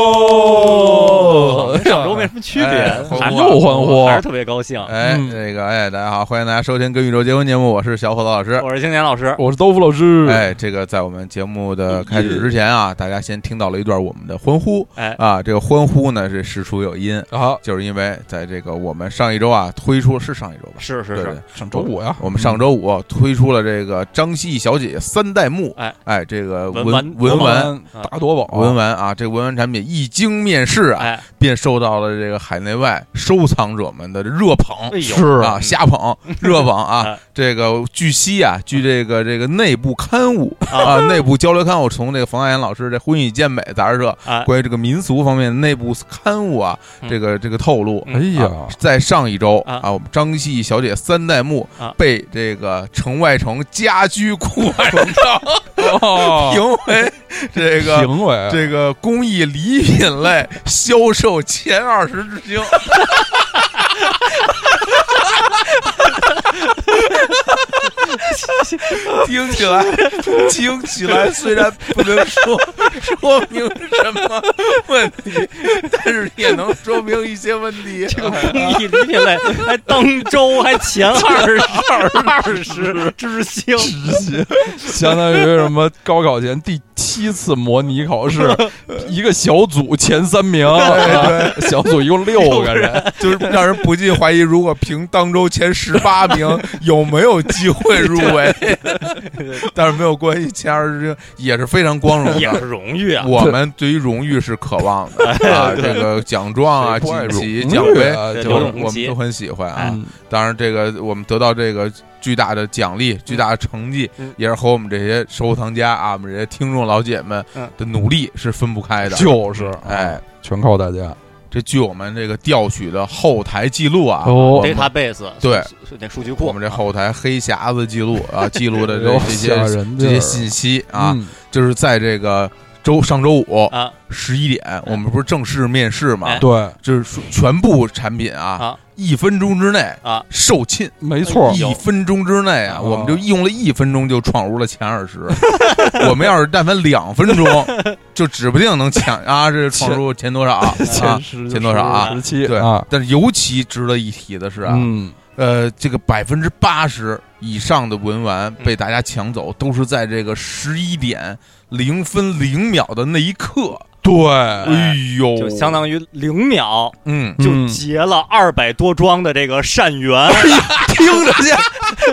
哦，跟上周没什么区别哎，还是又我欢呼啊还是特别高兴。哎，嗯这个哎，大家好，欢迎大家收听《跟宇宙结婚》节目，我是小伙子老师。我是青年老师，哦我是豆腐老师。哎，这个在我们节目的开始之前啊，大家先听到了一段我们的欢呼哎，啊，这个欢呼呢是事出有因，好，就是因为在这个我们上一周啊推出是上一周吧，是是对对是，，上周五呀，我们上周五啊推出了这个张希小姐三代目，哎哎，这个文文玩文玩玩大夺宝，文玩啊，这个文玩产品一经面世啊，哎，便受到了这个海内外收藏者们的热捧哎。呦，是啊，嗯瞎捧热捧啊 哎！这个据悉啊，据这个这个内部刊物啊啊，内部交流刊物，从这个冯大岩老师这《婚礼健美》杂志社哎关于这个民俗方面的内部刊物啊，嗯这个这个透露，嗯哎呀啊，在上一周啊啊，我们张希小姐三代目啊被这个城外城家居酷玩文章哦评为这 个评委，这个公益礼品类销售前二十之 星。听起来，听起来虽然不能说说明什么问题，但是也能说明一些问题。这个公益礼品类还登州，哎还前二十哎二十之星，实习，相当于什么高考前第七次模拟考试， 一个小组前三名，对，小组一共六个人，就是让人不禁怀疑，如果评当周前十八名，有没有机会入围？ 但是没有关系，前二十名也是非常光荣 也是的。荣誉啊！我们对于荣誉是渴望的啊，对这个奖状啊、谁不爱锦旗、荣奖誉杯，啊对就刘是荣我旗们都很喜欢啊。嗯当然，这个我们得到这个巨大的奖励、巨大的成绩嗯，也是和我们这些收藏家啊、我们这些听众老姐们嗯的努力是分不开的。就是，啊哎，，全靠大家。这据我们这个调取的后台记录啊，哦我们 database 对是是那数据库，我们这后台黑匣子记录啊，记录的 这有这哎吓些人这地些儿信息啊，嗯就是在这个周上周五啊十一点，我们不是正式面试嘛哎，对，就是说全部产品啊啊，一分钟之内啊售罄，没错哎，呦一分钟之内啊，哦我们就用了一分钟就闯入了前 二十。我们要是但凡两分钟，就指不定能抢啊，这闯入前多少 啊？前十前多少啊十七对啊，，但是尤其值得一提的是啊，嗯，呃，这个百分之八十以上的文玩被大家抢走，都是在这个十一点零分零秒的那一刻。对，哎呦，就相当于零秒嗯，哎就嗯结了二百多桩的这个善缘，听着像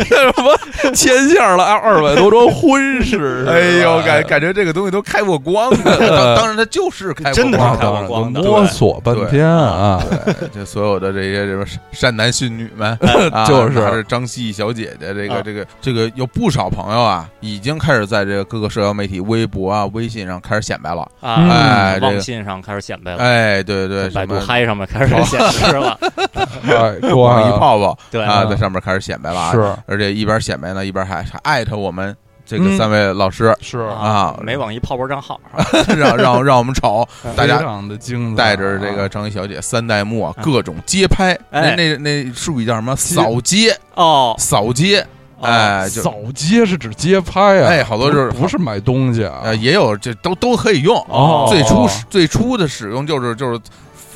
像什 么牵线了，二二百多桩婚 事，哎是呦，吧感感觉这个东西都开过光了。 当当然，它就是开过光，真的是当开过然光的都摸索半天啊，对，这所有的这些什么善男信女们， 啊、就是拿着张希小姐姐这个、啊这个这个，有不少朋友啊，已经开始在这个各个社交媒体、微博啊、微信上开始显摆了。嗯啊，哎这个网信上开始显摆了，哎，对对，百什度么嗨上面开始显示了， 哎，网易对，泡泡对啊，嗯在上面开始显摆了啊，是而且一边显摆呢，一边还还艾特我们这个嗯三位 老师，是啊没网易泡泡账号，让让让我们 瞅，大非家。常的精彩啊带着这个张希小姐三代目啊啊，各种街拍，哎那那那术语叫什么？街扫街，哦，扫街，哦哎，就扫街是指街拍啊，哎好多就是不不是买东西啊呃，，也有这都都可以用。哦最初使最初的使用就是就是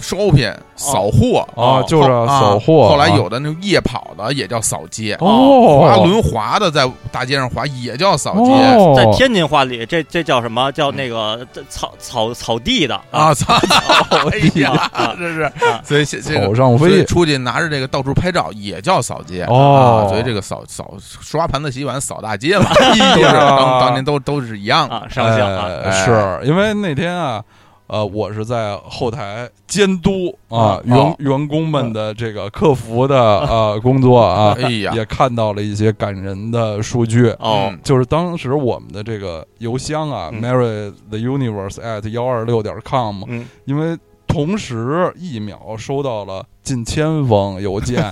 shopping 扫货，啊就是啊扫货，后来有的那种夜跑的也叫扫街，哦滑轮滑的在大街上滑也叫扫街。哦在天津话里，这这叫什么？叫那个草草草地的啊， 操！哎呀啊，这是啊，所以现这草个上所以飞出去拿着这个到处拍照也叫扫街哦啊所以这个扫扫刷盘子洗碗扫大街嘛，哎呀都是当当年都都是一样的。啊，上香啊，呃哎是因为那天啊，呃，我是在后台监督啊哦员员工们的这个客服的呃工作啊，哎呀，也看到了一些感人的数据。哦嗯，就是当时我们的这个邮箱啊、嗯 m a r r y the universe at 幺二六点 com，嗯，因为同时一秒收到了近千封邮 件，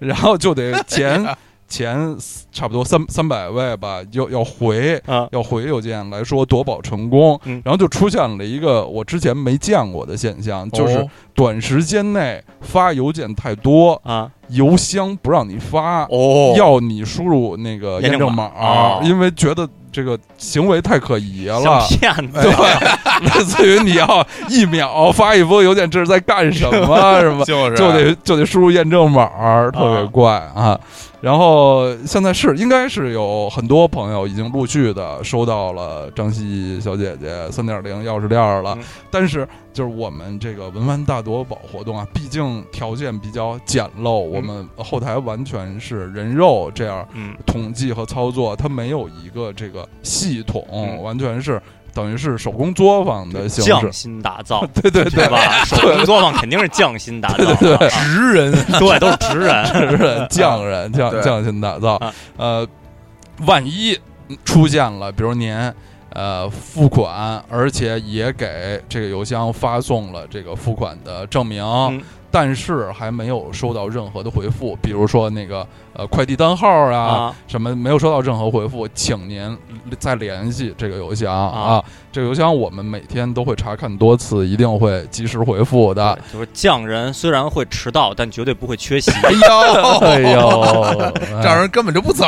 然后就得前哎前差不多三三百位吧，要要回，啊，要回邮件来说夺宝成功，嗯然后就出现了一个我之前没见过的现象，就是哦短时间内发邮件太多，啊，邮箱不让你发，哦要你输入那个验验证证码码，哦因为觉得这个行为太可疑了哎像。骗子， 对，类似于你要一秒发一封邮件，这是在干什么？什么？就是啊就得就得输入验证码儿，特别怪啊。然后现在是应该是有很多朋友已经陆续的收到了张希小姐姐三点零钥匙链儿了，嗯但是就是我们这个文玩大夺宝活动啊，毕竟条件比较简陋，我们后台完全是人肉这样嗯，统计和操作，它没有一个这个系统，嗯完全是等于是手工作坊的形匠式。心打造， 对对 对对，吧？手工作坊肯定是匠心打造的，对对 啊 直人，对，都是直人， 是匠人匠对匠心打造啊。呃，万一出现了，比如您呃付款，而且也给这个邮箱发送了这个付款的证明，嗯但是还没有收到任何的回复，比如说那个呃快递单号啊，啊，什么没有收到任何回复，请您再联系这个邮箱啊啊。这个邮箱我们每天都会查看多次，一定会及时回复的。对就是匠人虽然会迟到，但绝对不会缺席。哎呦哎呦，哎匠人根本就不 走，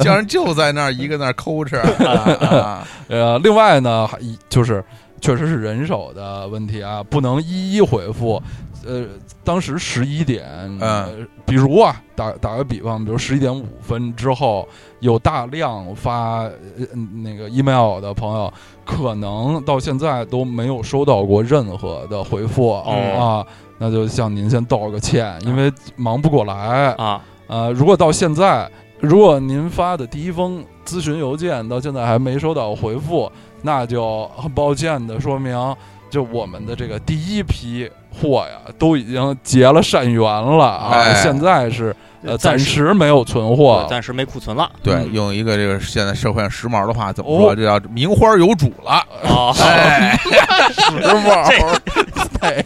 匠人就在那儿一个那儿 抠哧啊，呃，另外呢，还一就是确实是人手的问题啊，不能一一回复。呃，当时十一点，呃，嗯比如啊，打打个比方，比如十一点五分之后，有大量发呃那个 email 的朋友，可能到现在都没有收到过任何的回复、哦啊。那就向您先道个歉，因为忙不过来啊，呃，如果到现在，如果您发的第一封咨询邮件到现在还没收到回复，那就很抱歉的说明，就我们的这个第一批货呀，都已经结了善缘了啊，哎现在是呃暂暂时没有存货对。 暂时没库存了嗯对，嗯用一个这个现在社会上时髦的话怎哦么说？这叫名花有主 了，啊。 哎，时髦，哎，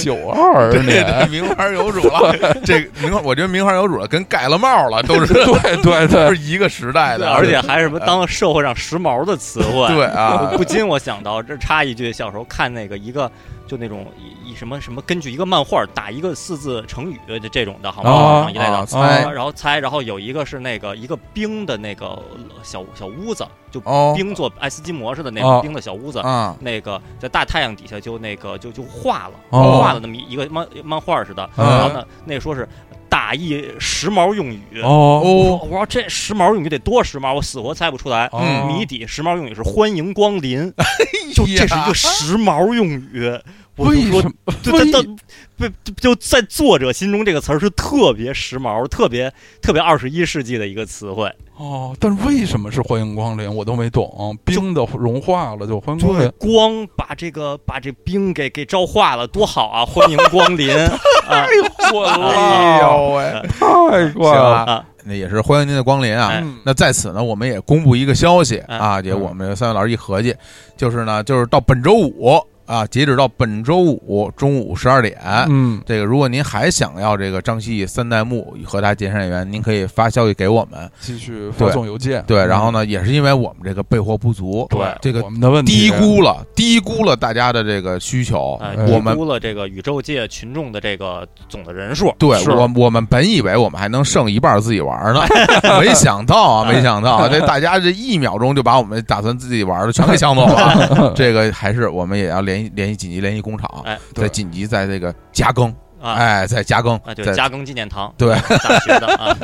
九二对年对，，名花有主 了，这个名花，我觉得名花有主了，跟盖了帽了都是对对都对是一个时代对，的， 而且还是什么当社会上时髦的词汇。对啊，不禁我想到，这插一句，小时候看那个一个就那种一一什么什么，根据一个漫画打一个四字成语的这种的，好啊吗？一类的啊，猜然后猜，然后有一个是那个一个冰的那个小小屋子，就哦冰做爱斯基摩似的那哦种冰的小屋子，啊，那个在大太阳底下就那个就就化了，哦化了那么一个漫漫画似的。嗯然后呢，那说是打一时髦用语。哦我哦说我说这时髦用语得多时髦，我死活猜不出来。哦谜底时髦用语是欢迎光临， 就哎这是一个时髦用语。我就为说什，么？就嗯为在到不就就在作者心中，这个词儿是特别时髦、特别特别二十一世纪的一个词汇。哦，但是为什么是欢迎光临？我都没懂。冰的融化了就欢迎光临，光把这个把这冰给给招化了，多好啊！欢迎光 临啊太混 了，哎呦喂， 啊太怪行了。啊啊，那也是欢迎您的光临啊哎。嗯那在此呢，我们也公布一个消息哎啊，也我们三位老师一合计，就是呢，就是到本周五啊，截止到本周五中午十二点。嗯，这个，如果您还想要这个张希三代目和他结善缘，您可以发消息给我们。继续发送邮件。对，然后呢，也是因为我们这个备货不足，对这个我们的问题低估了低估了大家的这个需求啊，哎我低们。估了这个宇宙界群众的这个总的人数，对是我，我们本以为我们还能剩一半儿自己玩儿呢， 没想到啊，没想到啊，这大家这一秒钟就把我们打算自己玩儿的全给抢走 了。这个还是我们也要联系联系紧急联系工厂，哎再对紧急在这个加更，啊哎，再加更，啊，再对，加庚纪念堂，对大学的 啊，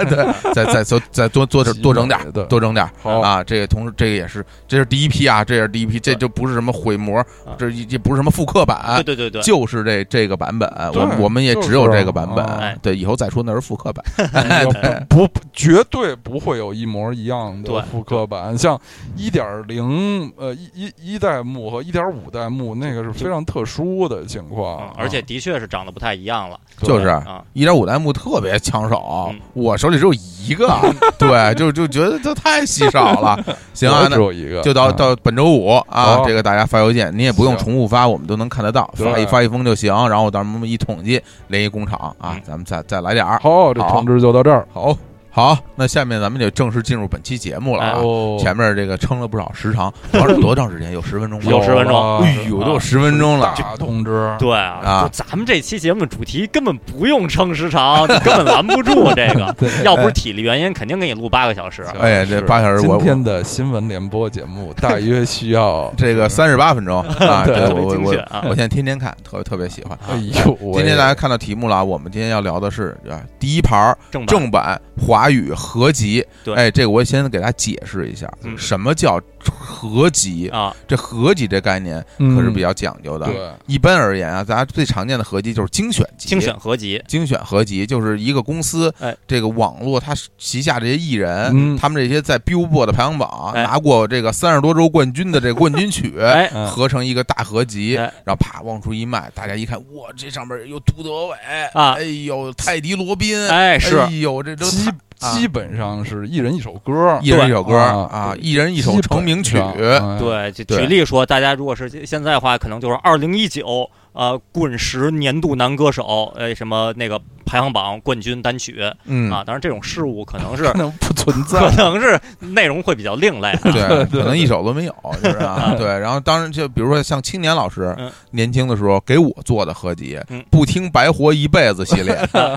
再再再再多多点多整点儿，对，多整点儿好啊！这个同时，这个也是，这是第一批啊，这也是第一批，这就不是什么毁模，啊这也不是什么复刻版对，对对对，啊就是这这个版本，对我们我们也只有就是这个版哎本。对，以后再说那是复刻版。哎呦不不绝对不会有一模一样对的复刻版，像一点零呃一一一代目和一点五代目那个是非常特殊的情况啊嗯，而且的确是长得不太一样了，对就是啊，一点五代目特别抢手嗯，我手里只有一个，啊 对，就就觉得这太稀少了。行啊我，只那有一个，就到嗯到本周五啊好，这个大家发邮件，你也不用行重复发，我们都能看得到，发一对发一封就行。然后咱们一统计，联系工厂啊嗯，咱们再再来点儿。好，这好通知就到这儿。好，好，那下面咱们就正式进入本期节目了哎啊。哦，前面这个撑了不少时长，主要是多长时间？有十分钟吗？有10分钟啊哎呦，都有十分钟了。大通知，。对啊啊，就咱们这期节目主题根本不用撑时长， 根本拦不住这个对要不是体力原因，肯定给你录八个小时。行哎，这是八小时今我，天的新闻联播节目大约需要 这个三十八 分钟啊，对这特别我我精我确啊我现在天天看，特别特别喜欢。哎呦喂，今天大家看到题目了啊，我们今天要聊的是啊，第一盘正版正版华语合集。对哎，这个我先给大家解释一下，嗯什么叫合集？啊，这合集这概念嗯可是比较讲究的。对，一般而言啊，大家最常见的合集就是精选集。精选合集，精选合集就是一个公司，哎这个网络它旗下这些艺人，嗯哎他们这些在 Billboard 的排行榜、哎，拿过这个三十多周冠军的这个冠军曲 哎，嗯 合成一个大合集，哎然后啪往出一卖，大家一看，哇，这上面有杜德伟啊哎呦，泰迪罗宾，哎是哎呦，这都基太啊基本上是一人一首歌，一人一首歌对啊，一人一首成名曲，对，对，就对举例说，大家如果是现在的话，可能就是二零一九呃滚石年度男歌手，呃什么那个排行榜冠军单曲啊，嗯，当然这种事物可能是 可能不存可在，能是内容会比较另类啊， 对，可对能一首都没有，就是啊，对。然后当然就比如说像青年老师嗯年轻的时候给我做的合集嗯，不听白活一辈子 系列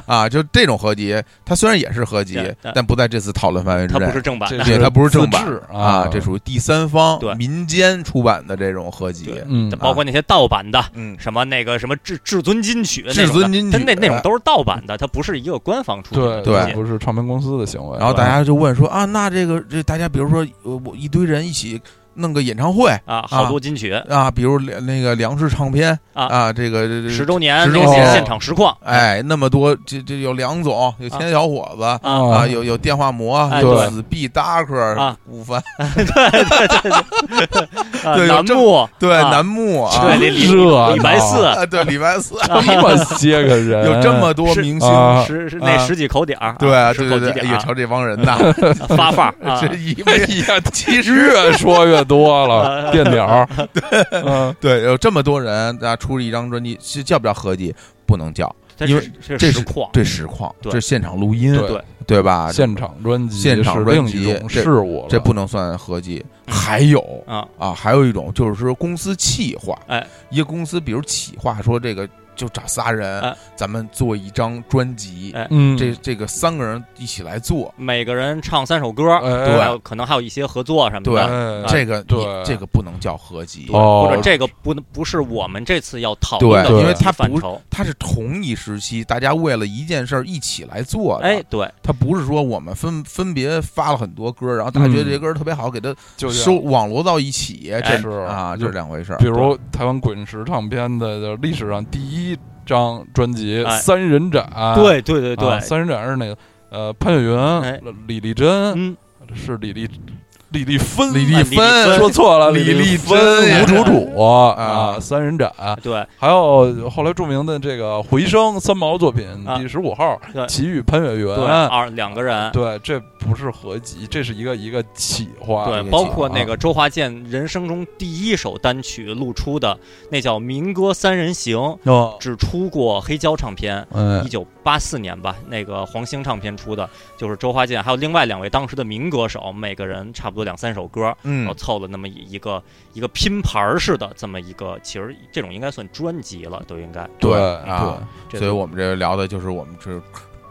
啊，就这种合集，它虽然也是合集对对，但不在这次讨论范围之它内不。是正版 的这。对，它不是正版自制啊啊，这属于第三方对民间出版的这种合集对。嗯，包括那些盗版的，嗯，什么那个什么至至尊金曲那种的，至尊金曲哎它那那种都是盗版的，它不是一个官方出对的对东西。不是唱片公司的行为，然后大家就问说啊，那这个这大家比如说呃我一堆人一起弄个演唱会啊，好多金曲啊，比如两那个粮食唱片啊啊，这个这这十周年十周那些年现场实况，哎，那么多，这这有梁总，有天小伙子啊啊，啊，有有电话魔，哎有对子必达克啊，古凡，啊对有楠正木对，啊楠木啊对，，李李热闹李白四 啊，对，礼拜四这么些个人， 有这 么多是明星，啊十十啊那十几口点儿， 对啊对十对口对几，哎点儿呀，瞧这帮人呐，发范儿啊 这一哎 位呀，其实越说越多了， 电鸟，嗯，对，有这么多人，大家出了一张专辑，是叫不叫合集？不能叫，它因是为是这实是况，这实况，哦对这是现场录音，对对吧？现场专辑，现场专辑是另一种事物了，这不能算合集。嗯还有啊啊，还有一种就是说公司企划，哎，一个公司比如企划说这个就找仨人，哎咱们做一张专辑，哎嗯，这这个三个人一起来做，每个人唱三首歌，呃对还有可能还有一些合作什么的。哎这个对你这个不能叫合集对，，哦或者这个不能不是我们这次要讨论对的因为主题它不范畴。它是同一时期大家为了一件事儿一起来做的，哎，，对，它不是说我们分分别发了很多歌，然后大家觉嗯得这歌儿特别好，给它就像收网罗到一起，哎这是啊，这就是两回事儿比。如台湾滚石唱片的就是历史上第一张专辑《哎三人展》，对对对对啊，，三人展是哪个？呃，潘越哎云、李丽珍，嗯，是李丽李丽芬，李丽哎李丽芬芬说错了，李丽丽珍呀吴楚楚啊啊，三人展，呃对，还有后来著名的这个回声三毛作品啊第十五号对《奇遇潘越云对，》，二两个人，对，这不是合集，这是一个一个企划，啊这个对，包计括划那个周华健人生中第一首单曲露出的那叫《民歌三人行》，哦，只出过黑胶唱片，嗯一，九八四年吧，那个黄兴唱片出的，就是周华健还有另外两位当时的民歌手，每个人差不多两三首歌，然后嗯，凑了那么一一个一个拼盘儿似的这么一个，其实这种应该算专辑了，都应该对啊啊，这所以我们这聊的就是我们这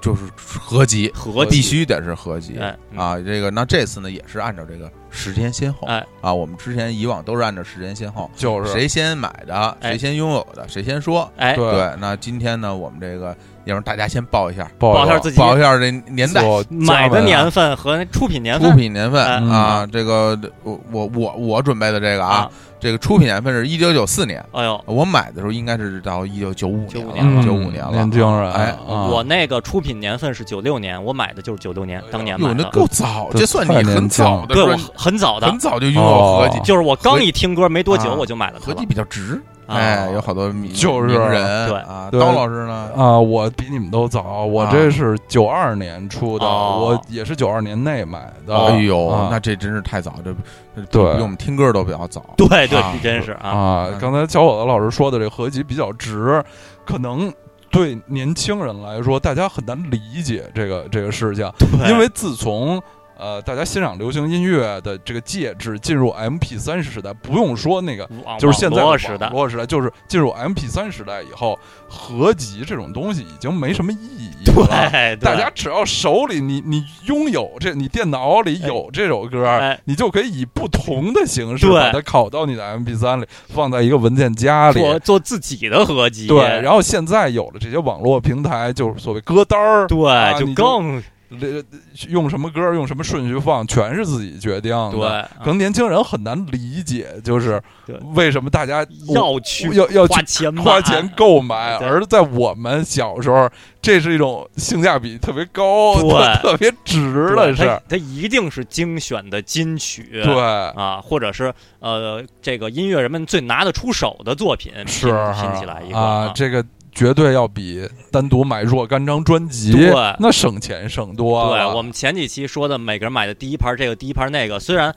就是合集，合必集须得是合集哎嗯啊！这个那这次呢也是按照这个时间先后哎啊，我们之前以往都是按照时间先后，就是谁先买的，哎谁先拥有的，谁先说。哎对对，那今天呢，我们这个要让大家先报一下，报一下自己报一下这年代、所买的加年份和出品年啊出份品年份哎啊。这个我我我我准备的这个啊，，这个出品年份是一九九四年，哎呦，我买的时候应该是到一九九五95年年了，了九五年了嗯年。轻人，哎啊我那个出品年份是九六年，我买的就是九六年哎呦当年哟，买那的，够早，这这算你太年很早轻的对我专，很很早的很，早就拥有合集哦，就是我合刚一听歌没多久啊我就买了它合了集比较直，啊哎，有好多名就是名人对啊。对刀老师呢？啊，我比你们都早，我这啊是九二年出的，哦我也是九二年内买的。哎呦，啊那这真是太早，这这对比我们听歌都比较早。 对啊对，真是啊，啊，刚才小伙子老师说的这合集比较值，可能对年轻人来说，大家很难理解这个这个事情，对因为自从呃大家欣赏流行音乐的这个介质进入 MP 三时代，不用说那个网就是现在网的络网时 代，络时代就是进入 MP 三时代以后，合集这种东西已经没什么意义对了。，哎对大家只要手里你你拥有这，你电脑里有这首歌，哎你就可以以不同的形式对把它拷到你的 MP 三里，放在一个文件夹里。做做自己的合集，对，然后现在有了这些网络平台，就是所谓歌单儿，啊对就你就更呃用什么歌儿用什么顺序放，全是自己决定的。对，啊可能年轻人很难理解，就是对为什么大家要去要要去花钱买花钱购买，对而在我们小时候，这是一种性价比特别高、对特 特别值的对事它儿。它一定是精选的金曲，对，啊，或者是呃，这个音乐人们最拿得出手的作品拼，是拼起来一个啊，这个绝对要比单独买若干张专辑对，那省钱省多对了。我们前几期说的，每个人买的第一盘这个，第一盘那个，虽然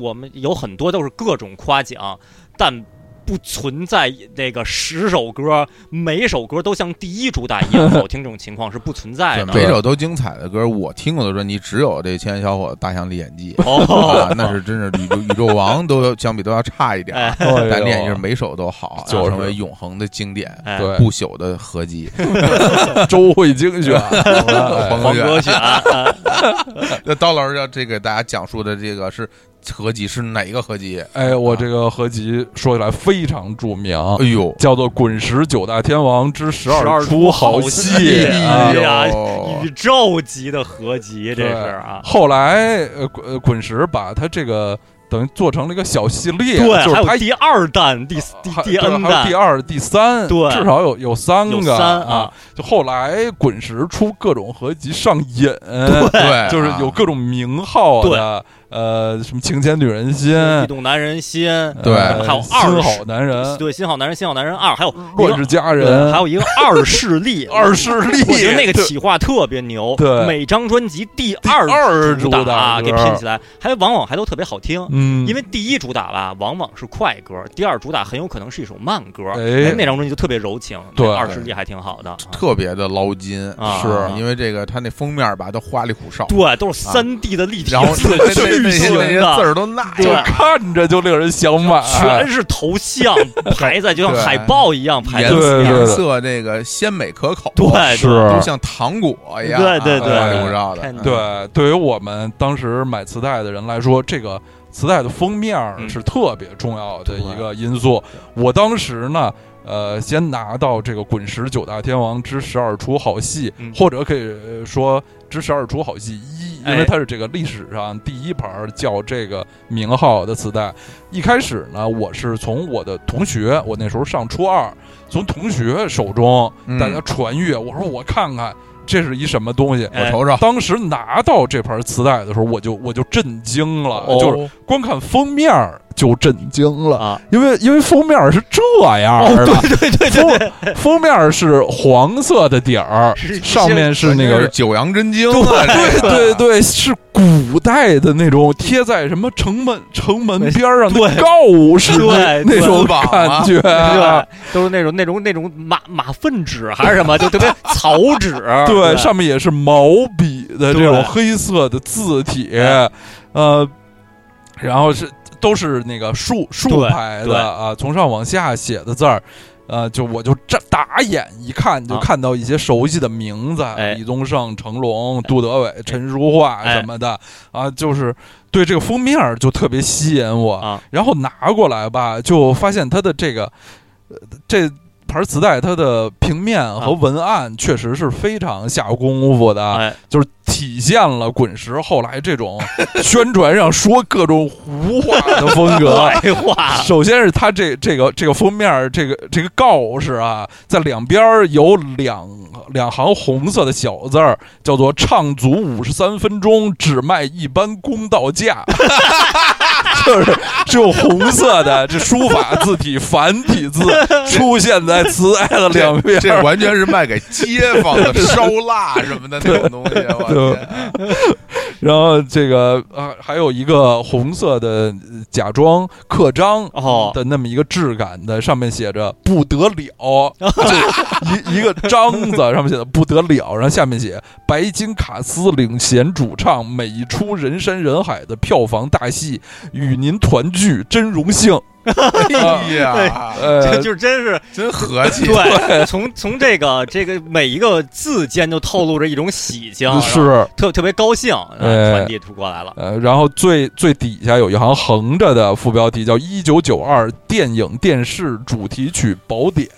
我们有很多都是各种夸奖，但不存在那个十首歌每首歌都像第一主打一样 好听这种情况是不存在的。每首都精彩的歌，我听过的专辑只有这《青年小伙子》《大象的演技》 哦啊，那是真是宇宙宇宙王都要相比都要差一点儿， 哎哎呦但练也是每首都好，啊就是哎成为永恒的经典。哎，对不朽的合集，周慧精选，哎黄黄格格选， 哎 那刀老师要这给大家讲述的这个是合集是哪个合集？哎，我这个合集说起来非常著名，哎呦，叫做《滚石九大天王之十二12出出好好戏戏》啊哎。哎呀哦呦宇宙级的合集，这对是啊，后来，呃，滚呃滚石把它这个等于做成了一个小系列，对，就是还它有第二弹、第第还第对 N 还有弹第，二、第三，对至少有有三有个三啊。，就后来滚石出各种合集上瘾，对，啊就是有各种名号的，呃，什么情牵女人心，嗯悸动男人心，对呃还有二新十好男嗯人，对，新好男人，新好男人二，还有一乱个世佳人，，还有一个二势力 二势力，我觉得那个对企划特别牛，对每张专辑第第二主主打打歌给拼起来，还往往还都特别好听。 嗯，因为第一主打吧，往往是快歌；第二主打很有可能是一首慢歌。哎那张专辑就特别柔情，对二势力还挺好的。啊特别的捞金，啊因为这个他那封面吧都花里胡哨，对，都是三 D 的立体 然后字那巨那那些型那些字的，儿都那对就看着就令人想买，全是头 像排在，就像对海报一样排颜在对色对对颜色这个鲜美可口，啊对对是都像糖果一样，对对啊对花里胡哨的，看嗯着对，对于我们当时买磁带的人来说，这个磁带的封面儿嗯是特别重要的一个因素。我当时呢，呃，先拿到这个《滚石九大天王之十二出好戏》嗯或者可以呃说《之十二出好戏一》，因为哎它是这个历史上第一盘儿叫这个名号的磁带。一开始呢，我是从我的同学，我那时候上初二，从同学手中嗯大家传阅，我说我看看这是一什么东西。哎我瞅瞅，当时拿到这盘磁带的时候，我就我就震惊了，哦就是光看封面儿就震惊了，啊，因为因为封面儿是这样哦，的，对对对对对，封封面儿是黄色的 底儿，是上面是那这个是九阳真经啊，对这个对对，是古代的那种贴在什么城门城门边儿上的对告示对那对种对感觉，啊对， 都是那种那种那种马马粪纸还是什么，就特别草纸。 对，上面也是毛笔的这种对黑色的字体哎，呃，然后是都是那个竖竖对排对的啊，从上往下写的字儿。呃，就我就这打眼一看，就啊看到一些熟悉的名字，哎李宗盛、成龙、杜德伟、陈淑桦哎什么的、啊，就是对这个封面儿就特别吸引我。啊然后拿过来吧，就发现它的这个、呃这盘磁带，它的平面和文案确实是非常下功夫的，哎，就是体现了滚石后来这种宣传上说各种胡话的风格。怪话，首先是它这这个这个封面儿，这个这个告示啊，在两边儿有两两行红色的小字儿，叫做“唱足五十三分钟，只卖一般公道价”，就是只有红色的这书法字体繁体字出现在磁带的两边这儿。这完啊全是卖给街坊的烧腊什么的那种东西，我对天然后这个啊，还有一个红色的呃假装刻章哦的那么一个质感的，上面写着“不得了”， 就一一个章子上面写的“不得了”，然后下面写“白金卡斯领衔主唱，每一出人山人海的票房大戏与您团聚，真 荣幸。哎呀，呃就”，就真是真和气，对，从从这个这个每一个字间就透露着一种喜庆，然后是。特特别高兴，哎呃传递出过来了。呃，然后最最底下有一行横着的副标题叫《一九九二电影电视主题曲宝典》。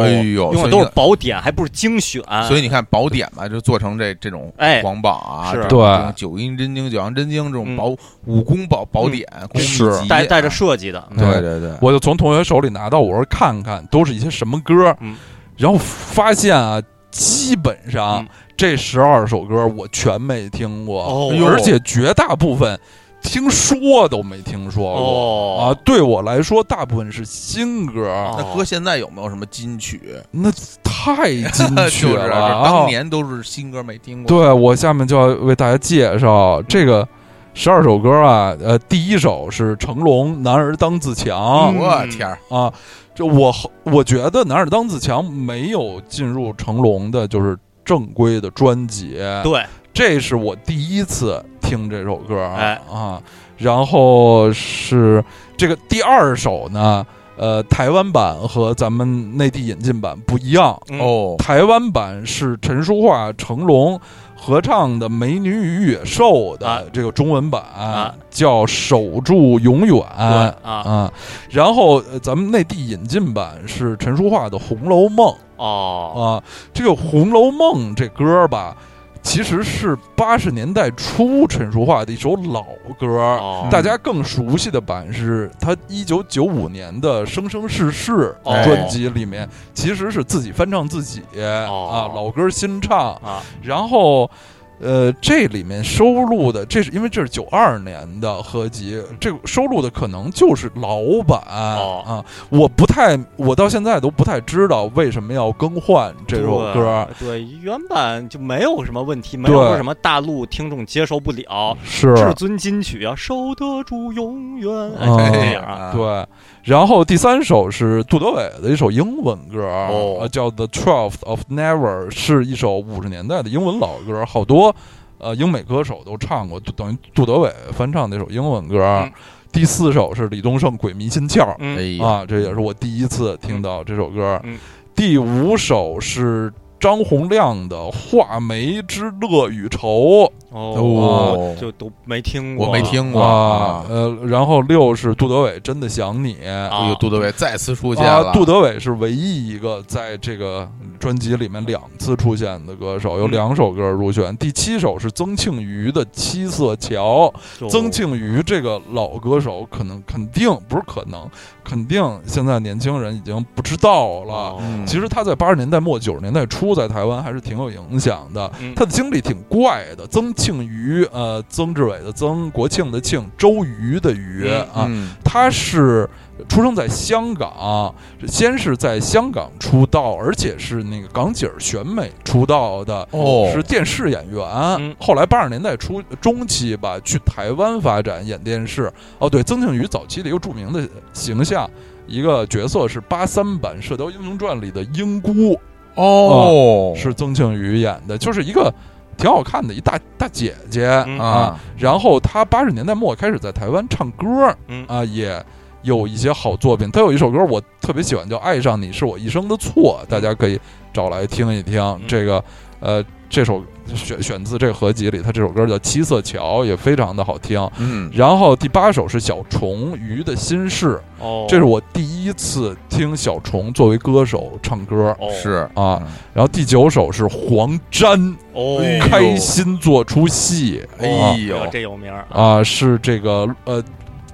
哎呦，用所的以都你是宝典，还不是精选。所以你看宝典嘛，就做成这这种哎皇榜啊，是这对嗯种九阴真经、九阳真经这种宝武功宝宝典、功秘啊是籍，带带着设计的，嗯对对对，我就从同学手里拿到，我说看看都是一些什么歌，嗯然后发现啊，基本上嗯这十二首歌我全没听过，哦而且绝大部分听说都没听说过。啊哦，对我来说，大部分是新歌，哦那搁现在有没有什么金曲？那 太金曲就是了。当啊年都是新歌没听过，对我下面就要为大家介绍这个十二首歌啊，呃，第一首是成龙《男儿当自强》，嗯我天儿，啊，这我后我觉得《男儿当自强》没有进入成龙的，就是正规的专辑，对，这是我第一次听这首歌啊，哎啊，然后是这个第二首呢，呃，台湾版和咱们内地引进版不一样，嗯，哦，台湾版是陈淑桦、成龙合唱的《美女与野兽》啊的这个中文版，啊叫《守住永远》对啊，啊，然后呃咱们内地引进版是陈淑桦的《红楼梦》哦，啊，这个《红楼梦》这歌儿吧，其实是八十年代初陈淑桦的一首老歌儿。哦大家更熟悉的版是她一九九五年的《生生世世哦》专辑里面，其实是自己翻唱自己啊，老歌儿新唱。哦啊，然后，呃，这里面收录的，这是因为这是九二年的合集，这个收录的可能就是老版、哦啊。我不太，我到现在都不太知道为什么要更换这首歌，对，啊对，原版就没有什么问题，没有说什么大陆听众接受不了，是至尊金曲啊，守得住永远，哎，哦就是哎这呀样啊，对。然后第三首是杜德伟的一首英文歌，哦呃叫《The Twelfth of Never》，是一首五十年代的英文老歌，好多呃英美歌手都唱过，等于杜德伟翻唱那首英文歌。嗯第四首是李宗盛《鬼迷心窍》哎嗯，呀，啊，这也是我第一次听到这首歌。嗯第五首是张洪量的《画眉之乐与愁哦就都没听过，我没听》过啊，，呃，然后六是杜德伟《真的想你》啊哎呦，杜德伟再次出现啊，了，杜德伟是唯一一个在这个专辑里面两次出现的歌手，有嗯两首歌入选。第七首是曾庆瑜的《七色桥》，哦就曾庆瑜这个老歌手，可能肯定不是可能，肯定现在年轻人已经不知道了。哦嗯，其实他在八十年代末九十年代初在台湾还是挺有影响的，嗯他的经历挺怪的。曾庆瑜，呃，曾志伟的曾，国庆的庆，周瑜的瑜嗯啊，嗯他是出生在香港，先是在香港出道，而且是那个港姐儿选美出道的，哦是电视演员。嗯后来八十年代初中期吧，去台湾发展演电视。哦，对，曾庆瑜早期的一个著名的形象。一个角色是八三版《射雕英雄传》里的英姑，哦是曾庆瑜演的，就是一个挺好看的一大大姐姐。嗯啊，然后她八十年代末开始在台湾唱歌，嗯啊，也有一些好作品。她有一首歌我特别喜欢，叫《爱上你是我一生的嗯错》，大家可以找来听一听。这个呃，这首选选自这个合集里，她这首歌叫《七色桥》，也非常的好听。嗯，然后第八首是小虫《鱼的心事》，哦，这是我第一次听小虫作为歌手唱歌哦是啊。然后第九首是黄沾哦，哎呦开心做出戏，啊哎这呦，这有名儿啊，是这个呃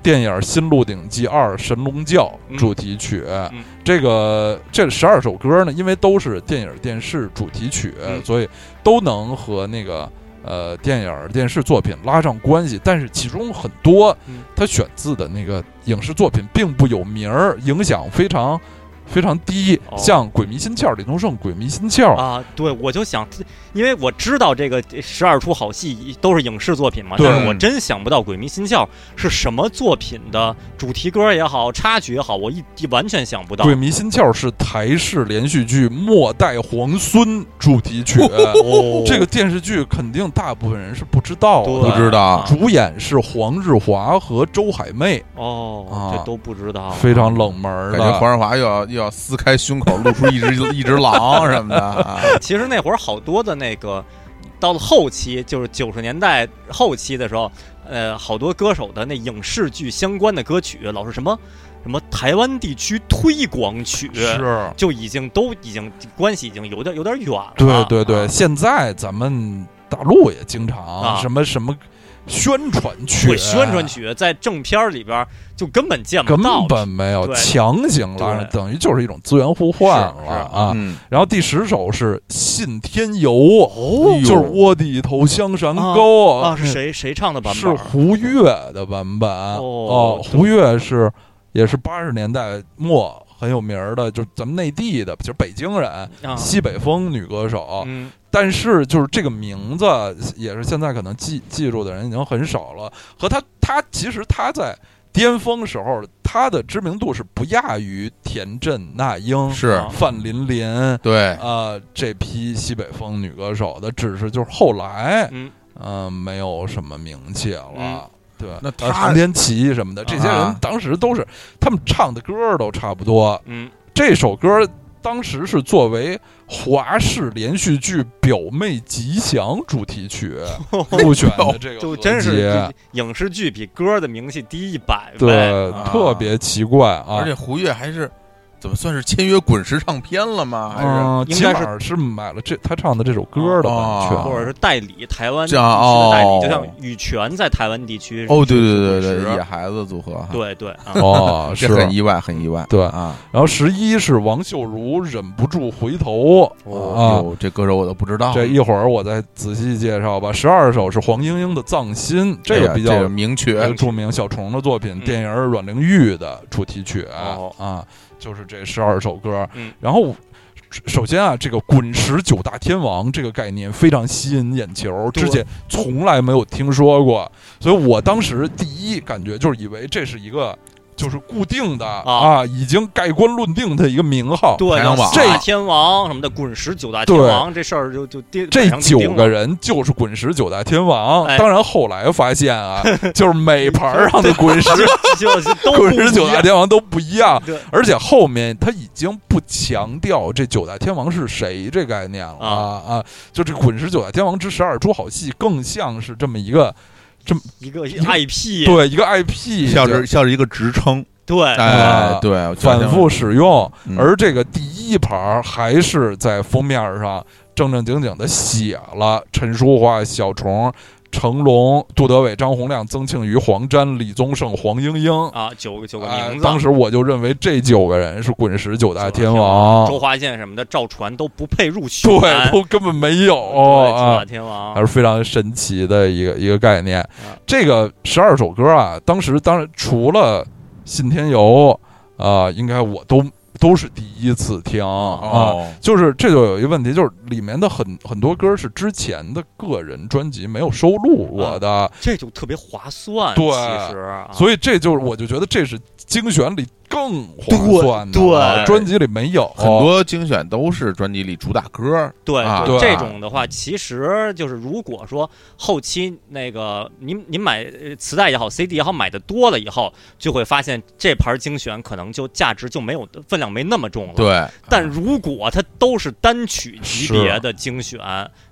电影《新鹿鼎记二：神龙教嗯》主题曲。嗯这个这十二首歌呢，因为都是电影、电视主题曲，嗯所以都能和那个。呃，电影、电视作品拉上关系，但是其中很多嗯他选自的那个影视作品并不有名儿，影响非常非常低，哦像《鬼迷心窍》李宗盛《鬼迷心哦窍》啊，对，我就想，因为我知道这个十二出好戏都是影视作品嘛，对但是我真想不到《鬼迷心窍》是什么作品的主题歌也好，插曲也好，我一完全想不到。 鬼迷心窍》是台式连续剧《末代皇孙》主题曲，哦哦这个电视剧肯定大部分人是不知道对啊不的。知道啊主演是黄日华和周海媚，哦，啊这都不知道，非常冷门儿感的。觉黄日华又要又要撕开胸口露出一只 一只狼什么 的啊，其实那会儿好多的那个，到了后期，就是九十年代后期的时候，呃，好多歌手的那影视剧相关的歌曲，老是什么什么台湾地区推广曲，是，就已经都已经关系已经有点有点远了。对对对，啊现在咱们大陆也经常、啊什么什么宣传曲，对宣传曲在正片儿里边儿就根本见不根到，本没有对强行拉上，对等于就是一种资源互换是了啊。嗯，然后第十首是《信天游》，哎哦就是我的一头香山沟啊是？谁谁唱的版是本？啊胡越的版本哦胡越是也是八十年代末很有名儿的，就是咱们内地的，就是北京人，啊，西北风女歌手。嗯，但是就是这个名字也是现在可能记记住的人已经很少了。和他他其实他在巅峰时候，他的知名度是不亚于田震、那英、是啊范琳琳对，呃这批西北风女歌手的，只是就是后来嗯，嗯、呃没有什么名气了。嗯对，那呃他韩天琪什么的，这些人啊当时都是他们唱的歌儿都差不多，嗯，这首歌当时是作为华视连续剧《表妹吉祥》主题曲入选的这个就合真是集这影视剧比歌的名气低一百倍。对啊，特别奇怪啊而且。胡越还是怎么算是签约滚石唱片了吗？还是嗯，应起该是码是买了这他唱的这首歌的版权，哦或者是代理台湾地区这样的代哦理，就像羽泉在台湾地区哦，对是对滚对对对，石野孩子组合哈，对对啊，哦，是这。很意外，很意外，对啊，然后十一是王秀茹忍不住回头啊，哟，这歌手我都不知道，哎这一会儿我再仔细介绍吧。十二首是黄莺莺的《藏心》，哎这个比较明呃确，著名小虫的作品，嗯电影《阮玲玉》的主题曲、哦啊，就是这十二首歌。嗯然后，首先啊，这个“滚石九大天王”这个概念非常吸引眼球，对之前从来没有听说过，所以我当时第一感觉就是以为这是一个就是固定的啊已经盖棺论定的一个名号。对，排行榜四大天王什么的，滚石九大天王这事儿就就定这九个人人就是滚石九大天王，哎当然后来发 现啊，就是每盘上的滚石 就就都滚石九大天王都不一样，对而且后面他已经不强调这九大天王是谁这概念了啊啊！就这滚石九大天王之十二出好戏，更像是这么一个一个个 IP 对一个 IP，像就是像是一个职称，对哎啊，对，我觉得反复使用。嗯而这个第一盘还是在封面上正正经经的写了陈淑桦、小虫、成龙、杜德伟、张洪亮、曾庆瑜、黄沾、李宗盛、黄莺莺。啊，九个九个哎名字，当时我就认为这九个人是滚石九大天王王，周华健什么的，赵传都不配入选，哦 对，都根本没有对九大啊，天还王是非常神奇的一个一个概念。这个十二首歌啊，当时当然除了《信天游》啊、应该我都都是第一次听啊。哦，就是这就有一个问题，就是里面的很很多歌是之前的个人专辑没有收录我的，这就特别划算，对其实啊所以这就是我就觉得这是精选里更划算的，对对啊专辑里没有很多精选都是专辑里主打歌，对啊就对这种的话，其实就是如果说后期那个您您买呃磁带也好，CD 也好，买的多了以后，就会发现这盘精选可能就价值就没有分量没那么重了。。对，啊但如果它都是单曲级是别的精选，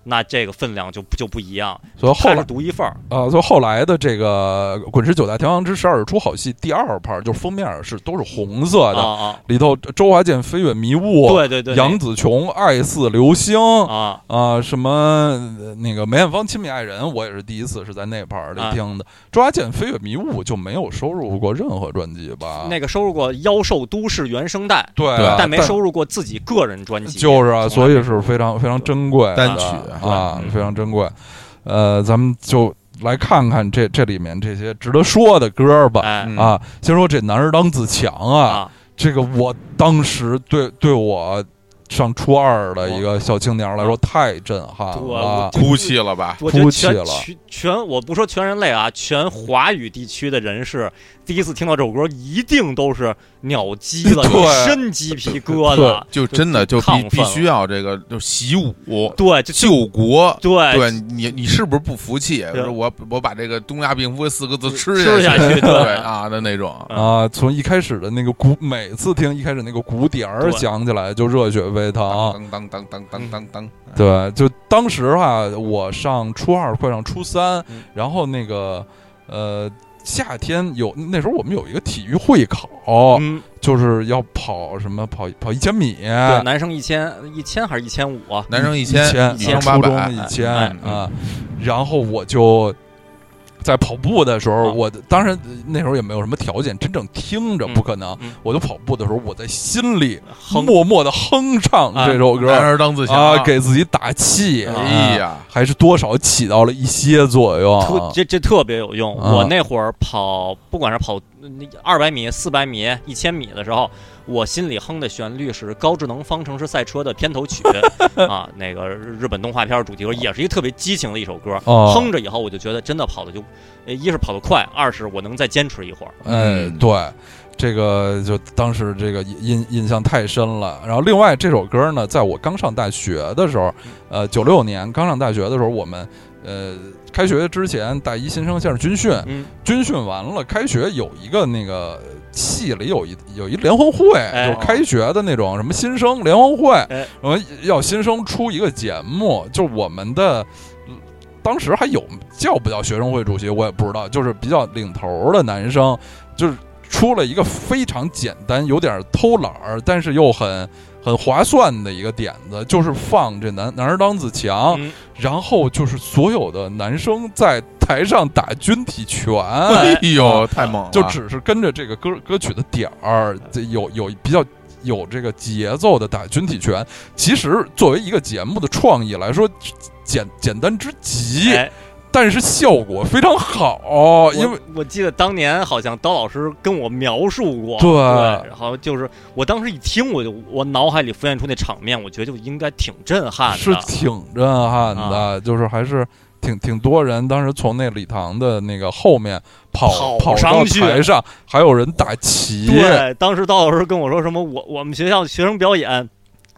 那这个分量就就不一样，所以后它来是独一份儿。啊，所以后来的这个《滚石九大天王之十二出好戏》第二盘，就是封面是都是红色啊的，啊，里头周华健飞跃迷雾，对对对，杨紫琼爱似流星 那啊、啊，什么呃那个梅艳芳亲密爱人，我也是第一次是在那盘里啊听的。周华健飞跃迷雾就没有收入过任何专辑吧？那个收入过《妖兽都市》原声带，对啊，对但没收入过自己个人专辑，就是啊，从所来以是非常非常珍贵的单曲啊嗯，非常珍贵。呃，咱们就来看看这这里面这些值得说的歌吧。哎嗯啊，先说这男儿当自强啊，啊这个我当时对对我上初二的一个小青年来说太震撼对了啊我。哭泣了吧？我觉得哭泣全了全全，我不说全人类啊，全华语地区的人士第一次听到这首歌，一定都是鸟鸡了，对就深鸡皮疙瘩，就真的就必亢奋必了须要这个就习武对，就救国。哎对对你，你是不是不服气？对我我把这个“东亚病夫”四个字吃吃下下去对对啊的那种，啊，从一开始的那个鼓，每次听一开始那个鼓点儿对响起来就热血沸腾。当当当当当当嗯当，对，就当时啊，我上初二，快上初三嗯，然后那个呃，夏天有那时候我们有一个体育会考，嗯，就是要跑什么跑跑一千米，对，男生一千一千还是一千五啊？男生一一千，女生啊八初百中，一千哎嗯啊，然后我就。在跑步的时候，啊我当然那时候也没有什么条件，真正听着嗯不可能嗯。我就跑步的时候，我在心里哼，默默的哼唱这首歌男儿当自强啊，给啊自己打气。哎，呀，还是多少起到了一些作用啊。特这这特别有用。啊我那会儿跑，不管是跑二百米、四百米、一千米的时候，我心里哼的旋律是《高智能方程式赛车》的片头 曲啊，那个日本动画片主题歌，也是一个特别激情的一首歌。哦哼着以后，我就觉得真的跑的就，呃一是跑得快，二是我能再坚持一会儿。哎，嗯对，这个就当时这个印印象太深了。然后另外这首歌呢，在我刚上大学的时嗯候，呃，九六年刚上大学的时候，我们呃开学之前，大一新生先是军训，嗯，军训完了，开学有一个那个系里有一有一联欢会，哎就是开学的那种什么新生联欢会，哎我们要新生出一个节目，就是我们的。嗯当时还有叫不叫学生会主席，我也不知道。就是比较领头的男生，就是出了一个非常简单、有点偷懒儿，但是又很很划算的一个点子，就是放这男男儿当自强，嗯然后就是所有的男生在台上打军体拳，哎呦，太猛了，就只是跟着这个歌歌曲的点儿，这有有比较有这个节奏的打军体拳。其实作为一个节目的创意来说，简简单之极，哎但是效果非常好，我哦因为我记得当年好像刀老师跟我描述过，对对，然后就是我当时一听，我就我脑海里浮现出那场面，我觉得就应该挺震撼的。是挺震撼啊的，就是还是。挺挺多人，当时从那礼堂的那个后面跑跑到上去台上，还有人打旗，对，当时刀老师跟我说什么，我我们学校学生表演，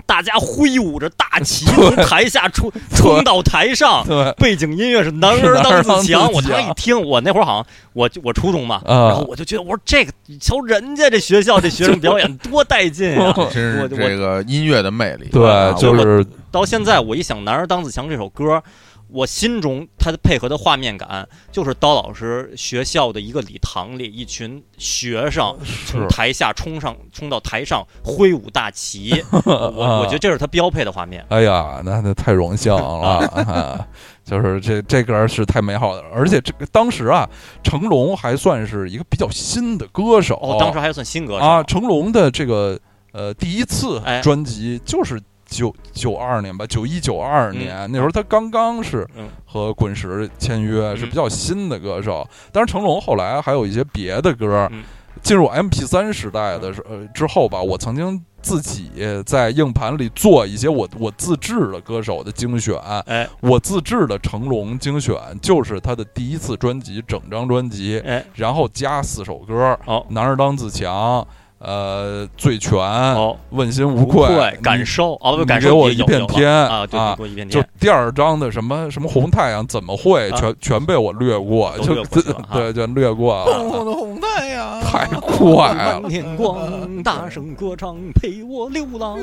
大家挥舞着大旗从台下 冲冲到台上， 对，背景音乐是《男儿男儿当当自自强》。我当时强一听，我那会儿好像我我初中嘛，啊然后我就觉得我说这个，你瞧人家这学校这 学生表演多带劲哎啊呀！真是我就我这个音乐的魅力，啊对，就我是到现在我一想《男儿当自强》这首歌。我心中它的配合的画面感，就是刀老师学校的一个礼堂里，一群学生从是台下冲上，冲到台上挥舞大旗， 我啊我觉得这是他标配的画面。哎呀，那那太荣幸了， 啊、就是这这歌是太美好的，而且这个当时啊，成龙还算是一个比较新的歌手，哦，当时还算新歌手啊，成龙的这个呃第一次哎专辑就是九九二年吧，九一九二年、那时候他刚刚是嗯和滚石签约，是比较新的歌手。当然，成龙后来还有一些别的歌。嗯进入 M P 三时代的时候呃之后吧，我曾经自己在硬盘里做一些我我自制的歌手的精选，哎我自制的成龙精选就是他的第一次专辑，整张专辑，哎然后加四首歌，哦男儿当自强，呃，醉拳，哦，问心无愧愧，感你受哦，你不感给受我也一有片有了天啊，对，啊你给我一片就天，第二章的什么什么红太阳怎么会，啊全全被我略过，都就略过去了啊对，就略 过了，的红太阳太快了。天光，大声歌唱，陪我流浪。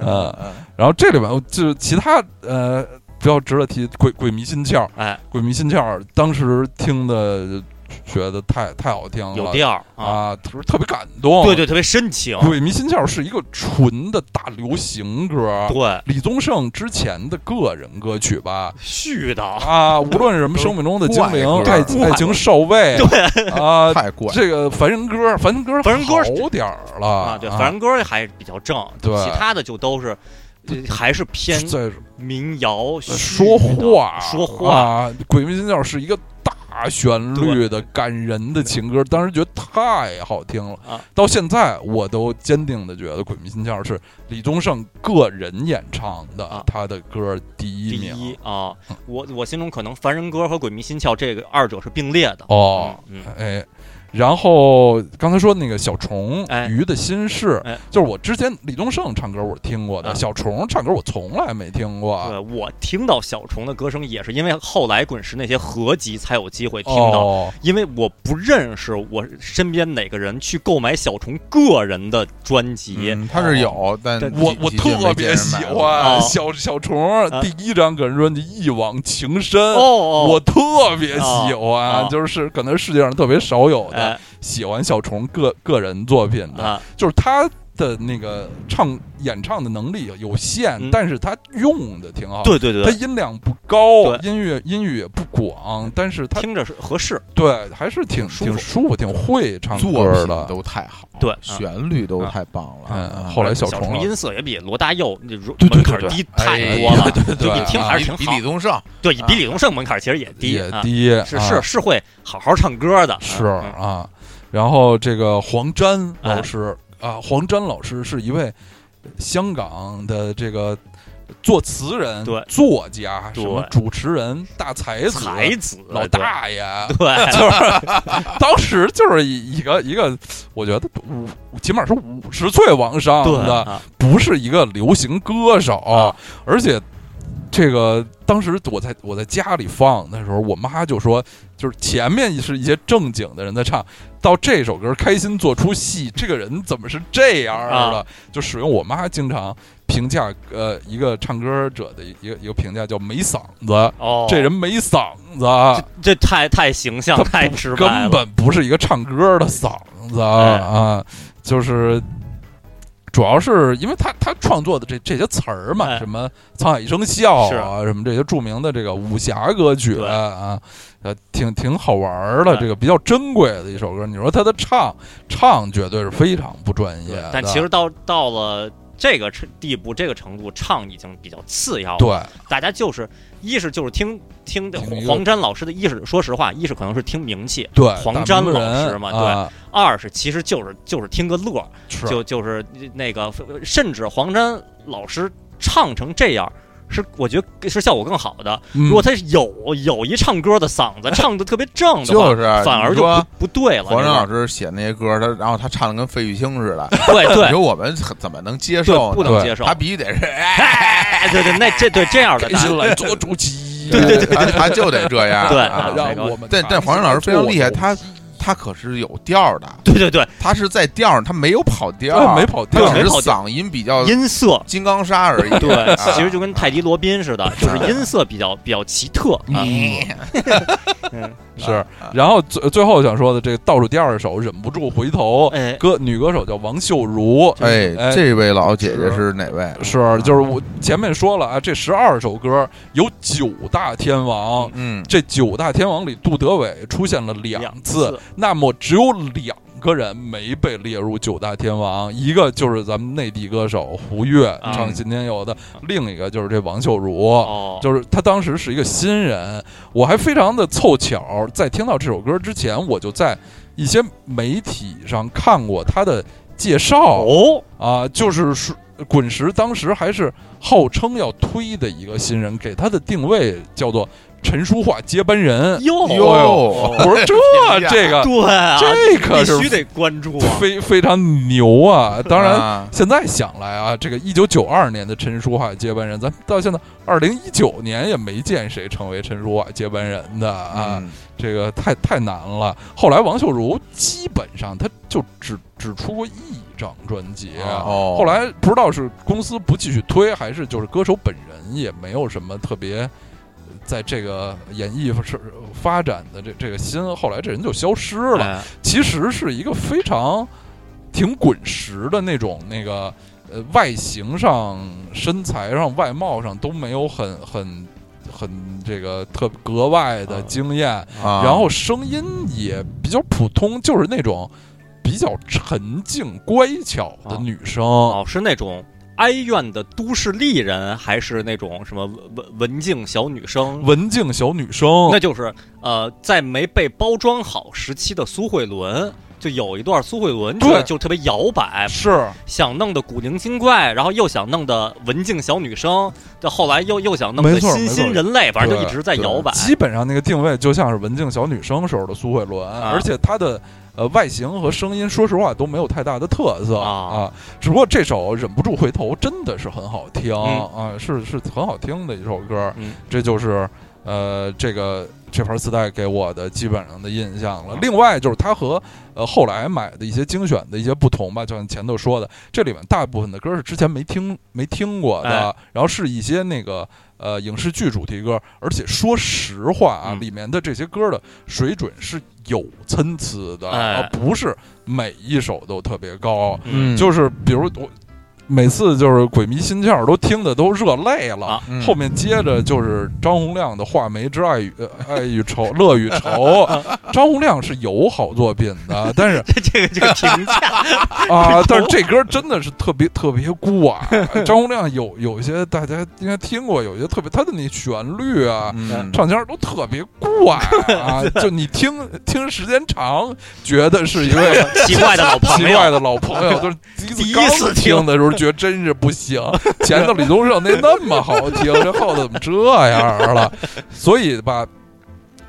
嗯，然后这里边我就其他呃比较值得提，鬼鬼迷心窍，哎，鬼迷心窍，当时听的觉得太太好听了，有调儿啊，啊，哦特别特别感动，对对，特别深情，鬼迷心窍是一个纯的大流行歌，对，李宗盛之前的个人歌曲吧。絮叨，啊，无论是什么生命中的精 灵、怪爱歌爱情少尉，对啊，嗯太怪，这个凡人歌，凡人歌，凡人歌好点儿了啊，对，反正歌还是比较正，对其他的就都是。呃还是偏在民谣，说絮叨话说话，啊，鬼迷心窍是一个大大旋律的感人的情歌，当时觉得太好听了。啊到现在我都坚定的觉得《鬼迷心窍》是李宗盛个人演唱的，啊他的歌第第一名。一啊嗯，我我心中可能《凡人歌》和《鬼迷心窍》这个二者是并列的。哦，嗯，嗯，哎，然后刚才说那个小虫哎《鱼的心事》哎就是我之前李宗盛唱歌我是听过的，啊小虫唱歌我从来没听过。对，我听到小虫的歌声也是因为后来滚石那些合集才有机会听到，哦，因为我不认识我身边哪个人去购买小虫个人的专辑。嗯，他是有，但但哦我几我几届特没见别人喜买过欢哦小小虫啊第一张个人专辑《一往情深》，哦哦，我特别喜欢哦，就是可能世界上特别少有哎的喜欢小虫个个人作品的，啊，就是他的那个唱演唱的能力有限，嗯但是他用的挺好。对对对啊他，音量不高，对音乐音域也不广，但是他听着是合适。对还是挺挺舒服挺舒服，挺会唱嗯作歌品的。都太好，对啊旋律都啊太棒了。嗯啊后来小小虫虫了音色也比罗大佑那如对对门对槛对低哎太多了，对对对就你听啊还是挺比好比李。宗盛，对，比啊李宗盛门槛其实也低也啊，低，是啊是是会好好唱歌的。是嗯哎啊。然后这个黄沾老师啊，黄沾老师是一位香港的这个作词人、对作家、什对么主持人、大才 子、嗯才子老大爷。对 就是当时就是一个一个，我觉得五起码是五十岁往上对的，啊不是一个流行歌手，而且这个当时我在我在家里放的时候，我妈就说，就是前面是一些正经的人在唱，到这首歌《开心做出戏》，这个人怎么是这样儿的？啊就使用我妈经常评价呃一个唱歌者的一个一个评价叫没嗓子，哦，这人没嗓子。这太太形象他太不直白根了。本不是一个唱歌的嗓子啊，哎啊就是主要是因为他他创作的这这些词儿嘛，哎什么《沧海一声笑》啊，什么这些著名的这个武侠歌曲对啊，呃，挺挺好玩儿的，哎这个比较珍贵的一首歌。你说他的唱唱绝对是非常不专业对的，但其实到到了这个程地步、这个程度，唱已经比较次要了。对大家就是一是就是听听的听一个黄沾老师的，一是说实话，一是可能是听名气，对黄大沾明老人师嘛啊、二是其实就是就是听个乐儿，是就就是那个，甚至黄沾老师唱成这样。是，我觉得是效果更好的。嗯如果他有有一唱歌的嗓子，唱的特别正的话，就是反而你就说不不对了。黄你沾知道老吗师写那些歌，他然后他唱的跟费玉清似的，对你对说我们怎么能接对受呢？不能接受。他必须得 是，哎，对对，那这对这样的开大 心来做主席，对对对，他就得这样。对啊对让我们但但黄沾老师非常厉害他做主席他可是有调儿的，对对对，他是在调儿上，他没有跑调对儿，没跑他调对只是没跑调嗓音比较音色，金刚砂而已。 对，啊其实就跟泰迪罗宾似的，就是音色比较比较奇特啊。嗯是，然后最最后想说的这个倒数第二首《忍不住回头》，哎，歌女歌手叫王秀茹，哎哎，这位老姐姐是哪位？啊是就是我前面说了啊，这十二首歌有九大天王。嗯，这九大天王里，杜德伟出现了两两次，次那么只有两个人没被列入九大天王，一个就是咱们内地歌手胡越、啊唱《今天有的》，另一个就是这王秀茹。哦，就是他当时是一个新人，我还非常的凑巧，在听到这首歌之前，我就在一些媒体上看过他的介绍哦，啊，就是说滚石当时还是号称要推的一个新人，给他的定位叫做陈淑桦接班人。哟哦 哟我说这这个对啊，这可是必须得关注啊。非非常牛啊！当然，啊现在想来啊，这个一九九二年的陈淑桦接班人，咱到现在二零一九年也没见谁成为陈淑桦接班人的啊，嗯这个太太难了。后来王秀茹基本上她就只只出过一张专辑。啊哦，后来不知道是公司不继续推，还是就是歌手本人也没有什么特别，在这个演艺是发展的这这个心，后来这人就消失了。哎其实是一个非常挺滚石的那种那个呃外形上、身材上、外貌上都没有很很很这个特格外的啊经验，啊，然后声音也比较普通，就是那种比较沉静乖巧的啊女生。哦，是那种哀怨的都市丽人，还是那种什么文文文静小女生？文静小女生，那就是呃，在没被包装好时期的苏慧伦，就有一段苏慧伦对就就特别摇摆，是想弄得古灵精怪，然后又想弄得文静小女生，这后来又又想弄没得错新没新错人类，反正就对一直在对摇摆。基本上那个定位就像是文静小女生时候的苏慧伦，啊而且她的呃外形和声音，说实话都没有太大的特色啊只不过这首《忍不住回头》真的是很好听、嗯啊，是是很好听的一首歌。嗯这就是呃这个这盘磁带给我的基本上的印象了。另外就是它和呃后来买的一些精选的一些不同吧，就像前头说的，这里面大部分的歌是之前没听没听过的，哎然后是一些那个。呃，影视剧主题歌，而且说实话啊，嗯里面的这些歌的水准是有参差的，哎啊，不是每一首都特别高。嗯就是比如我每次就是鬼迷心窍都听的都热泪了，啊嗯后面接着就是张洪亮的《画眉之爱与呃爱与愁乐与愁》， 张洪亮是有好作品的，但是 这这个这个评价，啊，但是这歌真的是特别特别古 啊。张洪亮有有些大家应该听过，有些特别他的那旋律啊，嗯唱腔都特别怪 啊，就你听听时间长，觉得是一 位奇怪的老朋友奇怪的老朋友，就是 第第一一次次刚听的时候觉得真是不行，前头李宗盛那那么好 听，这后头怎么这样了？所以吧，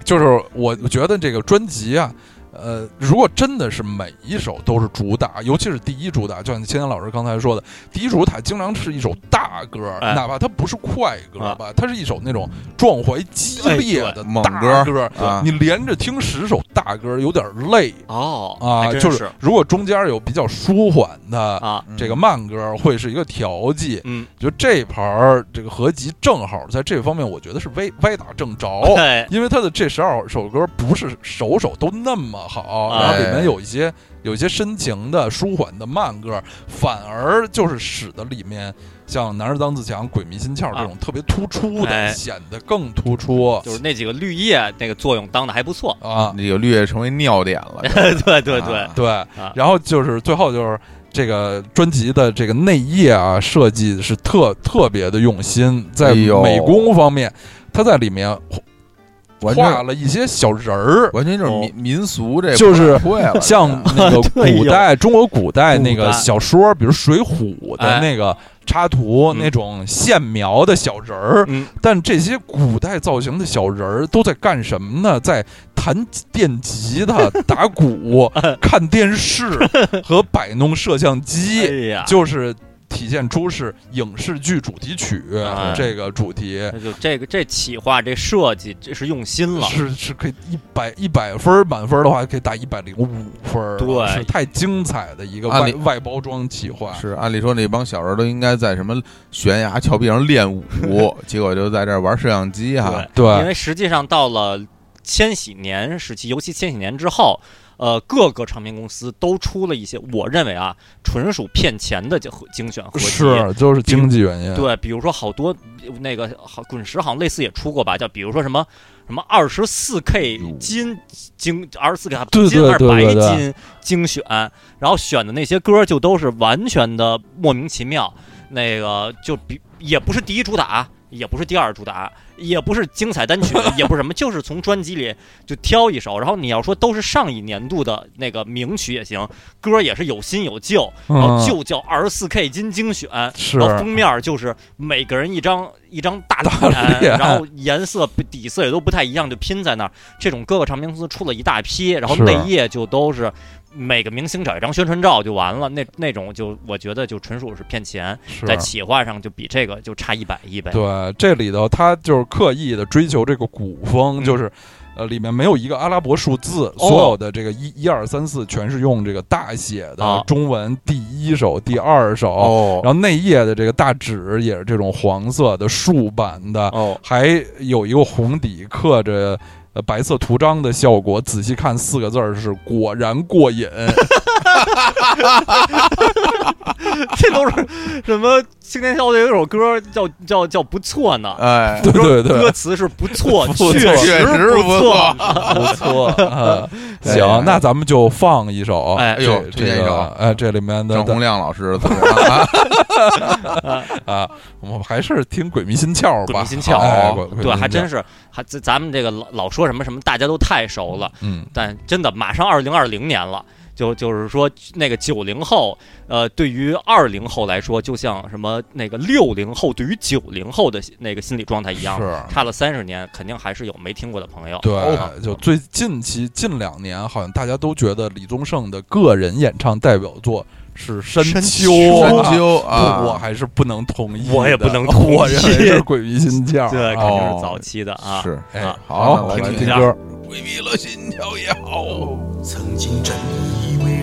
就是我觉得这个专辑啊。呃，如果真的是每一首都是主打，尤其是第一主打，就像千千老师刚才说的，第一主打经常是一首大歌，哎哪怕它不是快歌吧，它是一首那种壮怀激烈的猛大歌哎歌，啊你连着听十首大歌有点累哦啊。还真就是如果中间有比较舒缓的啊，嗯这个慢歌，会是一个调剂。嗯，就这盘儿这个合集正好在这方面，我觉得是歪歪打正着。对，因为他的这十二首歌不是首首都那么好，然后里哎面有一些有一些深情的、舒缓的慢歌，反而就是使得里面像《男儿当自强》《鬼迷心窍》这种特别突出的，啊哎显得更突出就是那几个绿叶那个作用当的还不错。 啊。这个绿叶成为尿点了，对对对啊，对，然后就是最后就是这个专辑的这个内页啊，设计是特特别的用心，在哎呦美工方面，他在里面完画全了一些小人 儿，完全就是哦民、民俗这就是 会了，像那 个对古代中国古代那古个代小说，比如《水浒》的那个插图，嗯那种线描的小人儿。嗯，但这些古代造型的小人儿都在干什么呢？在弹电 吉他、打鼓、看电视和摆弄摄像哎机，呀，就是体现出是影视剧主题曲哎这个主题。那就这个这企划这设计这是用心了，是是可以一百一百分儿满分儿的话，可以打一百零五分儿了，啊对是太精彩的一个按外理外包装企划。是，按理说那帮小人都应该在什么悬崖峭壁上 练武，结果就在这儿玩摄像机啊哈对。因对，为实际上到了千禧年时期，尤其千禧年之后，呃，各个唱片公司都出了一些我认为啊，纯属骗钱的精精选合集。是就是经济原因。对，比如说好多那个好滚石好像类似也出过吧，叫比如说什么什么二十四 K 哟金金二十四 K 对金还对是对白对对金精选，然后选的那些歌就都是完全的莫名其妙，那个就比也不是第一主打。也不是第二主打，也不是精彩单曲，也不是什么，就是从专辑里就挑一首。然后你要说都是上一年度的那个名曲也行，歌也是有新有旧，然后嗯哦就叫二十四 K 金精选，是然后封面儿就是每个人一张一张大脸，脸哎然后颜色底色也都不太一样，就拼在那儿。这种各个唱片公司出了一大批，然后是内页就都是每个明星找一张宣传照就完了。那那种就我觉得就纯属是骗钱，是在企划上就比这个就差一百亿呗。对，这里头他就是刻意的追求这个古风，嗯哦就是。呃，里面没有一个阿拉伯数字，所有的这个一、一二三四全是用这个大写的啊中文第一首、第二首，哦然后内页的这个大纸也是这种黄色的竖版的，哦，还有一个红底刻着呃白色图章的效果，仔细看四个 字儿是“果然过瘾 这都都是什么青年校队有首歌叫叫叫不错呢，哎，对对对，歌词是不错， 不错确确实不不错。不 错，啊对行，那咱们就放一首，哎哎呦这推这荐一首个，哎，这里面的张洪亮老师怎么 了？啊，我们还是听《鬼迷心窍》吧，鬼迷心窍啊哎哦鬼鬼迷对，心还窍真是，还咱咱们这个老老说什么什么，大家都太熟了，嗯，但真的马上二零二零年了。就就是说，那个九零后，呃，对于二零后来说，就像什么那个六零后对于九零后的那个心理状态一样，是。差了三十年，肯定还是有没听过的朋友。啊对，就最近期近两年，好像大家都觉得李宗盛的个人演唱代表作是《山山丘》山啊。丘不啊，我还是不能同意的，我也不能同意我认为是《鬼迷心窍》啊。对，肯定哦是早期的啊。是哎啊，好我们那我来来听听歌。哎回迷了心跳也好。曾经真以为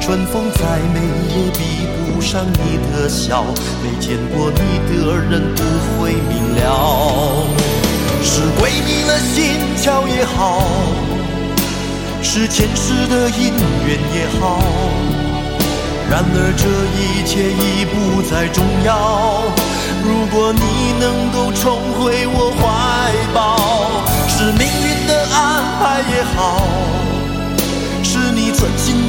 春风再美也比不上你的笑，没见过你的人不会明了。是鬼迷了心窍也好，是前世的姻缘也好，然而这一切已不再重要。如果你能够重回我怀抱，是命运的安排也好。是你存心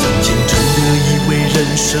曾经真的以为人生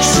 是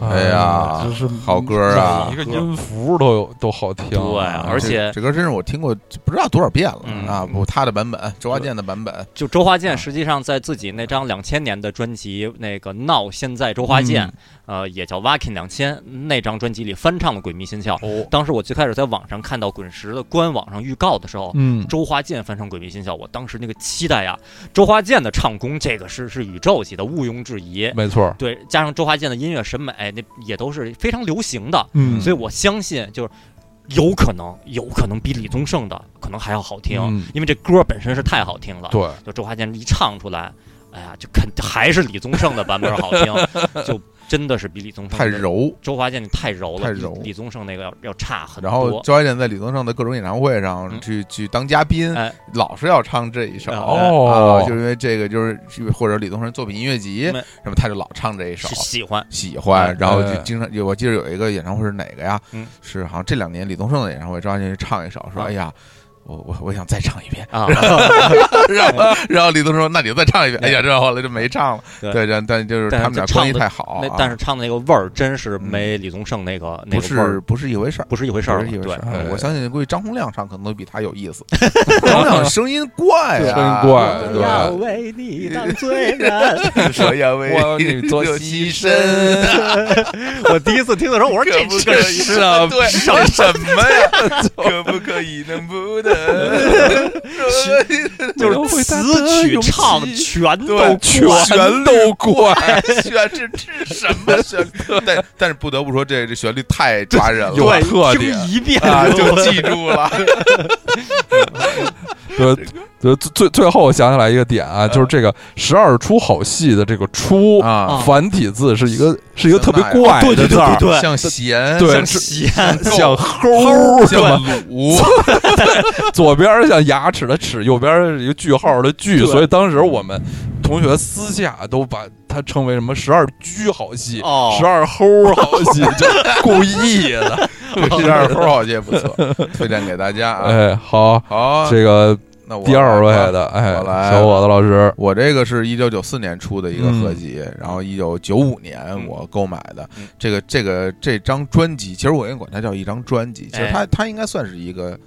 哎呀这是好歌啊每一个音符都有都好听。啊对，哎而且这歌真是我听过不知道多少遍了嗯啊！不，他的版本，周华健的版本，就周华健嗯实际上在自己那张两千年的专辑那个《闹现在周华嗯健》呃，也叫《Wakin 两千》那张专辑里翻唱的《鬼迷心窍》。哦，当时我最开始在网上看到滚石的官网上预告的时候，嗯，周华健翻唱《鬼迷心窍》，我当时那个期待呀！周华健的唱功，这个是是宇宙级的，毋庸置疑。没错，对，加上周华健的音乐审美，那也都是非常流行的，嗯，所以我相信就是有可能，有可能比李宗盛的可能还要好听，哎嗯因为这歌本身是太好听了。对，就周华健一唱出来，哎呀，就肯还是李宗盛的版本好听， 就真的是比李宗盛太的。柔。周华健太柔了，太比柔李宗盛那个要要差很多。然后周华健在李宗盛的各种演唱会上嗯去去当嘉宾哎，老是要唱这一首哦啊，就是因为这个就是或者李宗盛作品音乐集没什么，他就老唱这一嗯首是。喜欢，喜欢哎，然后就哎经常，有我记得有一个演唱会是哪个呀？嗯是好像这两年李宗盛的演唱会，周华健去唱一首，说啊哎呀，我我我想再唱一遍， 啊，然后然后李宗盛说那你再唱一遍，哎对呀，这后来就没唱了，对对，然但就是但是他们俩就关系唱得太好那啊，嗯但是唱的那个味儿真是没李宗盛那个那不个味儿是不是一回事儿。不是一回事儿不了，是一回事对呃儿，对我相信估计张洪亮唱可能都比他有意 思。张洪亮声音怪对啊，声音怪对要为你当罪人。对，我要为 我你做牺牺牲，我第一次听的时候，我说可这不这可以？是啊， 对，这什么呀？可不可以？能不能？ 就是词曲唱全都对全都怪，旋这这什么旋律？但但是不得不说，这这旋律太抓人了，有对特听点一遍 啊，就就记住了。呃，呃，最最最后我想起来一个点啊，就是这个十二出好戏的这个“出”啊繁体字是一个是一个特别像那怪对的对字儿，对像弦，对像是咸像齁什么，像鲁，左 边儿像牙齿的齿，右边儿是一个句号的句，对所以当时我们同学私下都把它称为什么十二居好戏、哦十二齁好戏，就故意 的。 这二胡好像也不错，推荐给大家啊。哎，好，好，这个那啊我第二位来吧的，哎，我来小伙子老师，我这个是一九九四年出的一个嗯合集，然后一九九五年嗯我购买的、嗯这个这个这张专辑，其实我应该管它叫一张专辑，其实它、哎它应该算是一个。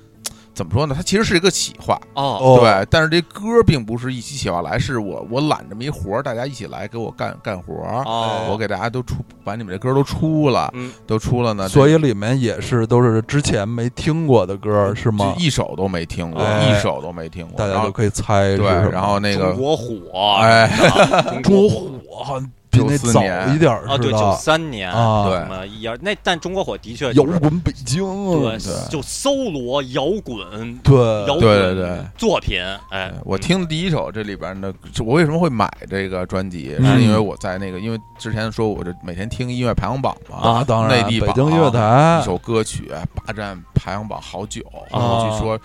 怎么说呢？它其实是一个企划，哦，哦，对，但是这歌并不是一起企划来，是我我揽这么一活儿，大家一起来给我干干活儿、哦我给大家都出，把你们这歌都出了，嗯都出了呢，所以里面也是都是之前没听过的歌，是就吗？一首都没听过，哎一首都没听过，大然家后都可以猜是对，什么。然后那个中国虎，哎啊，中中国国虎火好像比那94早年一点儿啊，似对，的九三年啊对什么一二，那但中国火的确摇就是滚北京，啊对对，就搜罗摇滚呃对摇对对对滚作品，哎哎，我听的第一首这里边的，就我为什么会买这个专辑，嗯是因为我在那个，因为之前说我这每天听音乐排行榜嘛，啊，当然内地北榜京音乐一台首歌曲啊霸占排行榜好久，然后据说，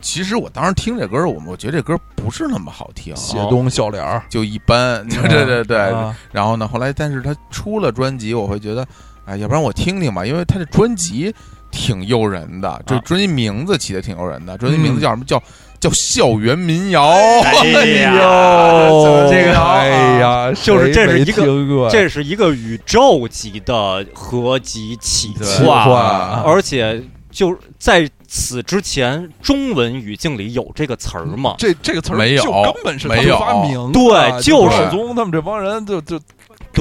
其实我当时听这歌，我我觉得这歌不是那么好听。写东笑脸儿，就一般，对对对对。啊然后呢，后来但是他出了专辑，我会觉得，哎，要不然我听听吧，因为他这专辑挺诱人的，这啊专辑名字起的挺诱人的，专辑名字叫什么？叫叫校园民谣。哎呦，这个哎呀，啊就是这是一个谁没听过这是一个宇宙级的合集企企划，划而且就在此之前，中文语境里有这个词儿吗？这这个词儿没有就根本是他们没有发明的，啊对就就是祖宗他们这帮人就就对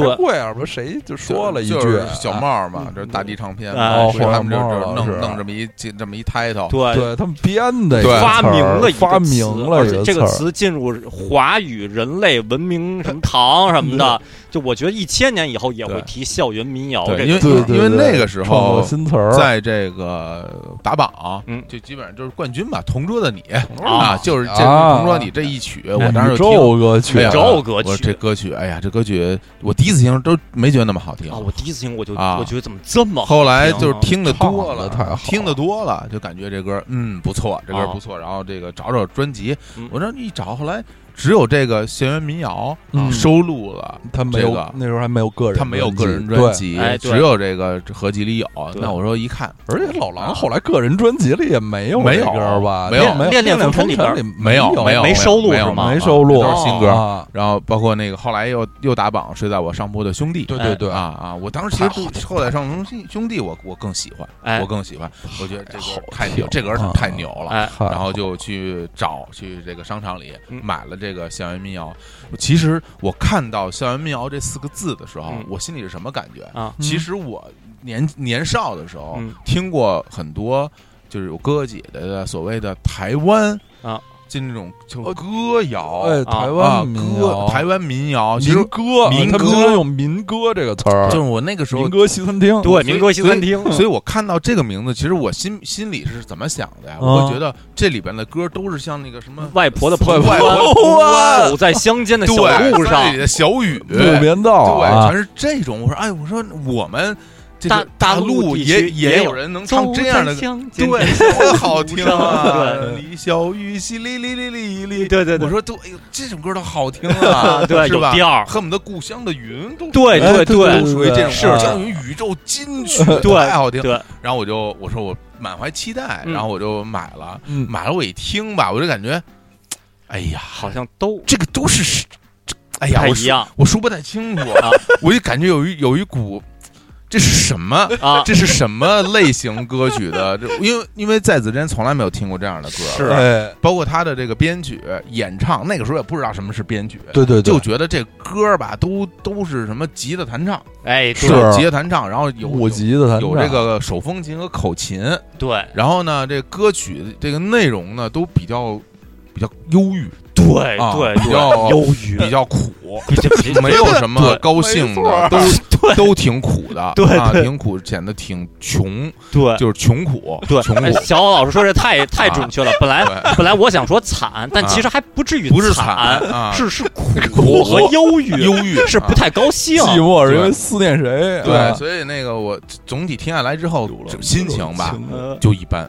开会啊，不是谁就说了一句就是小啊帽嘛嗯，这是大地唱片哎嘛，所以他们就黄小就帽啊弄是弄这么一这么一 title，对，对他们编的一嗯对个词儿，发明了一个词发明了而一且个这词儿个词进入华语人类文明什么堂什么的，就我觉得一千年以后也会对提校园民谣这对，个因为词儿对对因为那个时创作候新词儿，在这个打榜嗯，就基本上就是冠军吧，《同桌的你》啊啊，就是这啊《同桌的你》这一曲，我当时宇就宙歌听。曲，啊哎宇呀宙歌曲我这歌曲，哎呀，这歌曲我第一次听都没觉得那么好听啊，，我第一次听我就啊我觉得怎么这么好后来听啊就是听得多唱了，得太好听得多了，就感觉这歌嗯不错，这歌哦不错。然后这个找找专辑嗯，我这一找，后来只有这个校园民谣嗯收录了，他没有这个那时候还没有个人，他没有个人专专，辑对哎，对只有这个合集里有。对那我说一看，对而且老狼后来个人专辑里也没有没有这歌吧？没有没有，恋恋恋风风尘尘里里没有没有没收录是吗没有收录这都是新歌。啊，然后包括那个后来又又打榜，睡在我上铺的兄弟，对对对啊啊！我当时其太实好对后来上铺兄兄弟，我我更喜欢，哎我更喜欢，我觉得这歌太太好牛，这歌听了啊太牛了。哎嗨啊然后就去找去这个商场里嗯买了这个校园民谣。其实我看到校园民谣这四个字的时候嗯，我心里是什么感觉？啊嗯其实我年年少的时候嗯听过很多，就是有哥哥姐姐的所谓的台湾啊进这种就呃歌谣，哎，啊台啊湾民歌，谣，台湾民谣，哦其实民歌，民他们歌经常用民歌这个词儿，就是我那个时候民歌西餐厅，嗯对，所以民歌西餐厅，所以我看到这个名字，其实我心心里是怎么想的呀？啊我会觉得这里边的歌都是像那个什么外婆的澎外婆的澎湾，湾走在乡间的对小路山上里，的小雨，路边道对，啊，全是这种。我说，哎，我说我们这大个大陆陆地区也也有有人能唱这样的走在歌。乡间对的，多好听啊！对李小雨，淅沥沥沥沥沥。对对对我说都，哎呦，这种歌都好听 啊，对是有吧？调儿恨不得故乡的云都对哎对对都属于这种啊是将于宇宙金曲，对太好听。对，然后我就我说我满怀期待，嗯然后我就买了，嗯买了我一听吧，我就感觉，哎呀，好像都这个都是，哎不呀，太我一说样我说不太清楚，啊我就感觉有一有一股，这是什么？啊， 这是什么类型歌曲 的？这因为因为在此之前从来没有听过这样的歌，呃是哎，包括他的这个编曲、演唱，那个时候也不知道什么是编曲，对对对，就觉得这歌儿吧都都是什么吉他弹唱，哎，是对吉他弹唱，然后有五级的弹唱，有这个手风琴和口琴，对然后呢，这歌曲这个内容呢都比较比较忧郁，对啊哎对比对， 较忧郁，比较苦，比较比较没有什么高兴没错 的，都都挺苦的，对啊，对挺苦，显得挺穷，对就是穷苦，对，穷哎苦，啊小欧老师说这太太准确了，本来对啊本来我想说惨，但其实还不至于 不是惨，啊，是是苦和忧郁，忧郁，是不啊太高兴。寂寞是因对为思念谁，对，啊所以那个我总体听下来之后，这心情吧嗯情啊呃就一般，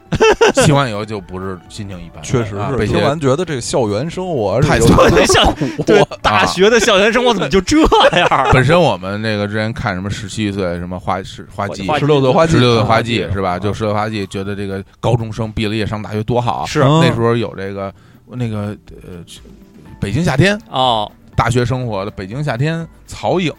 听完以后就不是心情一般，确实啊是被听些完觉得这个校园生活太是惨有了对点像 对大学的校园生活怎么就这样儿？啊本身我们那个之前看什么十七岁什么花是花季花季 十六岁花季，啊十六岁花季季是吧？就十六花季，觉得这个高中生毕了业上大学多好啊！是嗯那时候有这个那个呃，北京夏天 哦，大学生活的北京夏天，曹颖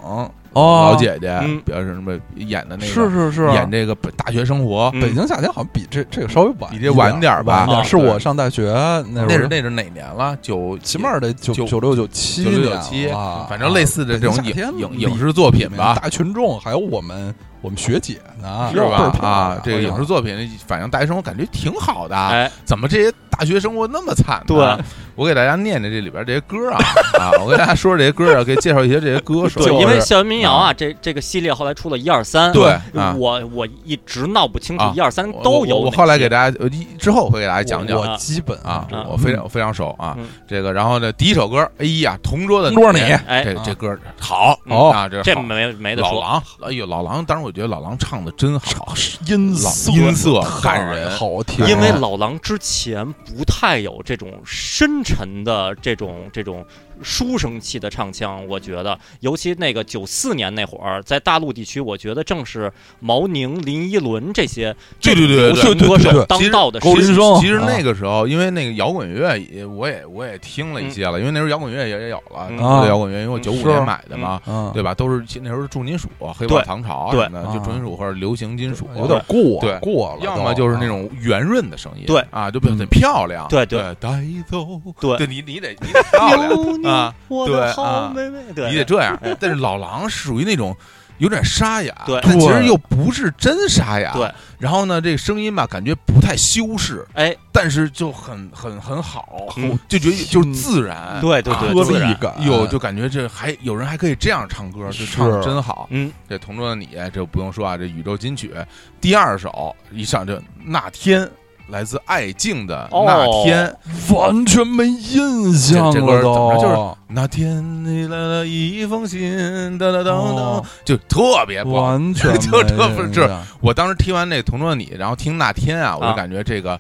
哦老，姐姐嗯，表示什么演的那个是是是，演这个北大学生活，嗯北京夏天好像比这这个稍微晚，比这晚点点儿吧晚点啊是对我上大学那那时是候，那是哪年了？九啊起码得九九九六九七九年六九七嗯了，反正类似的这种啊北影京夏天影里影视作品里面吧，大群众还有我们我们学姐呢，是倍儿吧？漂亮啊，这个影视啊作品，反正大学生活感觉挺好的啊。哎，怎么这些大学生活那么惨呢？对我给大家念念这里边这些歌啊啊！我给大家说说这些歌啊，给介绍一些这些歌手。对，因为校园民谣啊，啊这这个系列后来出了一二三，对啊我我一直闹不清楚啊一二三我都有我我哪后来些给大家呃一之后会给大家讲讲我我基本啊啊，我非常我非常熟啊嗯。这个，然后呢，第一首歌，哎呀，同桌的同桌你哎这啊这歌好哦啊，这这好没没得老说，狼，哎呦，老狼，当时我觉得老狼唱的真好，音老色音色太感人好听啊了，因为老狼之前不太有这种深沉的这种这种书生气的唱腔，我觉得，尤其那个九四年那会儿，在大陆地区，我觉得正是毛宁、林依轮这些对对对流对行对歌对手对其当实道的高时林期生其实啊那个时候，因为那个摇滚乐也，我也我也听了一些了，因为那时候摇滚乐也也有了，嗯对摇滚乐，因为我嗯九五是年买的嘛，嗯，啊对吧？都是其那时候是重金属、黑对豹、唐朝啊对什么的，就重金属或者流行金属，啊有点过对过了都，要么就是那种圆润的声音，对啊，就比较嗯很漂亮，对对对，带走，对对你你得你得漂亮，妞妞啊，我对的好啊妹妹，对，你得这样哎。但是老狼是属于那种有点沙哑，对但其实对又不是真沙哑，对。然后呢，这个声音吧，感觉不太修饰，哎，但是就很很很好，嗯就觉得就是自然，对啊对对，颗自粒然感有就感觉这还有人还可以这样唱歌，这是唱的真好。嗯，这《同桌的你》这不用说啊，这宇宙金曲第二首一上就那天。来自爱静的哦那天，完全没印象这这歌了儿怎么都，着就是那天你来了一封信，哒哒哒哒哦，就特别棒。完全哎 就这没不是印这象我当时听完那《同桌的你》，然后听那天啊，我啊就感觉这个，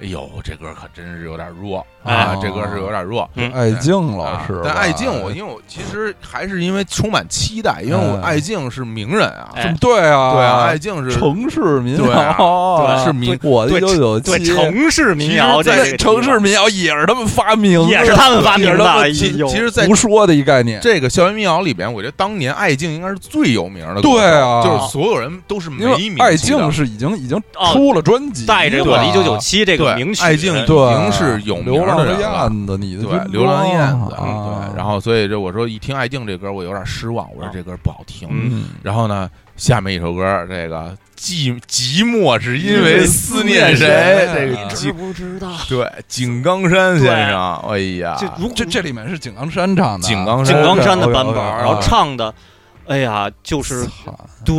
哎呦，这歌可真是有点弱哎啊，这歌是有点弱。艾敬老师嗯啊哦吧，但艾敬我因为我其实还是因为充满期待，因为我哎艾敬是名人啊，哎对啊，对啊，艾敬是城市民对啊谣对是民我对一九九对七，城市民谣，其实这在这个城市民谣也是他们发明的，也是他们发明其实的，他哎们其呦其实，在胡说的一概念，这个校园民谣里边，我觉得当年艾敬应该是最有名的歌手，对啊就是所有人都是因没为名艾气的敬是已经已经哦出了专辑了，带着我的一九九七，七这个啊对名曲，艾敬对，已经是有名流儿的浪人了的燕子，你的对军流浪燕子，嗯装啊对，然然后所以这我说一听《爱定》这歌，我有点失望，我说这歌不好听。嗯嗯，然后呢，下面一首歌，这个寂寂寞是因为思念谁谁？这个嗯啊井不知道？对井冈山先生，哎呀，这如这这里面是井冈山唱的啊，井冈井冈山的哦版本，哦啊哦然后唱的，哎呀，就是惨啊对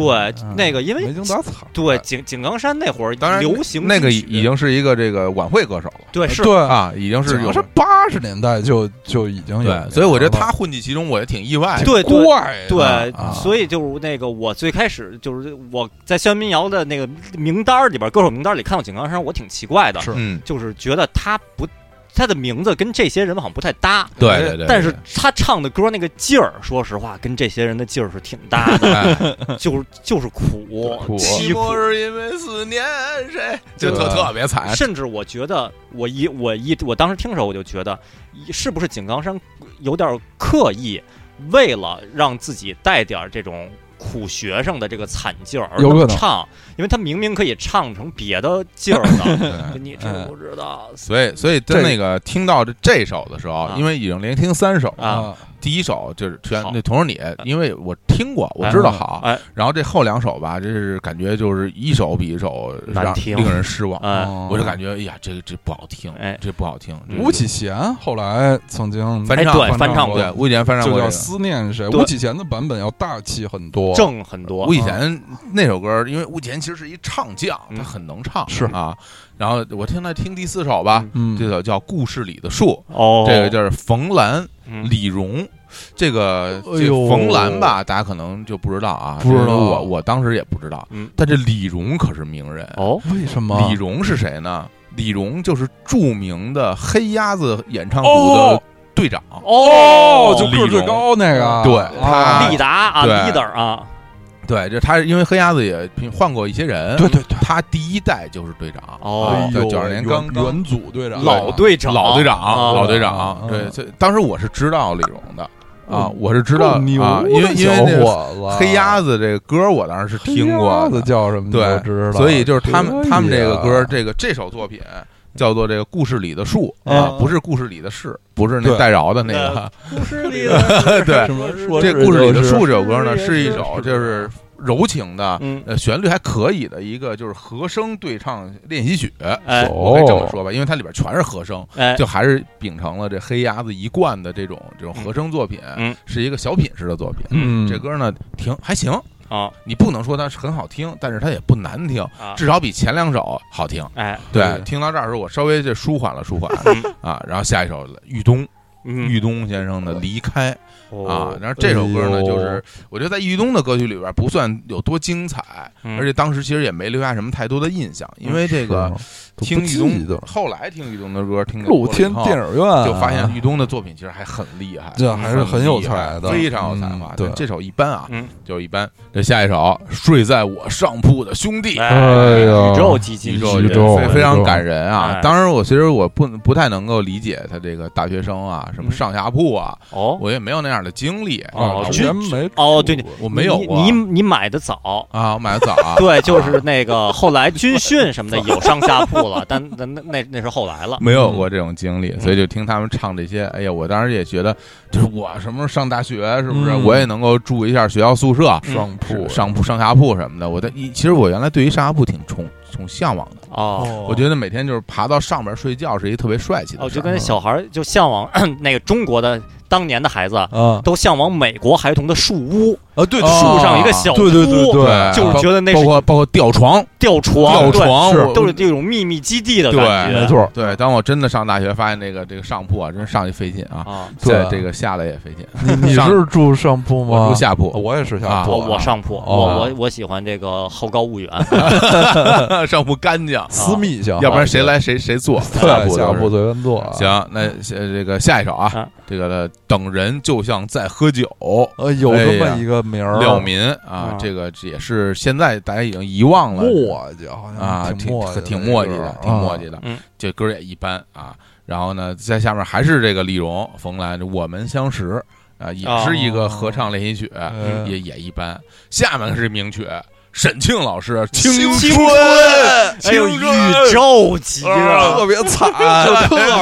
那个，因没为经打哎草，对井井冈山那会儿当然流行那个金已曲已经是一个这个晚会歌手了对是对，啊，已经是井有冈山八十年代就就已经有了，对，所以我觉得他混迹其中，我也挺意外的。对对怪对，啊所以以就是那个，我最开始就是我在校园民谣的那个名单儿里边，歌手名单儿里看到井冈山，我挺奇怪的，是嗯，就是觉得他不，他的名字跟这些人好像不太搭，对对对，但是他唱的歌那个劲儿，说实话，跟这些人的劲儿是挺搭的，哎 就是就是苦苦凄苦。是因为思念谁，就对特特别惨。甚至我觉得，我一我一我当时听的时候，我就觉得，一是不是井冈山有点刻意，为了让自己带点儿这种苦学生的这个惨劲儿而有可能唱，因为他明明可以唱成别的劲儿 的，对你知不知道？所以，所以在那个听到这这首的时候嗯啊，因为已经连听三首了啊，第一首就是全好嗯那同是你，因为我听过，我知道好。哎，然后这后两首吧，这是感觉就是一首比一首难让听令人失望。哎，我就觉感觉，哎呀，这个这不好听哎，这不好听。这哦吴启贤后来曾经翻哎唱对翻翻唱唱过对吴启贤翻唱就过叫这《个。思念谁》，对吴启贤的版本要大气很多，正很多吴，启贤那首歌，因为吴启贤其实是一唱将，嗯他很能唱，是啊。然后我听他听第四首吧，嗯，这首叫《故事里的树》，哦，这个就是冯兰、嗯李荣。这个哎这呦冯兰吧，大家可能就不知道啊，不知道这个我我当时也不知道。嗯但这李荣可是名人，哦，为什么李荣是谁呢？李荣就是著名的黑鸭子演唱组哦的队长，哦，就李个儿最荣高那个，对啊他利达啊对，leader 啊，对，这他因为黑鸭子也换过一些人，对对对，他第一代就是队长，哦啊哎在呦九二年原刚刚原组队长老队队长，老队长，啊老队啊长，对，这当时我是知道李荣的啊，嗯我是知道啊，牛因为因为那个伙子黑鸭子这个歌，我当时是听过黑鸭子的，叫什么你对都知道，所以就是他们可以啊他们这个歌，这个这首作品。叫做这个故事里的树啊嗯，不是故事里的事，不是那对戴饶的那个。故事里的 对什么说这是故事里的就是树这首歌呢，是是一首就是柔情的，嗯，呃，旋律还可以的一个就是和声对唱练习曲。哎我可以这么嗯说吧，因为它里边全是和声，哎，就还是秉承了这黑鸭子一贯的这种这种和声作品，嗯是一个小品式的作品。嗯，这歌呢，挺还行，啊你不能说它是很好听，但是它也不难听，啊，至少比前两首好听。哎，对，嗯听到这儿的时候，我稍微这舒缓了舒缓嗯啊。然后下一首玉东，嗯玉东先生的《离开》啊哦，然后这首歌哎呢，呦就是我觉得在玉东的歌曲里边不算有多精彩，嗯而且当时其实也没留下什么太多的印象，因为这个都嗯哦听不玉记东得，后来听玉东的歌，听得多露了以天后电影院啊就发现玉东的作品其实还很厉害，这还是很有才的很厉害非常有才华嗯。但对这首一般啊，嗯就一般。这下一首《睡在我上铺的兄弟》。哎呀宇宙基金宇是，宙宇也宙非非常感人啊！哎当然，我其实我不不太能够理解他这个大学生啊，什嗯么上下铺啊，哦我也没有那样的经历啊哦，之前没哦，对，你住过我没有过你你买的早。啊，我买的早啊， 对，就是那个后来军训什么的有上下铺了，但那那那那是后来了。没有过这种经嗯历，所以就听他们唱这些，哎呀，我当时也觉得，就是我什么时候上大学，是不是嗯我也能够住一下学校宿舍，嗯上铺上铺上下铺什么的。我的一其实我原来对于上下铺挺崇挺向往的，哦我觉得每天就是爬到上面睡觉是一特别帅气哦，的事就儿。啊跟小孩儿就向往 那个中国的当年的孩子啊都向往美国孩童的树屋，啊 对哦树上一个小屋，对对对对就是觉得那哎包是括包括吊床，吊床，吊对，床是我都是这种秘密基地的对感觉，没错，对。当我真的上大学，发现这个这个上铺啊，真上去费劲啊，啊。对在这个下来也费劲。你你上是住上铺吗？我住下铺，我也是下啊铺，我我上铺，哦我我我喜欢这个好高骛远，上铺干净，私密性，要不然谁来谁谁坐。啊下对铺下都铺是。随便坐。啊行，那下这个下一首啊啊，这个等人就像在喝酒。呃，有哎这呀么一个名儿，廖民啊啊，这个也是现在大家已经遗忘了墨迹，好像啊，嗯挺墨迹的，挺墨迹这的个，挺墨迹。啊的嗯。这歌也一般啊。然后呢，在下面还是这个李荣、冯兰，《我们相识》哦啊，也是一个合唱练习曲，嗯也也一般。下面是名曲《沈庆老师， 青青 春，哎呦，青春宇宙级啊啊特，别惨，哎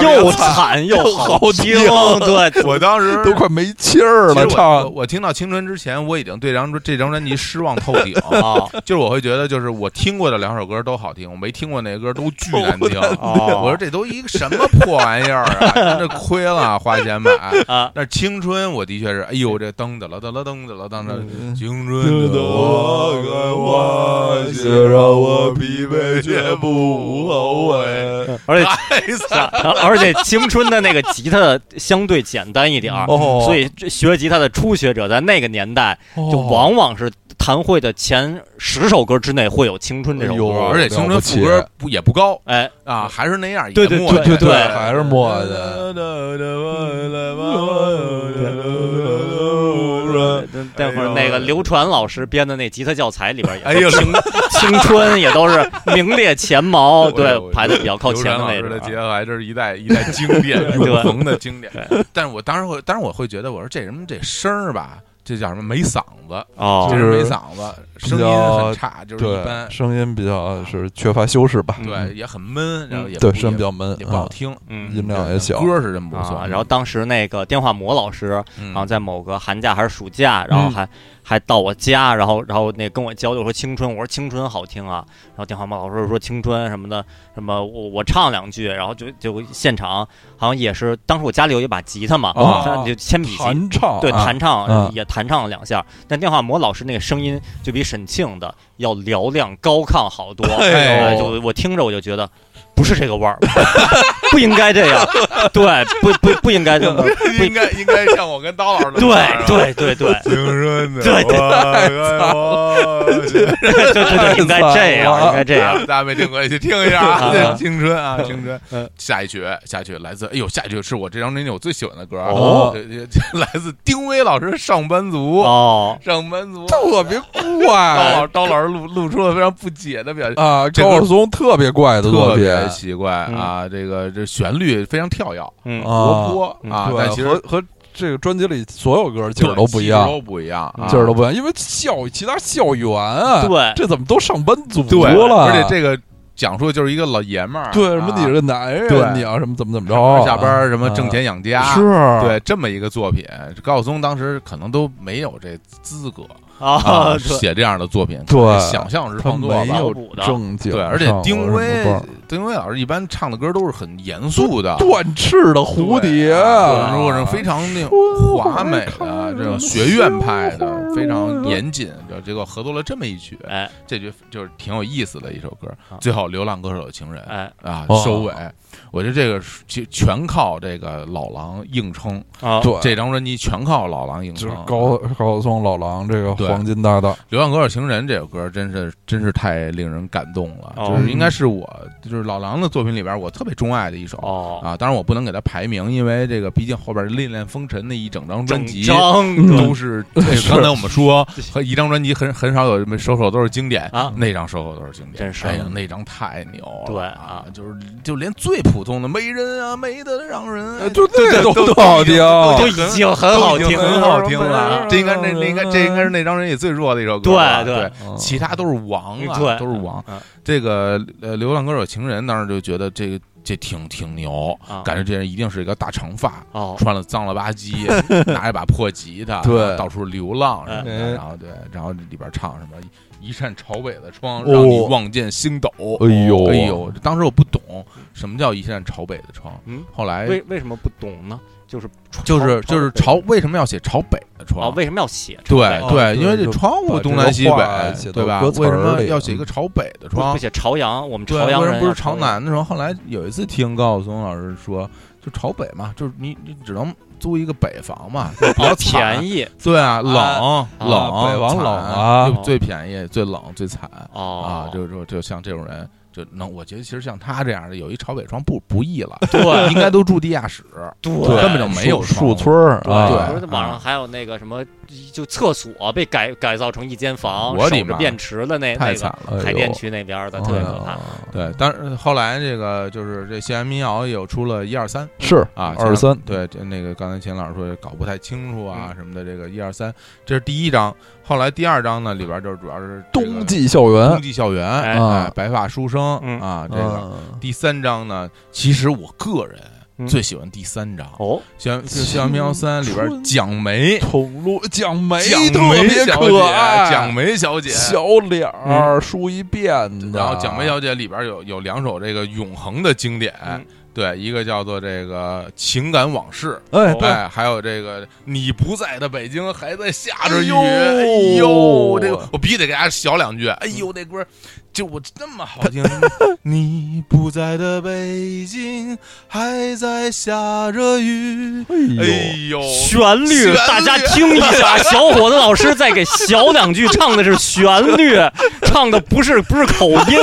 又惨又好听， 对，我当时都快没气儿其了，实我我唱我听到《青春》之前，我已经对这张这张专辑失望透顶啊就是我会觉得，就是我听过的两首歌都好听，我没听过那歌都巨 难听。哦我说这都一个什么破玩意儿啊！真的亏了，花钱买。啊，但是《青春》，我的确是，哎呦，这噔的了，噔了噔的了，噔的了嗯青春的我该花谢，让我疲嗯惫 却不后悔。而且太惨了，而且青春的那个吉他相对简单一点儿，哦，所以这学吉他的初学者在那个年代哦就往往是弹会的前十首歌之内会有《青春》这首哎呦歌。而且《青春》副歌不也不高哎，啊，还是那样，也对对磨叽对对对还是默的。哦待会儿那个刘传老师编的那吉他教材里边也哎呦有青青春也都是名列前 茅，对，排的比较靠前的啊的啊位的结置。合还真是一代一 代经典对永恒的经典。但是我当时会，当时我会觉得，我说这人这声儿吧，这叫什么没嗓子，这哦，人没嗓子，声音很差，就是一般对，，声音比较是缺乏修饰吧，对，也很闷，然后也对，不声音比也较闷也，不好啊，听。嗯音量也小，歌是真不错啊，，然后啊当时那个电话魔老师，嗯然后在某个寒假还是暑假，然后还、还到我家，然后然后那跟我交流说青春，我说青春好听啊，然后电话猫老师说青春什么的，什么我我唱两句，然后就就现场好像也是当时我家里有一把吉他嘛，哦他就铅笔吉弹唱，对，啊弹唱、啊也弹唱了两下，但电话魔老师那个声音就比沈庆的要嘹亮高亢好多，哎呦就我听着我就觉得不是这个味儿， 不应该这样，对，不不不应该这么，不 应该应该像我跟刀老师对对对对，青春的对对 我爱我心 对对对，应该这 样，应该这样。哎大家没听过，去听 一下啊啊！啊青春啊，青嗯春。下一曲，下一曲来自，哎呦，下一曲是我这张专辑我最喜欢的歌啊哦这这这 来自丁薇老师《上班族》。哦，上班族， 特别刀老 怪刀老师露露出了非常不解的表情，啊，这高歌晓松特别嗯怪的特作品，别奇怪啊！这个这旋律非常跳跃、嗯，啊活泼啊，对但其和实和这个专辑里所有歌劲儿都不一劲儿样，嗯都不一样啊，劲儿都不一样，因为校其他校园啊，对这怎么都上班族对，了？而且这个讲述的就是一个老爷们儿，对啊什么你是个男对人，你要啊什么怎么怎么着，下班儿什么啊挣钱养家，是，对这么一个作品，高晓松当时可能都没有这资格啊啊，，写这样的作品，对想象式他创作没吧。有补的正经上，对，而且丁薇我啊说不，丁薇老师一般唱的歌都是很严肃的，断翅的蝴蝶啊，对如果是非常那种华美的这种学院派的，非常严谨的，结果合作了这么一曲，哎这就就是挺有意思的一首歌啊。最后《流浪歌手的情人》哎啊哦收尾，我觉得这个是全全靠这个老狼硬撑，啊，对，哦这张专辑全靠老狼硬就撑是。高高晓松、老狼这个对黄金搭档， 《流浪歌手情人》这首歌真是真是太令人感动了，哦就是应嗯该是我就是老狼的作品里边我特别钟爱的一首。哦，啊，当然我不能给它排名，因为这个毕竟后边《恋恋风尘》那一整张专整嗯辑张都是，是刚才我们说和一张专辑很很少有什么首首都是经典啊那张首首都是经典，真是哎呀，那张太牛了，对啊啊，就是就连最普通的没人啊，美得让人爱呃就那个都都都都好听都都已经很好都已听经很好听了了，这应该那那应该这应该是那张专辑最弱的一首歌了，对对对嗯其他都是王啊，对都是王嗯。这个呃，《流浪歌手情人》当时就觉得这个这挺挺牛，啊感觉这人一定是一个大长发，哦，穿了脏了吧唧，拿一把破吉他，对然后到处流浪什么的，哎然后对，然后里边唱什么一扇朝北的窗，哦让你望见星斗。哎呦哎呦，当时我不懂什么叫一扇朝北的窗，嗯，后来为为什么不懂呢？就是就是就是朝朝为什么要写朝北啊，的窗？为什么要写朝对北哦对，对因为这就窗户把东这个南西话北写，到对吧？歌词为什么儿里嗯要写一个朝北的不窗不？写朝阳，我们对，朝阳为什人么不是要朝南的时候？后来有一次听高晓松老师说，就朝北嘛，就是你你只能租一个北房嘛，就是比阳，哦，较便惨。宜对啊，冷冷，北王惨冷啊就最便宜、最冷、最惨哦啊！就就就像这种人，就能，我觉得其实像他这样的，有一朝北窗不不易了，对应该都住地下室，对根本就没有树窗户树村儿不啊，对是网上还有那个什么，就厕所被改改造成一间房，我的守着妈电池的那太那惨个哎呦嗯了。海淀区那边的，特别可啊怕。对，当然后来这个就是这校园民谣也有出了一二三是啊，二三对，这那个刚才秦老师说搞不太清楚啊嗯什么的，这个一二三，这是第一章，后来第二章呢里边就是主要是这个冬季校园冬季校园，哎哎，白发书生嗯啊，这个啊，第三章呢，其实我个人嗯最喜欢第三章，哦，校园校园民谣三里边青春蒋梅，铜锣蒋梅蒋特梅别小可爱，姐，啊蒋梅小姐。嗯小脸儿梳一辫子，然后蒋梅小姐里边有有两首这个永恒的经典，嗯对，一个叫做这个情感往事，哎，对哎，还有这个你不在的北京还在下着雨，哎哎呦呦，这个我必须得给大家小两句，哎呦，那歌就我这么好听，你不在的北京还在下着雨，哎哎呦，旋律，大家听一下，小伙子老师在给小两句唱的是旋 律，唱的不是不是口 音，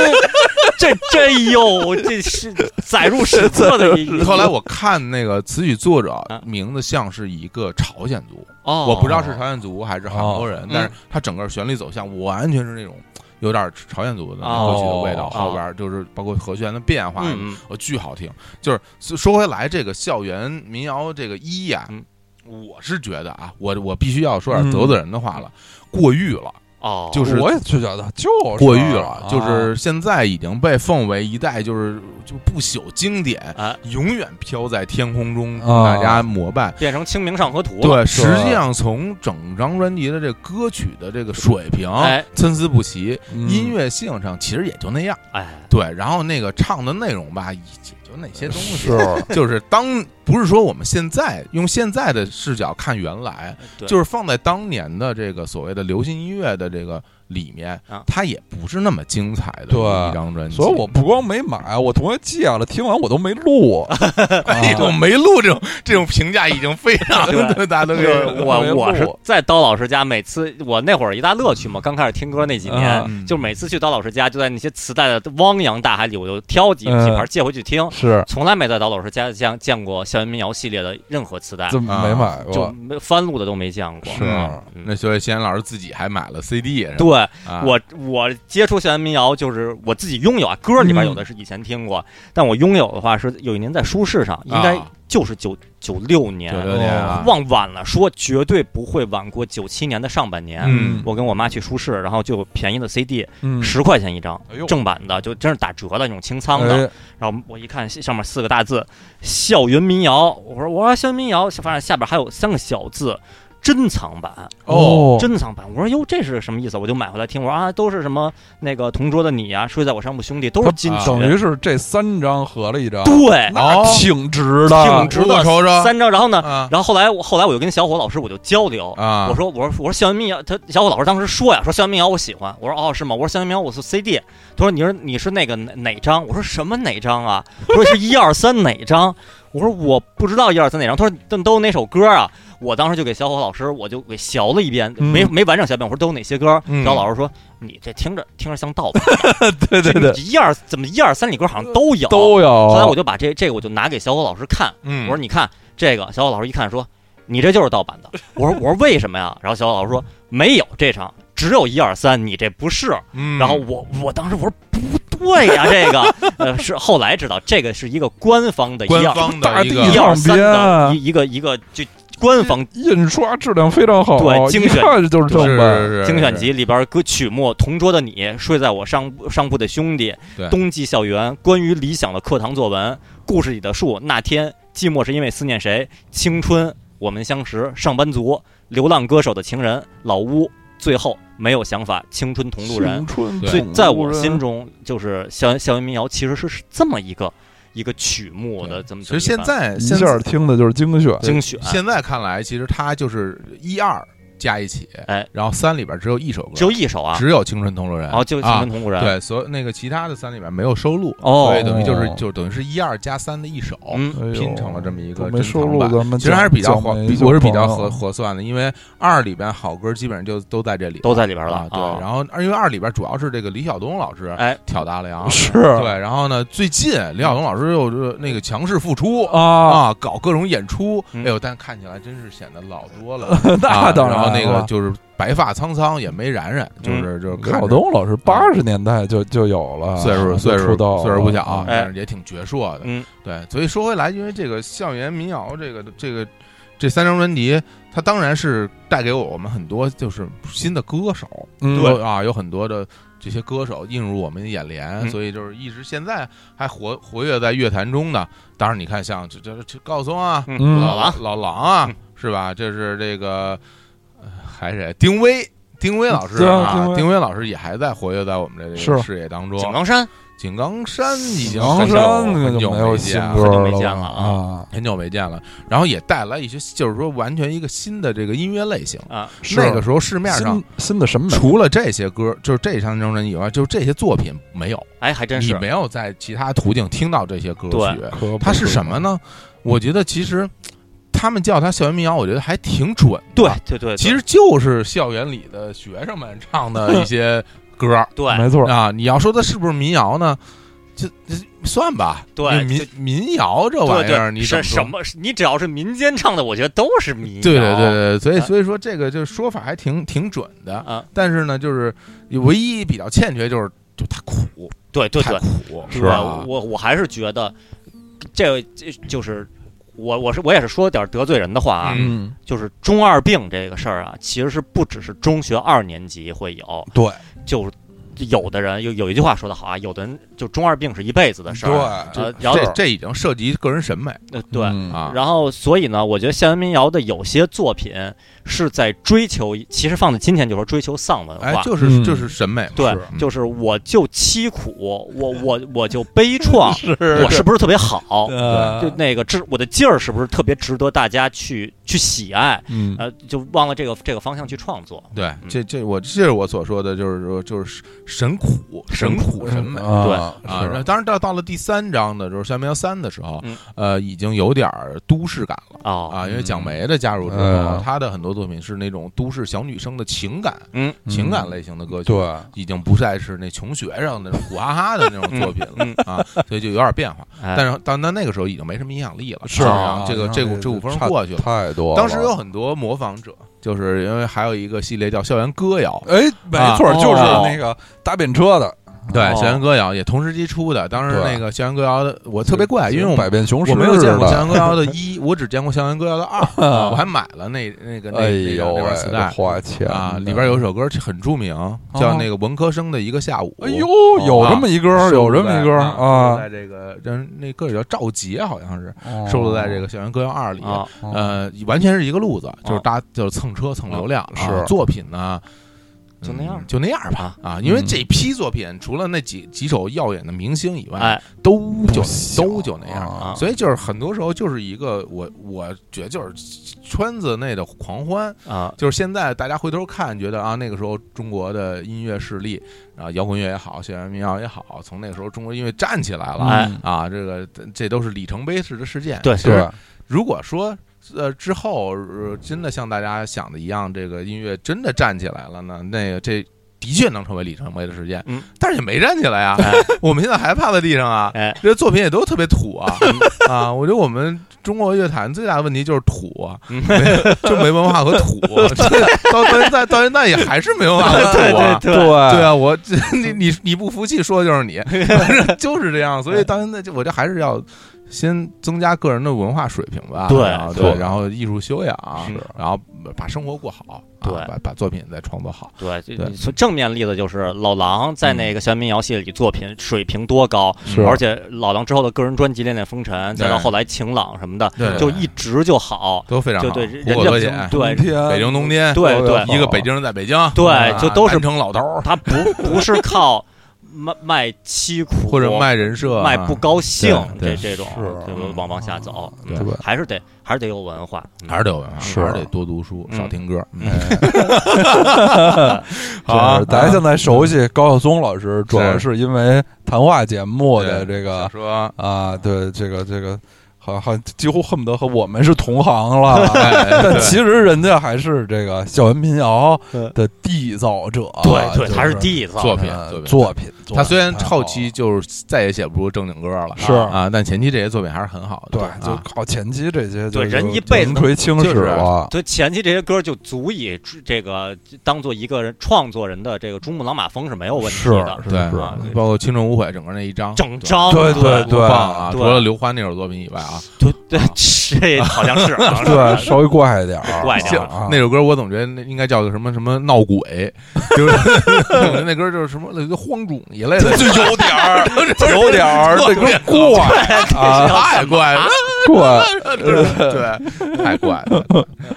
这这哟，这是载入史册的一后来我看那个词曲作者啊名字像是一个朝鲜族， 哦，我不知道是朝鲜族还是韩国人，嗯但是他整个旋律走向完全是那种有点朝鲜族的歌曲的味道，哦后边就是包括和弦的变化，嗯，我哦巨好听。就是说说回来，这个校园民谣这个一呀、嗯我是觉得啊，我我必须要说嗯点得罪人的话了，过誉了，哦，就是我也就觉得就是过誉了啊，就是现在已经被奉为一代就是就不朽经典，啊永远飘在天空中，啊大家膜拜。变成《清明上河图》了，对，实际上从整张专辑的这歌曲的这个水平哎参差不齐，嗯音乐性上其实也就那样。哎，对，然后那个唱的内容吧，也就那些东西是。就是当不是说我们现在用现在的视角看原来，对就是放在当年的这个所谓的流行音乐的这个里面啊，它也不是那么精彩的对一张专辑。所以我不光没买，我同学借了，听完我都没 录。啊哎呦，我没录 这种这种评价已经非常对大家都可就是以我我是在刀老师家，每次我那会儿一大乐趣嘛，刚开始听歌那几年，嗯就每次去刀老师家，就在那些磁带的汪洋大海里，我就挑几嗯几盘借回去听，是从来没在刀老师家见见过校园民谣系列的任何磁带，怎么没买就过？没翻录的都没见过。是嗯嗯 那所以先老师自己还买了 CD，是吧对啊我，我接触校园民谣就是我自己拥有啊，歌里边有的是以前听过，但我拥有的话是有一年在书市上，应该啊就是九九六年，九六年啊，往晚了说，绝对不会晚过九七年的上半年。嗯我跟我妈去书市，然后就有便宜的 CD，嗯十、块钱一张哎呦，正版的，就真是打折的那种清仓的。哎然后我一看上面四个大字“校园民谣”，我说我说校园民谣，发现下边还有三个小字。珍藏版，哦，珍藏版。我说哟，这是什么意思？我就买回来听。我说啊，都是什么那个同桌的你啊，睡在我上铺兄弟，都是金它曲。等于是这三张合了一张，对，那哦挺值的，挺值我的。瞅瞅三张，然后呢，啊然后后来我后来我就跟小伙老师我就交流啊哦我说我说我说校园民谣，他小伙老师当时说呀，说校园民谣我喜欢，我说哦是吗？我说校园民谣我是 CD，他说你说你是那个哪哪张？我说什么哪张 啊？他说是一二三哪张？我说我不知道一二三哪张，他说都都有哪首歌啊？我当时就给小伙老师我就给学了一遍，没嗯没完整学一遍，我说都有哪些歌？嗯小伙老师说你这听着听着像盗版， 对对对，一二怎么一二三里歌好像都有，都有。后来我就把这这个我就拿给小伙老师看。嗯，我说你看这个，小伙老师一看说你这就是盗版的。我说我说为什么呀？然后小伙老师说没有这场，只有一二三，你这不是。嗯，然后我我当时我说不对呀、这个呃是后来知道这个是一个官方的官一二方的一大地个一上二三的编一一个一个就官方印刷质量非常好，对精一选看就是正版。是精选，集里边歌曲目《同桌的你》《睡在我上上铺的兄弟》对《冬季校园》《关于理想的课堂作文》《故事里的树》《那天寂寞是因为思念谁》《青春我们相识》《上班族》《流浪歌手的情人》《老屋》最后没有想法，《青春同路人青》春对所以同在路我人啊心中，就是校园校园民谣其实是是这么一个一个曲目的，对怎么其实现在嗯一现下听的就是精选，精选啊现在看来，其实它就是一二加一起，哎，然后三里边只有一首歌，只有一首啊，只有青春同路人，哦，就《青啊春同路人》对，所以那个其他的三里边没有收录，哦所以等于就是就等于是一二加三的一首，嗯哎呦拼成了这么一都个没珍收藏录版。咱们其实还是比较黄合，，比我是比较合合算的，因为二里边好歌基本上就都在这里了，都在里边了啊。对，啊然后二因为二里边主要是这个李晓东老师哎，挑大梁，啊是对，然后呢，最近李晓东老师又是那个强势复出啊，，啊，搞各种演出，哎嗯呦，但看起来真是显得老多了 那啊当然后然那个了嗯就是白发苍苍也没然然，就是就是李看晓着啊东老师八十年代就就有了，岁数就岁啊出数道啊了岁数不小，啊哎但是也挺矍铄的。嗯，对，所以说回来，因为这个校园民谣这个这个这三张专辑，它当然是带给我们很多就是新的歌手，嗯有啊，有很多的这些歌手映入我们的眼帘，嗯所以就是一直现在还活活跃在乐坛中的。当然，你看像这这这高晓松啊，嗯老狼老狼啊嗯，是吧？这是这个呃还是丁薇。丁薇老师对啊啊丁，薇丁薇老师也还在活跃在我们这是个视野当中。井冈山井冈山已经梁很久山那个很就久没有没新见了歌很久没了见了吧啊啊，很久没见了，然后也带来一些，就是说完全一个新的这个音乐类型。啊，是那个时候市面上新新的审美，除了这些歌，就是这三张专辑以外，就是这些作品没有，哎，还真你是，没有在其他途径听到这些歌曲。可不它是什么？呢？我觉得其实他们叫它校园民谣，我觉得还挺准的。对对对对，其实就是校园里的学生们唱的一些歌 儿对没错，啊。你要说它是不是民谣呢？就就算吧，对民就民谣这对玩意对，儿，你怎是么什说么？你只要是民间唱的，我觉得都是民谣。对对对对，所以啊所以说这个就是说法还挺挺准的，啊，但是呢，就是唯一比较欠缺就是就它苦，对对太对，苦，对吧？我我还是觉得这这就是我我是我也是说点得罪人的话啊，嗯，就是中二病这个事儿啊，其实是不只是中学二年级会有，对，就是有的人有有一句话说得好啊，有的人就中二病是一辈子的事儿。这呃然后这这已经涉及个人审美呃对，嗯，啊，然后，所以呢，我觉得校园民谣的有些作品是在追求，其实放在今天就说追求丧文哎化，，就是嗯，就是审美嘛，对是，嗯就是我就凄苦， 我我我就悲怆是我是不是特别好？呃就那个这我的劲儿是不是特别值得大家去去喜爱？嗯呃，就往了这个这个方向去创作。对，这这我这是我所说的，就是说就是神苦神苦苦审美。对啊，然后当然到到了第三章的时候，《山民谣三》的时候嗯，呃，已经有点儿都市感了哦，啊，嗯因为蒋梅的加入之后嗯，她的很多作品是那种都市小女生的情感嗯情感类型的歌曲，对，已经不再是那穷学生那种苦哈哈的那种作品嗯了啊，所以就有点变化。哎但是但到那个时候已经没什么影响力了，是啊，这个这股个这股风过去了。太多了，当时有很多模仿者，就是因为还有一个系列叫校园歌谣，哎，没啊错，哦就是那个搭便车的，对，哦校园歌谣也同时期出的。当时对那个校园歌谣的，我特别怪，因为我百变雄我没有见过校的，园歌谣的一，我只见过校园歌谣的 二，我还买了那那个那哎那呦个那喂盘磁带花钱啊，里边有一首歌很著名，叫那个文科生的一个下午。哎呦，有这么一歌，收录有这么一歌在收录啊在，这个，但那歌手叫赵杰，好像是收录在这个《校园歌谣二》里。啊，呃，完全是一个路子，就是搭就是蹭车蹭流量。啊是作品呢，就那样嗯就那样吧啊，因为这批作品除了那几几首耀眼的明星以外，哎，都不就行都就那样。啊所以就是很多时候就是一个我我觉得就是呃圈子内的狂欢，啊，就是现在大家回头看，觉得啊，那个时候中国的音乐势力，啊，摇滚乐也好，校园民谣也好，从那个时候中国音乐站起来了。哎嗯啊，这个这都是里程碑式的事件。对其实对，如果说呃之后、呃真的像大家想的一样，这个音乐真的站起来了呢，那个这的确能成为里程碑的事件。嗯，但是也没站起来啊，哎我们现在还趴在地上啊。哎，嗯 这些作品也都特别 土啊啊！我觉得我们中国乐坛最大的问题就是土啊，嗯。没就没文化和土。这到到现在到现在也还是没文化和土啊对对对啊，我 你你你不服气，说的就是 你， 就是这样。所以到现在，就我这还是要先增加个人的文化水平吧，对然后错对，然后艺术修养，啊是然后把生活过好，啊对把把作品再创作好， 对，就对嗯从正面例子就是老狼在那个校园民谣系列里作品水平多高，是而且老狼之后的个人专辑《恋恋风尘》，再到对后来《晴朗》什么的，对对就对一直就好，都非常就好。对胡人果家哥姐，就对天北京冬天，对对一个北京人在北京，对啊就都是南城老头儿，他不不是靠卖 卖凄苦，或者卖人设，啊卖不，高兴，对这这对种是就嗯往往下走，嗯对吧还是得还是得有文化，嗯还是得有文化，是还是得多读书，嗯少听歌。嗯就 好啊是大家现在熟悉高晓松老师，主要是是因为谈话节目的对这小个说，。啊，对这个这个，好好几乎恨不得和我们是同行了 哎但对其实人家还是这个校园民谣嗯的缔造者，对对，就是还是缔造作呃品作品。作他品虽然太好后期就是再也写不出正经歌了，是啊，但前期这些作品还是很好的。对，就啊靠前期这些就，对人就一辈子名垂青史就是了。所以前期这些歌就足以这个当做一个人创作人的这个珠穆朗玛峰是没有问题是的，是对是啊对包括《青春无悔》整个那一张，整张对对多棒啊！除对了刘欢那首作品以外啊，对对，这好像是啊 好像是对，稍微怪一点 儿，怪一点儿啊那首歌我总觉得那应该叫个什么什么闹鬼，就是 那歌就是什么类似于荒冢一类 的，就有点儿，有 点啊儿这有点个怪啊，太怪了，怪。对，太怪了。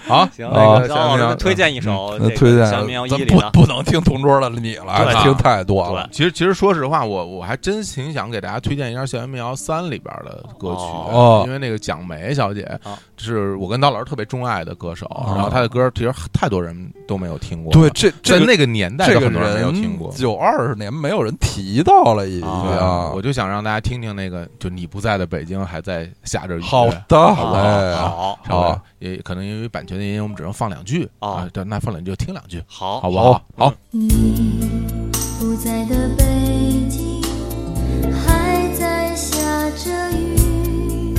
好，行，那那个个老师咱推荐一首嗯那这个推荐《小绵羊一》咱里 的，不不能听《同桌的你》 对了，啊听太多了。其实，其实说实话，我我还真挺想给大家推荐一下《校园民谣三》里边的歌曲，啊哦因为那个蒋梅小姐啊是我跟刀老师特别钟爱的歌手，啊然后她的歌其实太多人都没有听过，对，，这这在个那个年代这有个很多人没有人听过。九二十年没有人提到了，已经。对啊我就想让大家听听那个，就你不在的北京还在下着雨。好对的，好哎，啊好稍微好也可能因为版权的原因，我们只能放两句哦啊。对那放两句就听两句，好好不好？好，你不在的北京还在下着雨，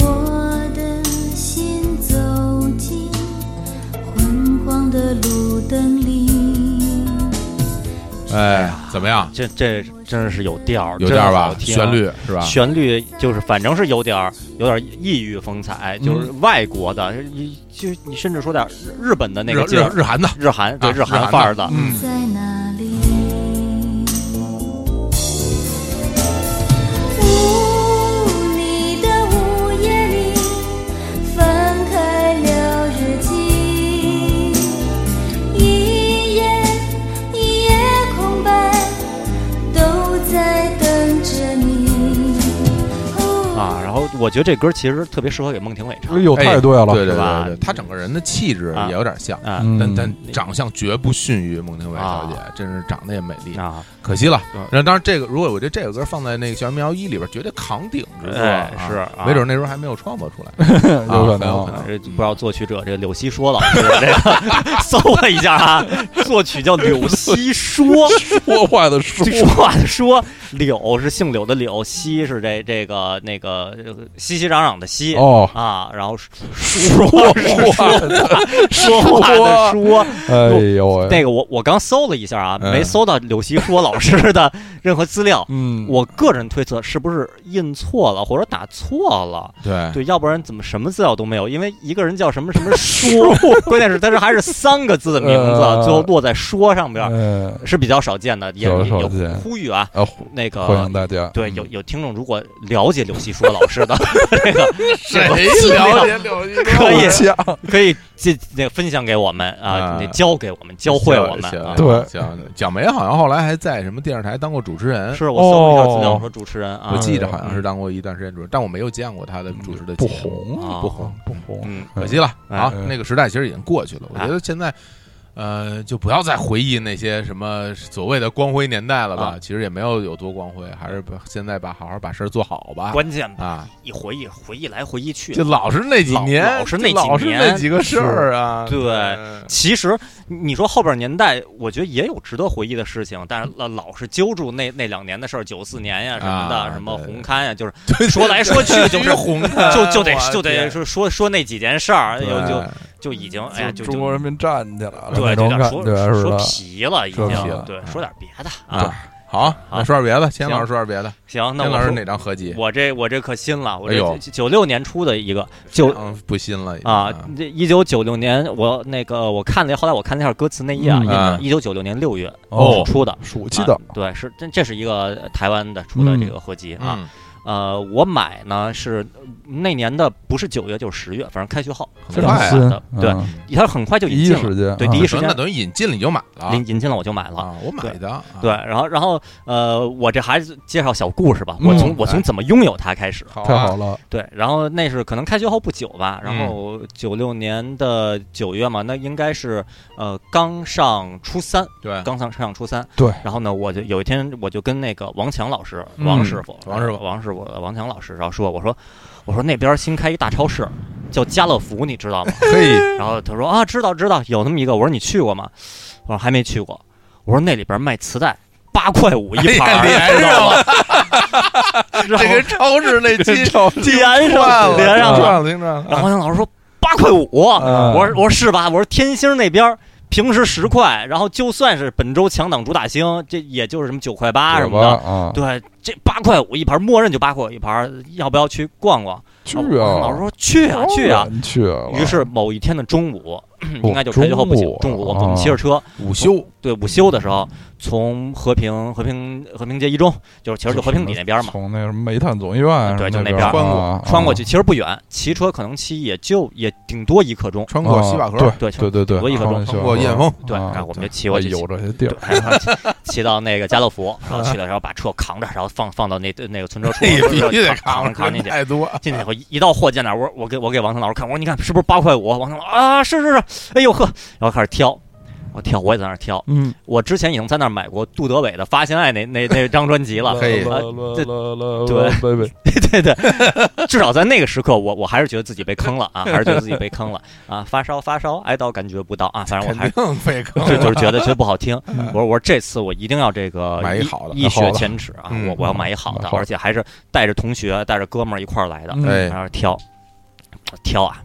我的心走进昏黄的路灯里。哎，怎么样？这这真是有调儿，有调儿真吧好？听啊旋律是吧？旋律就是，反正是有点儿，有点儿异域风采，嗯就是外国的，你就你甚至说点儿日日本的那日个劲儿日日韩的，日韩对啊日日韩韩范儿的，嗯，在哪里？无你的午夜里，翻开了日记，一页一页空白，都在等着你。哦啊，然后我觉得这歌其实特别适合给孟庭苇唱哎呦，哎太对了，对对是吧对对，他整个人的气质啊也有点像，啊嗯，但但长相绝不逊于孟庭苇小姐，真是长得也美丽，啊，可惜了嗯。那当然，这个如果我觉得这个歌放在那个《校园民谣一》里边，绝对扛鼎之作哎啊，是啊没准那时候还没有创作出 来。有可啊有能可能啊这不知道作曲者这个柳溪说 老师，这个 搜了一下啊，作曲叫柳溪说，说话的说这说话的说，柳是姓柳的柳，溪是这这个那个呃熙熙攘攘的熙哦，啊，然后说说话的， 说话的说，嗯哎呦喂，那个我我刚搜了一下啊，嗯没搜到柳溪说老师的 任何资料。嗯，我个人推测是不是印错了或者打错了？对，哎对，要不然怎么什么资料都没有？因为一个人叫什么什 么说， 关键是他这还是三个字的名字，呃最后落在说上边儿嗯，是比较少见的，也比也较少有见呼吁啊，啊，那欢迎嗯个。大家。对，有有听众如果了解柳溪说老师 的这个谁资料了解柳絮可以讲，可以这那个分享给我们啊啊，你教给我们，教会我们啊。对蒋蒋梅好像后来还在什么电视台当过主持人，是我搜了一下资哦料，说主持人啊，我记着好像是当过一段时间主持人，但我没有见过他的主持的不节目，红啊不红，不红，嗯，可惜了哎啊！哎那个时代其实已经过去了，我啊觉得现在。呃，就不要再回忆那些什么所谓的光辉年代了啊吧，其实也没有有多光辉，还是把现在把好好把事儿做好吧。关键啊，一回忆回忆来回忆去就，老是那几老年，老是那就老几是年那几个事儿啊。是对 其实你说后边年代，我觉得也有值得回忆的事情，但是老老是揪住那那两年的事儿，九四年呀什么啊的，什么对红勘呀，就是 对，说来说去就 是红的，就就得我就得天说说说那几件事儿，对就就就已经哎呀，就中国人民站起来了，就对，就那种点感说觉是说吧？皮了，已说嗯皮经了对，说点别的对啊。好，那说点别的，先行老师说点别的。行，那先我老师说哪张合集？我这我这可新了，我哎呦这九六年出的一个九嗯，不新了已经啊，这一九九六年我那个我看了，后来我看了一下歌词那页嗯啊啊，一九九六年六月哦出的，暑期的啊，对，是这这是一个台湾的出的这个合集啊。嗯，呃，我买呢是那年的不是九月就是十月，反正开学后，很非快常啊新的，对，嗯它很快就第引一进了，时间对啊第一时说间那等于引进了你就买了引引进了我就买了。啊，我买的啊对，然后然后呃，我这还是介绍小故事吧，我从、嗯哎我从怎么拥有它开始。好太啊好了，对，然后那是可能开学后不久吧，然嗯后九六年的九月嘛，那应该是呃刚上初三，对，刚上上初三。对然后呢，我就有一天我就跟那个王强老师，嗯王师傅，王师傅王师傅，王强老师，然后说，我说我说那边新开一大超市，叫家乐福，你知道吗？ 可以然后他说啊，知道知道，有那么一个。我说你去过吗？我说还没去过。我说那里边卖磁带，八块五一盘儿，哎呀知道吗？ 然这后个超市那金连上了，连上了。了，赚了，听着然后王强老师说八块五，嗯我说我说是吧？我说天星那边儿平时十块，然后就算是本周强档主打星，这也就是什么九块八什么的。啊，对，这八块五一盘，默认就八块五一盘，要不要去逛逛？去然后王强老师啊，说去啊去啊。当然去啊，于是某一天的中午，哦应该就开学后不久中中午午啊我们骑着车，午休对午休的时候，从和平和平和平街一中，就是其实就和平里那边嘛，从那什么煤炭总医院对就那边边儿穿过啊穿过去，其实不远，骑车可能骑也就也顶多一刻钟。穿过西坝 河，啊对对对对我以对，为中穿过燕燕峰，对，啊然后我们就骑哎过去，有这些地对儿， 然后骑骑到那个家乐福，然后去的时候把车扛着，然后放放到那那个存车处，这也哎 必须得然后扛扛哎扛进去。太多。进去以后一一到货架那儿，我我给我给王腾老师看，我说你看是不是八块五？王腾老师啊，是是是，哎呦呵，然后开始挑，我挑我也在那儿挑，嗯，我之前已经在那儿买过杜德伟的《发现爱那》那那那张专辑了，可以啦这啦啦对啦，baby，对对对，呃至少在那个时刻，我我还是觉得自己被坑了啊， 还是觉得自己被坑了啊，发烧发烧，哀悼感觉不到啊，反正我还肯是定被 坑，就就是觉得觉得不好听。我说我说这次我一定要这个买一一好的一雪前耻啊，嗯我我要买一好的，好的而且还是带着同学带着哥们儿一块儿来的，嗯哎，然后挑挑啊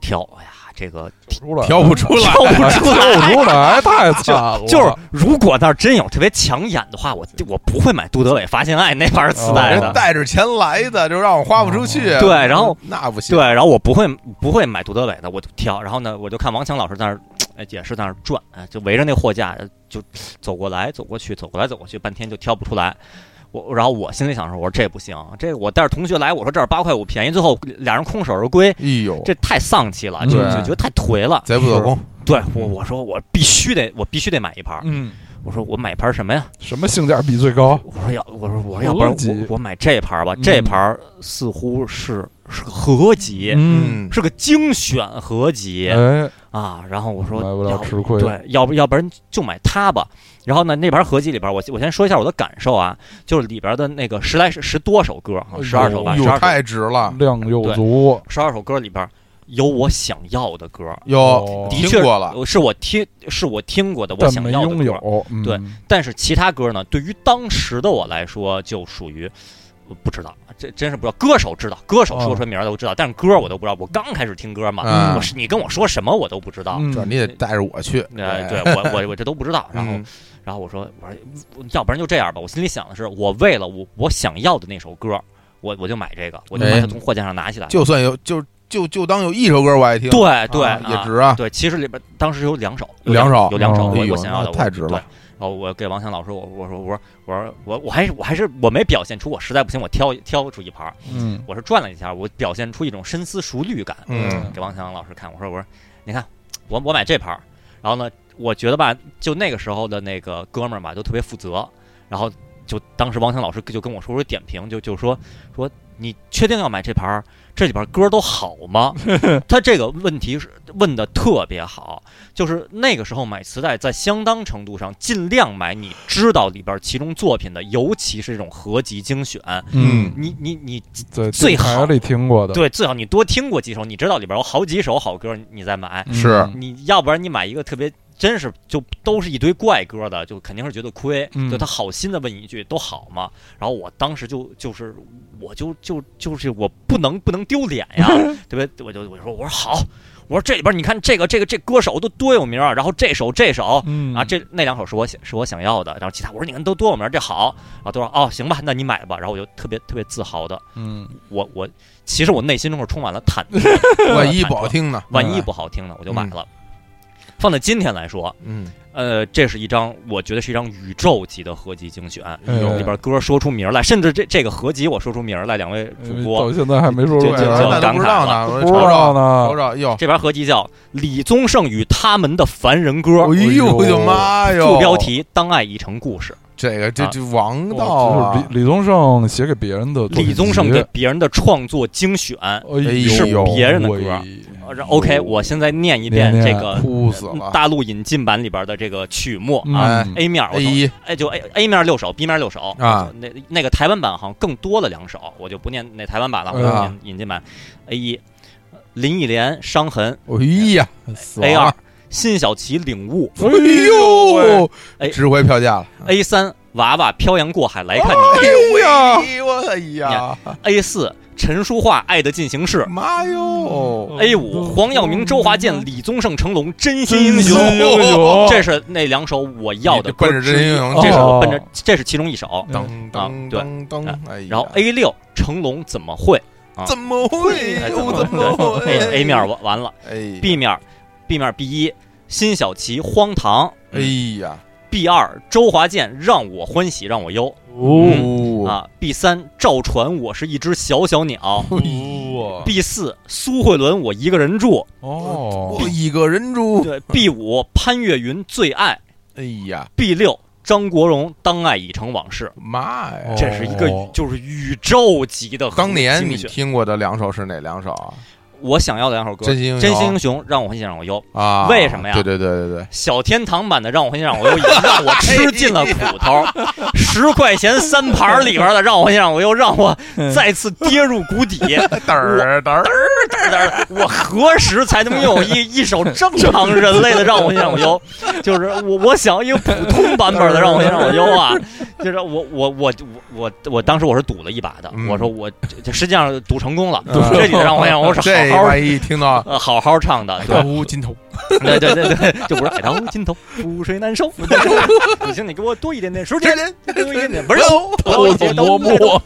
挑，哎呀这个出来挑不出来挑，不出来。 跳出来，太惨了，就是如果那儿真有特别抢眼的话，我我不会买杜德伟《发现爱》那盘磁带人的。带着钱来的，就让我花不出去。对然后那不行，对，然后我不会不会买杜德伟的，我就挑。然后呢，我就看王强老师在那儿，哎也是在那儿转，哎，就围着那货架就走过来走过去，走过来走过去，半天就挑不出来。我然后我心里想说，我说这不行，这我带着同学来，我说这儿八块五便宜，最后俩人空手而归，哎呦，这太丧气了，就对就觉得太颓了。贼不做工，对我我说我必须得我必须得买一盘儿，嗯，我说我买一盘儿什么呀？什么性价比最高？我说要我说我说要不然啊合集我我买这盘儿吧，嗯这盘儿似乎是是个合集，嗯，是个精选合集哎，啊。然后我说买不了要吃亏，对，要不要不然就买它吧。然后呢，那盘合集里边，我我先说一下我的感受啊，就是里边的那个十来十十多首歌啊哎，呦十二首吧，哎十呦，二首太值了，量又足，十二首歌里边有我想要的歌，哦哟，的哦听确过了，是我听是我听过的我但想没要的拥歌，有，嗯对，但是其他歌呢，对于当时的我来说，就属于呃不知道，这真是不知道。歌手知道，歌手哦说出来名儿都知道，但是歌我都不知道。我刚开始听歌嘛，嗯我是你跟我说什么我都不知道。嗯这你得带着我去。呃，哎对我我我这都不知道，然后嗯然后我说我说要不然就这样吧，我心里想的是，我为了我我想要的那首歌，我我就买这个，我就把它从货架上拿起来。哎就算有，就就就当有一首歌我爱听，对对啊，也啊值啊，对，其实里边当时有两首，有两首有两首，哦我哎呦我想要的那我太值了对然后我给王强老师，我我说我说我说我我还是我还是我没表现出我实在不行，我挑挑出一盘儿，嗯，我是转了一下，我表现出一种深思熟虑感，嗯给王强老师看，我说我说你看我我买这盘儿，然后呢，我觉得吧，就那个时候的那个哥们儿吧，就特别负责，然后就当时王强老师就跟我说说点评，就就说说你确定要买这盘儿？这里边歌都好吗？他这个问题是问的特别好，就是那个时候买磁带，在相当程度上尽量买你知道里边其中作品的，尤其是这种合集精选。嗯你你你，在最电台好里听过的，对，最好你多听过几首，你知道里边有好几首好歌，你再买。嗯，是你要不然你买一个特别真是就都是一堆怪歌的，就肯定是觉得亏。嗯就他好心的问一句都好吗？然后我当时就就是我就就就是我不能不能丢脸 呀，对不对？我就我就说我说好，我说这里边你看这个这个这歌手都多有名啊，然后这首这首。嗯啊，这那两首是我想是我想要的，然后其他我说你看都多有名，这好，然后都说哦行吧，那你买吧，然后我就特别特别自豪的，嗯，我我其实我内心中是充满了忐忑，万一不好听呢？嗯万一不好听呢，我就买了。放在今天来说，嗯，呃，这是一张我觉得是一张宇宙级的合集精选，哎里边歌说出名儿来，甚至这这个合集我说出名儿来，两位主呃播到现在还没说出这这这来，哎那都不知道呢，不我瞅知道瞅瞅呢。瞅，哟，这边合集叫《李宗盛与他们的凡人歌》，哎呦我的妈哟！副标题《当爱已成故事这个这啊这王道哦啊就是！李李宗盛写给别人的》，作品集，李宗盛给别人的创作精选。哎呦是别人的歌喂呃这 OK，我现在念一念遍哦念这 个哭死了！大陆引进版里边的这个曲目啊哎嗯，A 面儿 A 我从一哎，就 A A 面六首，B 面六首啊。那那个台湾版好像更多了两首，我就不念那台湾版了，我就啊念引进版。A 一，林忆莲《伤痕哎呀，死；A 亡二，辛晓琪《领悟哎呦，哎值回票价了！ ；A 三，娃娃《漂洋过海来看哎你呦呀，我哎呀， ；A 四，陈淑桦《爱的进行式》妈哟！ ；A 五，哎黄耀明、周华嗯健、李宗盛、成龙《真心英雄》。真心英雄 这是那两首我要的歌奔着真之一英，雄哦去这是了，我奔着，这是其中一嗯首。噔噔噔噔，哎呀，嗯啊然后 A 六，成龙怎么会？怎么会？哎，又怎么会 A A 面儿完完了。哎 B 面儿，B 面儿 B 一，辛晓琪《荒唐哎呀，》 ，B 二周华健《让我欢喜让我忧哦，哦》，啊，B 三赵传《我是一只小小鸟哦，B 四苏慧伦《我一个人住哦我一个人》，住，对，B 五潘越云《最爱哎呀，》 ，B 六张国荣《当爱已成往事》。妈呀！这是一个哦就是宇宙级的当年你精选听过的两首是哪两首啊？我想要的两首歌，《真心英雄真心英雄》让我欢喜让我忧，啊，为什么呀对对对对对，小天堂版的《让我欢喜让我忧》已经让我吃尽了苦头，十块钱三盘儿里边的《让我欢喜让我忧》让我再次跌入谷底。嘚儿嘚儿，我何时才能拥有一一首正常人类的《让我欢喜让我忧》？就是我，我想要一个普通版本的《让我欢喜让我忧》啊！就是我，我，我，我，我，我当时我是赌了一把的，嗯我说我这这实际上赌成功了，嗯这里的《让我欢喜让我忧》这是好好万一听 到呃好好唱的，对。无尽头， 对对对对，就不是海棠尽头，覆水难收。你请你给我多一点点时间，多一点点温哎柔，偷偷摸摸，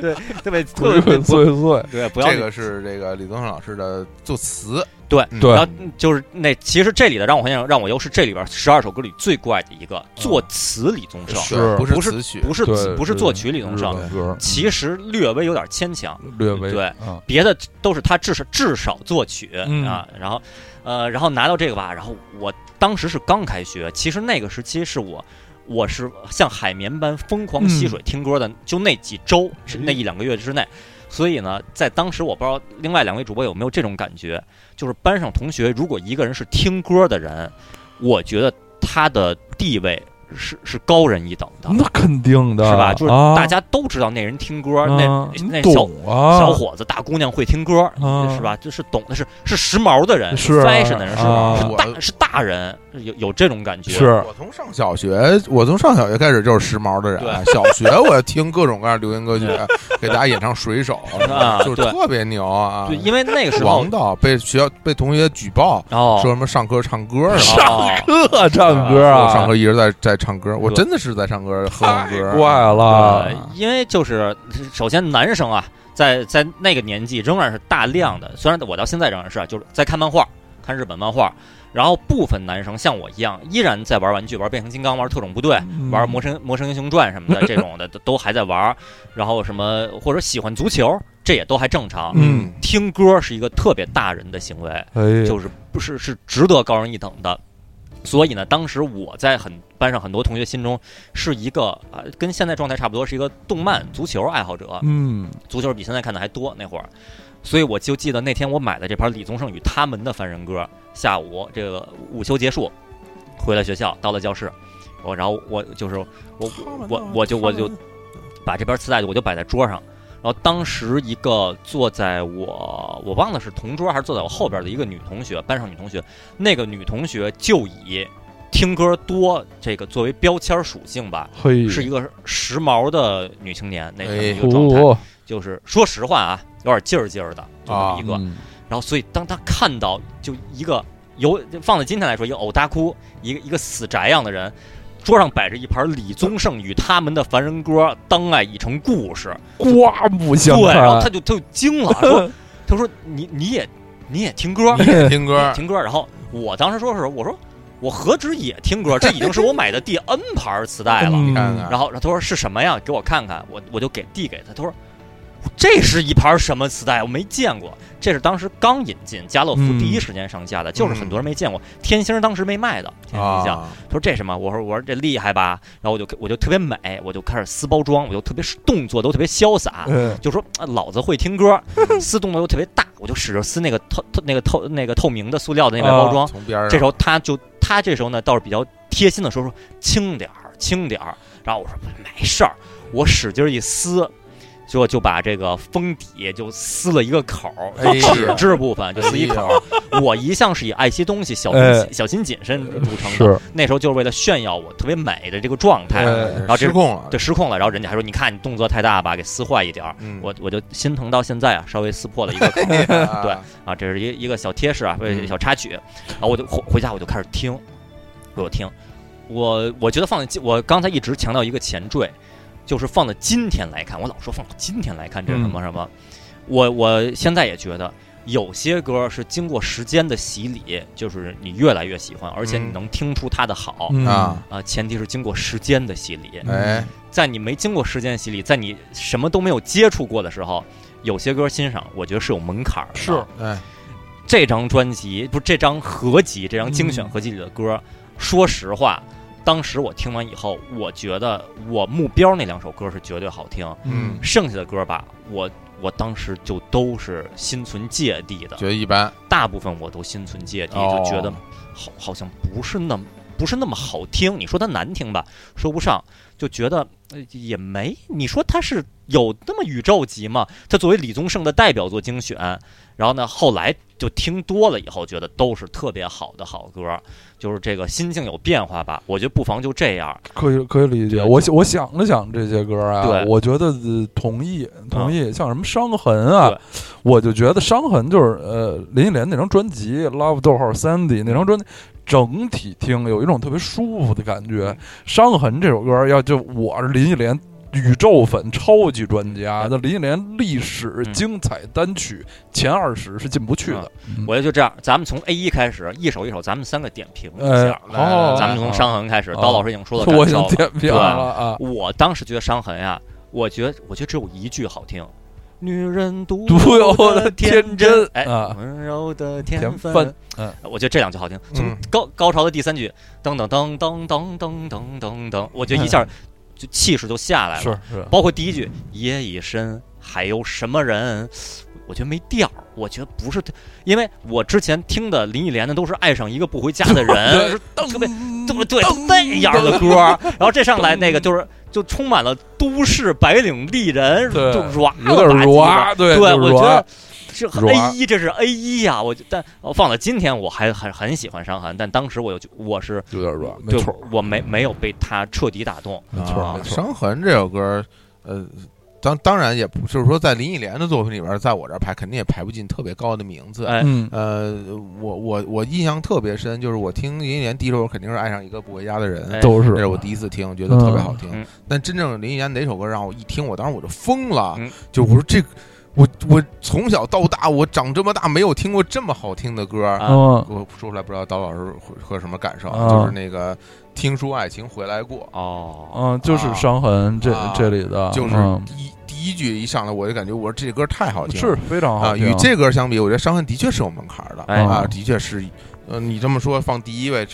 对对对鬼特别鬼不祟祟，对，不要这个是这个李宗盛老师的作词，对嗯对然后就是那其实这里的让我很想让我忧是这里边十二首歌里最怪的一个作词李宗盛，是不啊不是词曲？不是对不是作曲李宗日盛，本歌其实略微有点牵强。略微对嗯别的都是他至少至少作曲、嗯啊，然后，呃，然后拿到这个吧，然后我当时是刚开学，其实那个时期是我，我是像海绵般疯狂吸水听歌的，就那几周是嗯那一两个月之内，所以呢，在当时我不知道另外两位主播有没有这种感觉，就是班上同学如果一个人是听歌的人，我觉得他的地位是是高人一等的。那肯定的，是吧？就是啊大家都知道那人听歌，啊那那你小懂哦啊，小伙子、大姑娘会听歌，啊是吧？就是懂的是是时髦的人，是啊 fashion 的人，是啊是大我是大人，有有这种感觉。 是我从上小学，我从上小学开始就是时髦的人。对小学我听各种各样的流行歌曲， 给大家演唱《水手》啊就是对特别牛啊对，！因为那个时候王道被学校被同学举报，哦说什么上课唱歌什么的。哦这唱歌我啊，上课一直在在唱歌，我对真的是在唱歌，哼哼太歌。怪对啊了，，因为就是首先男生啊，在在那个年纪仍然是大量嗯的，虽然我到现在仍然是啊，就是在看漫画，看日本漫画。然后部分男生像我一样，依然在玩玩具，玩变形金刚，玩特种部队，嗯玩魔神魔神英雄传什么的这种的都都还在玩儿，然后什么或者喜欢足球，这也都还正常。嗯，听歌是一个特别大人的行为，哎，就是不是是值得高人一等的。所以呢，当时我在很班上很多同学心中是一个啊、跟现在状态差不多，是一个动漫足球爱好者，嗯，足球比现在看的还多那会儿。所以我就记得那天我买的这盘李宗盛与他们的凡人歌，下午这个午休结束，回了学校，到了教室，我然后我就是我我我就我就把这边磁带我就摆在桌上，然后当时一个坐在我我忘了是同桌还是坐在我后边的一个女同学，班上女同学，那个女同学就以听歌多这个作为标签属性吧，嘿，是一个时髦的女青年那个哎一个状态，哦，就是说实话啊，有点劲儿劲儿的，就这啊么一个。嗯然后所以当他看到就一个有放在今天来说，一个偶大哭，一个一个死宅样的人，桌上摆着一盘李宗盛与他们的凡人歌，当爱已成故事。刮目相对，然后看他，就他就惊了，说他说你你也你也听歌。嗯你也听歌，听歌，然后我当时说是，我说我何止也听歌，这已经是我买的第 N 盘磁带了。嗯你看啊看然后，然后他说是什么呀？给我看看，我我就给递给他。他说这是一盘什么磁带？我没见过，这是当时刚引进家乐福嗯第一时间上架的，就是很多人没见过，天星当时没卖的。天星音像，啊，他说这什么？我说我说这厉害吧？然后我就我就特别美，我就开始撕包装，我就特别动作都特别潇洒。嗯就说、啊、老子会听歌，撕动作又特别大，我就使劲撕那个透透那个透那个透明的塑料的那个啊包装。从边上这时候他就他这时候呢倒是比较贴心的说说轻点儿轻点儿，然后我说没事儿，我使劲儿一撕，结果就把这个封底就撕了一个口儿，哎呀纸质部分就撕一口儿。我一向是以爱惜东西、小心、哎小心谨慎著称的，是那时候就是为了炫耀我特别美的这个状态，哎然嗯后这呃失控了，对失控了，然后人家还说你看你动作太大吧，给撕坏一点儿。嗯，我我就心疼到现在啊，稍微撕破了一个口儿对啊，这是一一个小贴士啊，或嗯者小插曲。然后我就回回家我就开始听，我就听，我我觉得放在今我刚才一直强调一个前缀，就是放在今天来看，我老说放到今天来看这是嗯什么什么，我我现在也觉得。有些歌是经过时间的洗礼，就是你越来越喜欢，而且你嗯能听出它的好啊、嗯啊，前提是经过时间的洗礼。哎，在你没经过时间洗礼，在你什么都没有接触过的时候，有些歌欣赏，我觉得是有门槛儿的。啊是哎，这张专辑，不是这张合集，这张精选合集里的歌，说实话，当时我听完以后，我觉得我目标那两首歌是绝对好听，嗯剩下的歌吧，我我当时就都是心存芥蒂的，觉得一般，大部分我都心存芥蒂，哦就觉得好好像不是那么不是那么好听。你说它难听吧，说不上，就觉得呃也没。你说它是有那么宇宙级吗？它作为李宗盛的代表作精选，然后呢，后来就听多了以后，觉得都是特别好的好歌，就是这个心境有变化吧。我觉得不妨就这样，可以可以理解。对我我想了想这些歌啊对，嗯我觉得呃同意同意。像什么伤痕啊对，我就觉得伤痕就是呃林忆莲那张专辑《Love 逗号 Sandy》那张专辑。整体听有一种特别舒服的感觉，《嗯伤痕》这首歌要就我是林忆莲宇宙粉、超级专家，那林忆莲历史嗯精彩单曲前二十是进不去的。我觉得就这样。咱们从 A 一开始，一首一首，咱们三个点评一呃下。，来来好，嗯咱们从伤痕开始，哦刀老师已经说了感我想受了。点评了啊，我当时觉得伤痕呀，我觉得我觉得只有一句好听，女人独独有的的天天真哎，啊温柔的甜分。分嗯我觉得这两句好听。从嗯高、高潮的第三句，噔噔噔噔噔噔噔噔噔，我觉得一下就气势就下来了。嗯是是，包括第一句夜已深，还有什么人？我觉得没调儿，我觉得不是，因为我之前听的林忆莲的都是爱上一个不回家的人，是特别对不对？那样的歌儿，然后这上来嗯那个就是就充满了都市白领丽人，对就软有点吧唧的。软，对对，就是我觉软得是软 A 一，这是 A 一呀！我就但我放到今天，我还很很喜欢伤寒，但当时我就我是有点软，没就错，我没没有被他彻底打动。没错，啊没错。伤痕》这首歌，呃，当当然也不就是说，在林忆莲的作品里边，在我这儿排肯定也排不进特别高的名字。哎，嗯，呃，我我我印象特别深，就是我听林忆莲第一首歌肯定是《爱上一个不回家的人》哎都这是是我第一次听，我觉得特别好听。嗯嗯但真正林忆莲哪首歌让我一听，我当时我就疯了，嗯就我说这我我从小到大，我长这么大没有听过这么好听的歌。啊嗯，我说出来不知道刀老师会会有什么感受，啊就是那个听说爱情回来过，哦，嗯，就是伤痕这啊这里的，就是嗯第一、第一句一上来，我就感觉我说这歌太好听了，是非常好啊，听与这歌相比，我觉得《伤痕》的确是有门槛儿的、哦哎啊，的确是，呃，你这么说放第一位，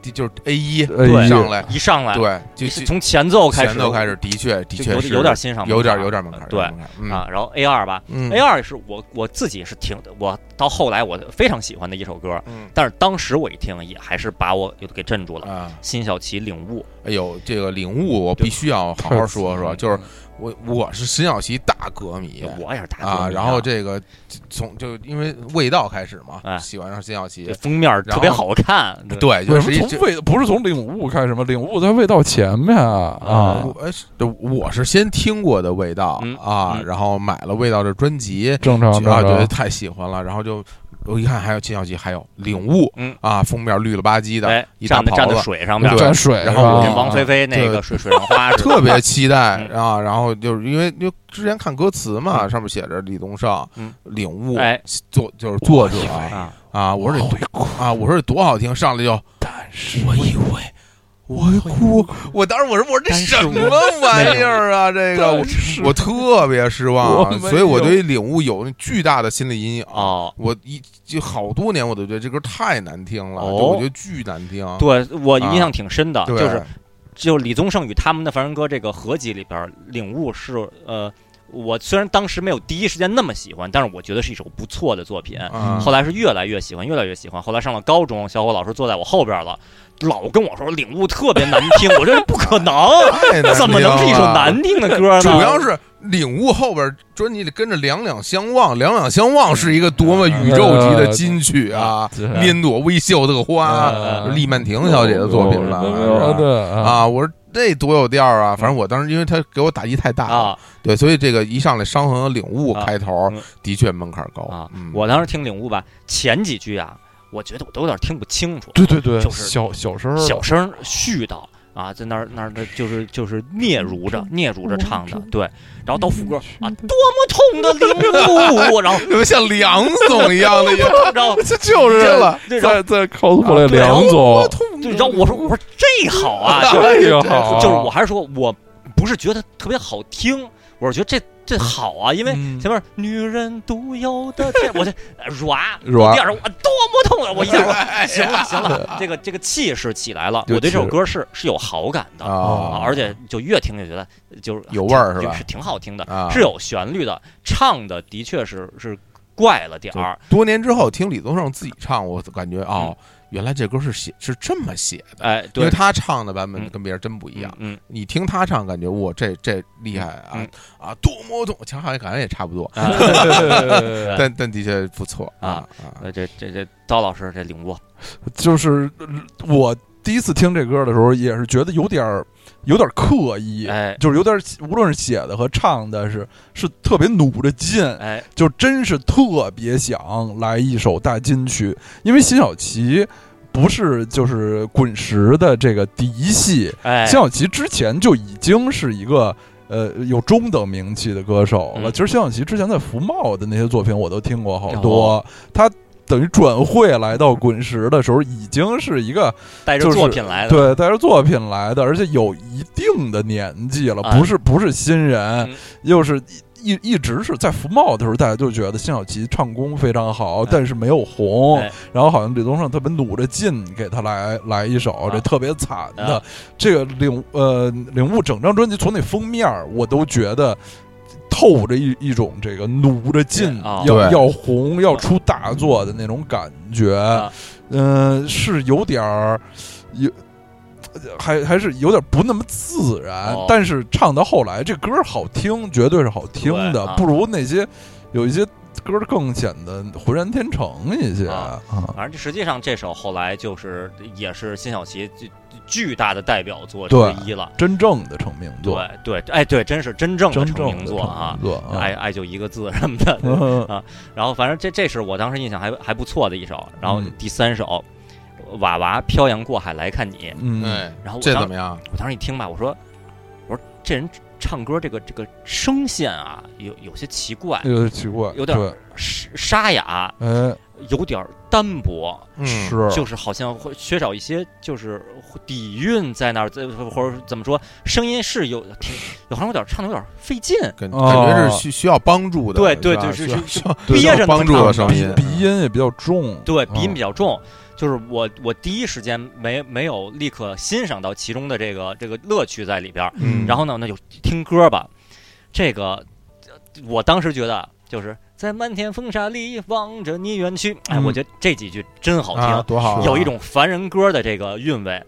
第就是 A 一对上来，一哎上来对，就一从前奏开始，前头开始，的确的就确有是有点欣赏门槛儿，有点有点门槛儿，对哎有点门槛儿，嗯啊。然后 A 二吧嗯，A 二是我我自己是挺我到后来我非常喜欢的一首歌，嗯但是当时我一听也还是把我给震住了。啊，辛晓琪领悟，哎呦，这个领悟我对必须要好好说说，就是嗯我我是辛晓琪大歌迷。我也是大哥迷啊，然后这个从就因为味道开始嘛，哎喜欢上辛晓琪这，封面特别好看，对对，就为是什一么这从味不是从领悟开始吗？领悟在味道前面啊啊我哎是我是先听过的味道嗯啊，嗯然后买了味道的专辑，正常啊，正觉常，得太喜欢了，然后就我一看还有辛晓琪，还有领悟，嗯啊，封面绿了吧唧的哎，一大站在站袍在子，水上面对，沾水，然后是吧我跟王菲菲那个水水上花似的特别期待嗯啊！然后就是因为因为之前看歌词嘛，上面写着李东胜嗯、领悟哎作就是作者啊，啊，我说这我会多啊，我说这多好听，上来就但是我以为我会哭，我当时我说我说这但是什么玩意儿啊，这个我但是我特别失望我没啊，有所以我对领悟有巨大的心理阴影。哦，我一就好多年，我都觉得这歌太难听了，哦就我觉得巨难听。对我啊印象挺深的，对，就是就李宗盛与他们的凡人歌这个合集里边儿，领悟是呃，我虽然当时没有第一时间那么喜欢，但是我觉得是一首不错的作品。啊后来是越来越喜欢，越来越喜欢。后来上了高中，小伙老师坐在我后边了，老跟我说领悟特别难听，我这不可能，太 难听了怎么能是一首难听的歌呢？主要是领悟后边专辑里跟着《两两相望》，《两两相望》是一个多么宇宙级的金曲啊！拎拈朵微笑的花，李曼婷小姐的作品了是吧对啊，啊！我说这多有调啊！反正我当时因为他给我打击太大了，啊对，所以这个一上来伤痕和领悟啊开头嗯的确门槛高啊嗯！我当时听领悟吧，前几句啊，我觉得我都有点听不清楚，对对对，就是小小声儿小声儿絮叨啊，在那儿那儿的就是就是嗫嚅着嗫嚅着唱的，对，然后到副歌啊，多么痛的领悟，然后怎么像梁总一样 的一个？然后这就是这了这然后在在 cosplay 啊对梁总，就然后我说我说这好啊，嗯就是哎呦，就是哦我还是说我不是觉得特别好听，我是觉得这这好啊，因为嗯前面儿女人独有的天，我这呃软。软第二首我多么痛啊！我一下说行了行了，这个这个气势起来了，就我对这首是歌是是有好感的啊啊，而且就越听越觉得就是有味儿是吧是挺好听的，啊是有旋律的，唱的的确是是怪了点儿，多年之后听李宗盛自己唱，我感觉哦，原来这歌是写是这么写的，哎，因嗯对为，他唱的版本嗯跟别人真不一样。 嗯，你听他唱，感觉我这这厉害啊、嗯啊，多么多，其实好像感觉也差不多，嗯啊对但但的确不错啊啊呃这这这刀老师这领悟，就是呃我第一次听这歌的时候，也是觉得有点儿有点儿刻意，哎就是有点儿无论是写的和唱的是是特别努着劲，哎，就真是特别想来一首大金曲，因为辛晓琪。不是，就是滚石的这个嫡系，哎，辛晓琪之前就已经是一个呃有中等名气的歌手了。嗯其实辛晓琪之前在福茂的那些作品我都听过好多哦，她等于转会来到滚石的时候，已经是一个带着就是作品来的，对带着作品来的，而且有一定的年纪了，哎不是不是新人嗯，又是一。一一直是在福茂的时候，大家就觉得辛晓琪唱功非常好，哎但是没有红。哎然后好像李宗盛特别努着劲给他来来一首，这啊特别惨的。啊这个领呃领悟整张专辑从那封面儿我都觉得。透着一一种这个努着劲，啊要对要红要出大作的那种感觉，啊嗯、是有点儿，有还还是有点不那么自然。哦但是唱到后来，这歌儿好听，绝对是好听的，对啊不如那些有一些歌儿更显得浑然天成一些啊反正实际上这首后来就是也是辛晓琪巨巨大的代表作之对一了。真正的成名对作，对，哎对，真是真正的真成正的名作啊！作啊爱爱就一个字什么的。嗯 然后反正这这是我当时印象还还不错的一首。然后嗯第三首，娃娃漂洋过海来看你。 嗯，哎，然后我这当怎么样？我当时一听吧，我说我说这人唱歌这个这个声线啊，有有些奇怪，有点哎奇怪，有点对沙沙哑，哎，有点单薄。嗯，是就是好像会缺少一些就是底蕴在那儿，这或者怎么说，声音是有挺有好像有点唱的有点费劲，感哦感觉是需需要帮助的，对对是吧对需是要是需要对憋着帮助的的声鼻音，鼻音也比较重，哦对啊鼻音比较重。就是我我第一时间没没有立刻欣赏到其中的这个这个乐趣在里边儿，嗯然后呢那就听歌吧，这个我当时觉得就是在漫天风沙里望着你远去，哎，嗯我觉得这几句真好听，啊，多好啊，有一种凡人歌的这个韵味。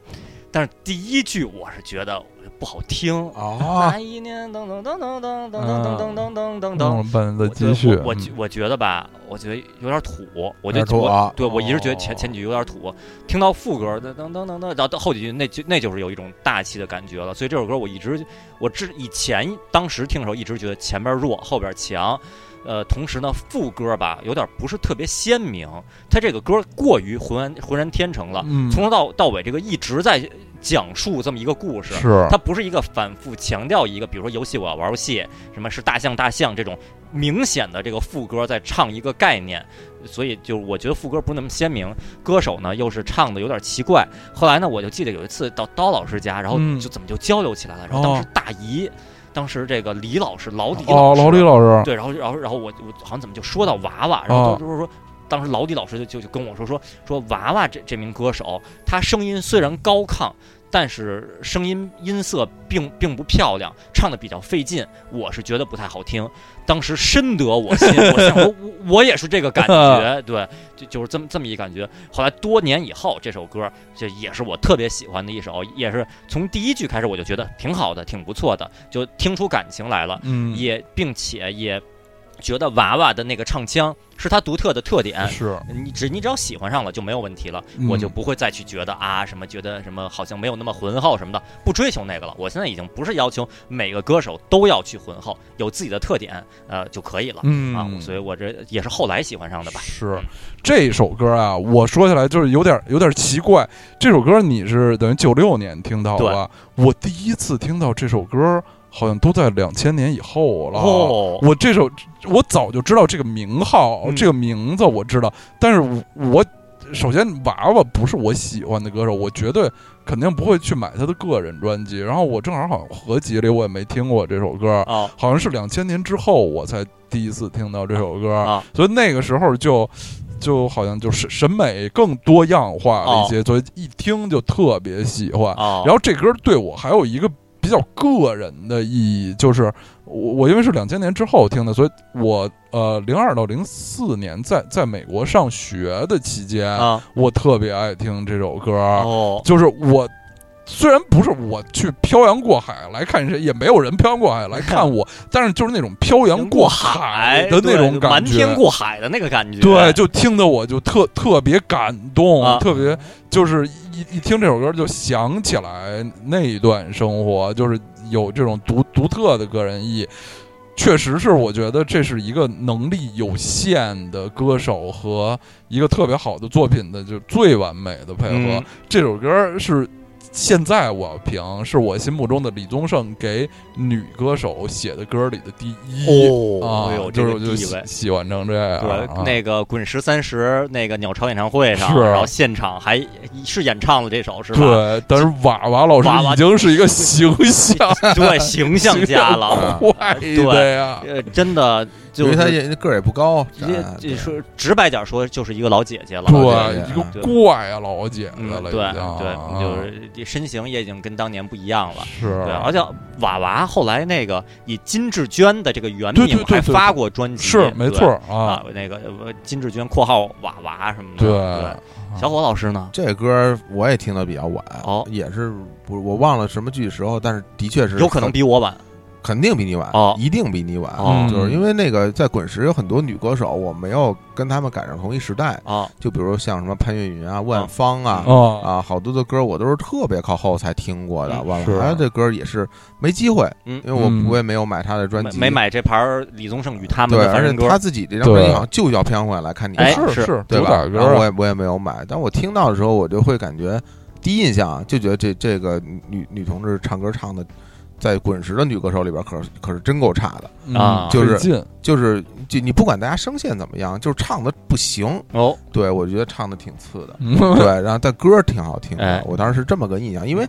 但是第一句我是觉得不好听。啊那一年噔噔噔噔噔噔噔噔噔噔噔弄噔嗯了半的我觉积得蓄，嗯我我觉我觉得吧，我觉得有点土，我有点觉土得啊我对我一直觉得哦前前几句有点土，听到副歌噔噔噔噔噔，然后到后几句那就那就是有一种大气的感觉了。所以这首歌我一直我之以前当时听的时候一直觉得前边弱后边强，呃，同时呢，副歌吧有点不是特别鲜明，它这个歌过于浑然浑然天成了，嗯，从头到到尾这个一直在讲述这么一个故事，是它不是一个反复强调一个，比如说游戏我要玩游戏，什么是大象大象这种明显的这个副歌在唱一个概念，所以就我觉得副歌不是那么鲜明，歌手呢又是唱的有点奇怪。后来呢，我就记得有一次到刀老师家，然后嗯就怎么就交流起来了，然后当时大姨，当时这个李老师老李哦，师老李老师，对，然后然后然后我我好像怎么就说到娃娃，然后哦就就是说。当时老李老师就就就跟我说说说娃娃这这名歌手，他声音虽然高亢，但是声音音色并并不漂亮，唱的比较费劲，我是觉得不太好听。当时深得我心，我想说我我也是这个感觉，对，就就是这么这么一感觉。后来多年以后，这首歌就也是我特别喜欢的一首，也是从第一句开始我就觉得挺好的，挺不错的，就听出感情来了。嗯，也并且也觉得娃娃的那个唱腔是他独特的特点。是，你只你只要喜欢上了就没有问题了，嗯我就不会再去觉得啊什么觉得什么好像没有那么浑厚什么的，不追求那个了。我现在已经不是要求每个歌手都要去浑厚，有自己的特点，呃就可以了、嗯啊。所以我这也是后来喜欢上的吧。是这首歌啊，我说起来就是有点有点奇怪。这首歌你是等于九六年听到的吧？我第一次听到这首歌，好像都在两千年以后了。哦，我这首我早就知道这个名号，嗯这个名字我知道，但是我我首先娃娃不是我喜欢的歌手，我绝对肯定不会去买他的个人专辑。然后我正好好像合集里我也没听过这首歌，哦好像是两千年之后我才第一次听到这首歌。啊所以那个时候就就好像就是审美更多样化了啊一些，所以一听就特别喜欢。哦，然后这歌对我还有一个比较个人的意义，就是我我因为是两千年之后听的，所以我呃零二到零四年在在美国上学的期间，啊我特别爱听这首歌，哦就是我。虽然不是我去漂洋过海来看谁，也没有人漂洋过海来看我，但是就是那种漂洋过海的那种对感瞒觉，天过海的那个感觉，对，就听得我就特特别感动，啊特别就是一一听这首歌就想起来那一段生活，就是有这种独独特的个人意义。确实是，我觉得这是一个能力有限的歌手和一个特别好的作品的就最完美的配合。嗯这首歌是现在我要评，是我心目中的李宗盛给女歌手写的歌里的第一。哦，哎啊呦，，这就个是我就地位喜。喜欢成这样对，啊，那个《滚石三十》那个鸟巢演唱会上，是啊然后现场还是演唱了这首，是吧？对，但是娃娃老师娃娃已经是一个形象 对，形象家 了，坏的 呀，呃，真的因就为他是也个儿也不高，直接啊就说直白点说，就是一个老姐姐了。对对，一个怪啊老姐姐嗯，了，对已经啊嗯对，就是身形也已经跟当年不一样了。是啊对，，而且娃娃后来那个以金志娟的这个原对对名对还对发过专辑，是没对错啊啊，，那个呃金志娟（括号娃娃）什么的。对啊对，，小伙老师呢？这歌我也听的比较晚，哦也是不我忘了什么具体时候，但是的确是有可能比我晚肯定比你晚，哦一定比你晚，哦就是因为那个在滚石有很多女歌手，我没有跟她们赶上同一时代，啊就比如像什么潘越云啊、嗯万芳啊。哦，啊，好多的歌我都是特别靠后才听过的，嗯万是华这歌也是没机会，嗯因为我嗯我也没有买她的专没辑，没买这盘儿李宗盛与他们对，的凡而人且歌他自己这张专辑对好像就叫《偏回来看你吧》，哎是是是对主打吧？歌然后我啊，也我也没有买，但我听到的时候，我就会感觉第一印象啊就觉得这这个女女同志唱歌唱的，在滚石的女歌手里边可是可是真够差的，嗯啊就是 费劲，就是就你不管大家声线怎么样，就是唱的不行，哦，对我觉得唱的挺次的 嗯对，然后但歌儿挺好听的哎，我当时是这么个印象，因为。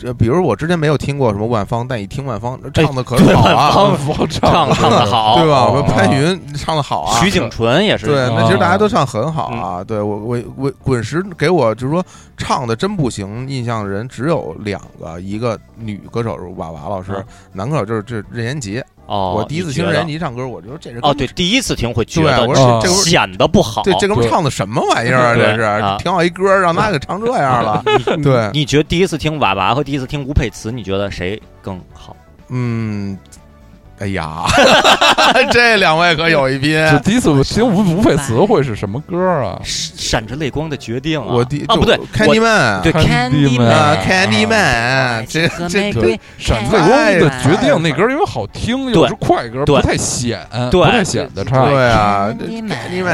这比如我之前没有听过什么万芳，但一听万芳唱的可哎对好万芳啊，好唱唱的好，啊对吧？我哦潘云唱的好啊，徐嗯景纯也是，对，那其实大家啊都唱很好啊。对我，我我滚石给我就是说唱的真不行，印象的人只有两个，一个女歌手是娃娃老师嗯，男歌手就是这任贤齐。哦，我第一次听你觉任得贤齐唱歌，我觉得这人哦，对，，第一次听会觉对，得我说哦这这显得不好，对这哥们对唱的什么玩意儿 啊？对这啊嗯是挺好一歌，让他给唱这 样了。对，你觉得第一次听娃娃和第一次听吴佩慈，你觉得谁更好？嗯，哎呀， 这两位可有一拼。啊就第一次我听无无肺词汇是什么歌啊？闪闪着泪光的决定啊！嗯我第啊不对，我，Candyman，对哎 Candyman 啊 Candyman，Candyman，Candyman，这这哎对闪泪光的决定那歌，因为好听，又是快歌，对不太显，对不太显得唱。对啊，这 Candyman，另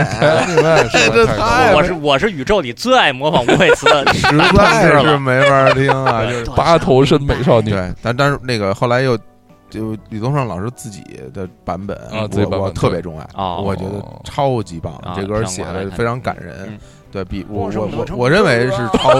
外这这太我是我是宇宙里最爱模仿吴伟慈的 实唱在歌是了。没法听啊，就是。八头身美少女，对，但但是那个后来又就李宗盛老师自己的版本，啊自己版我我本特别钟爱，哦我觉得超级棒，啊这歌写的非常感人，嗯对比我我是我我我是我认为是超，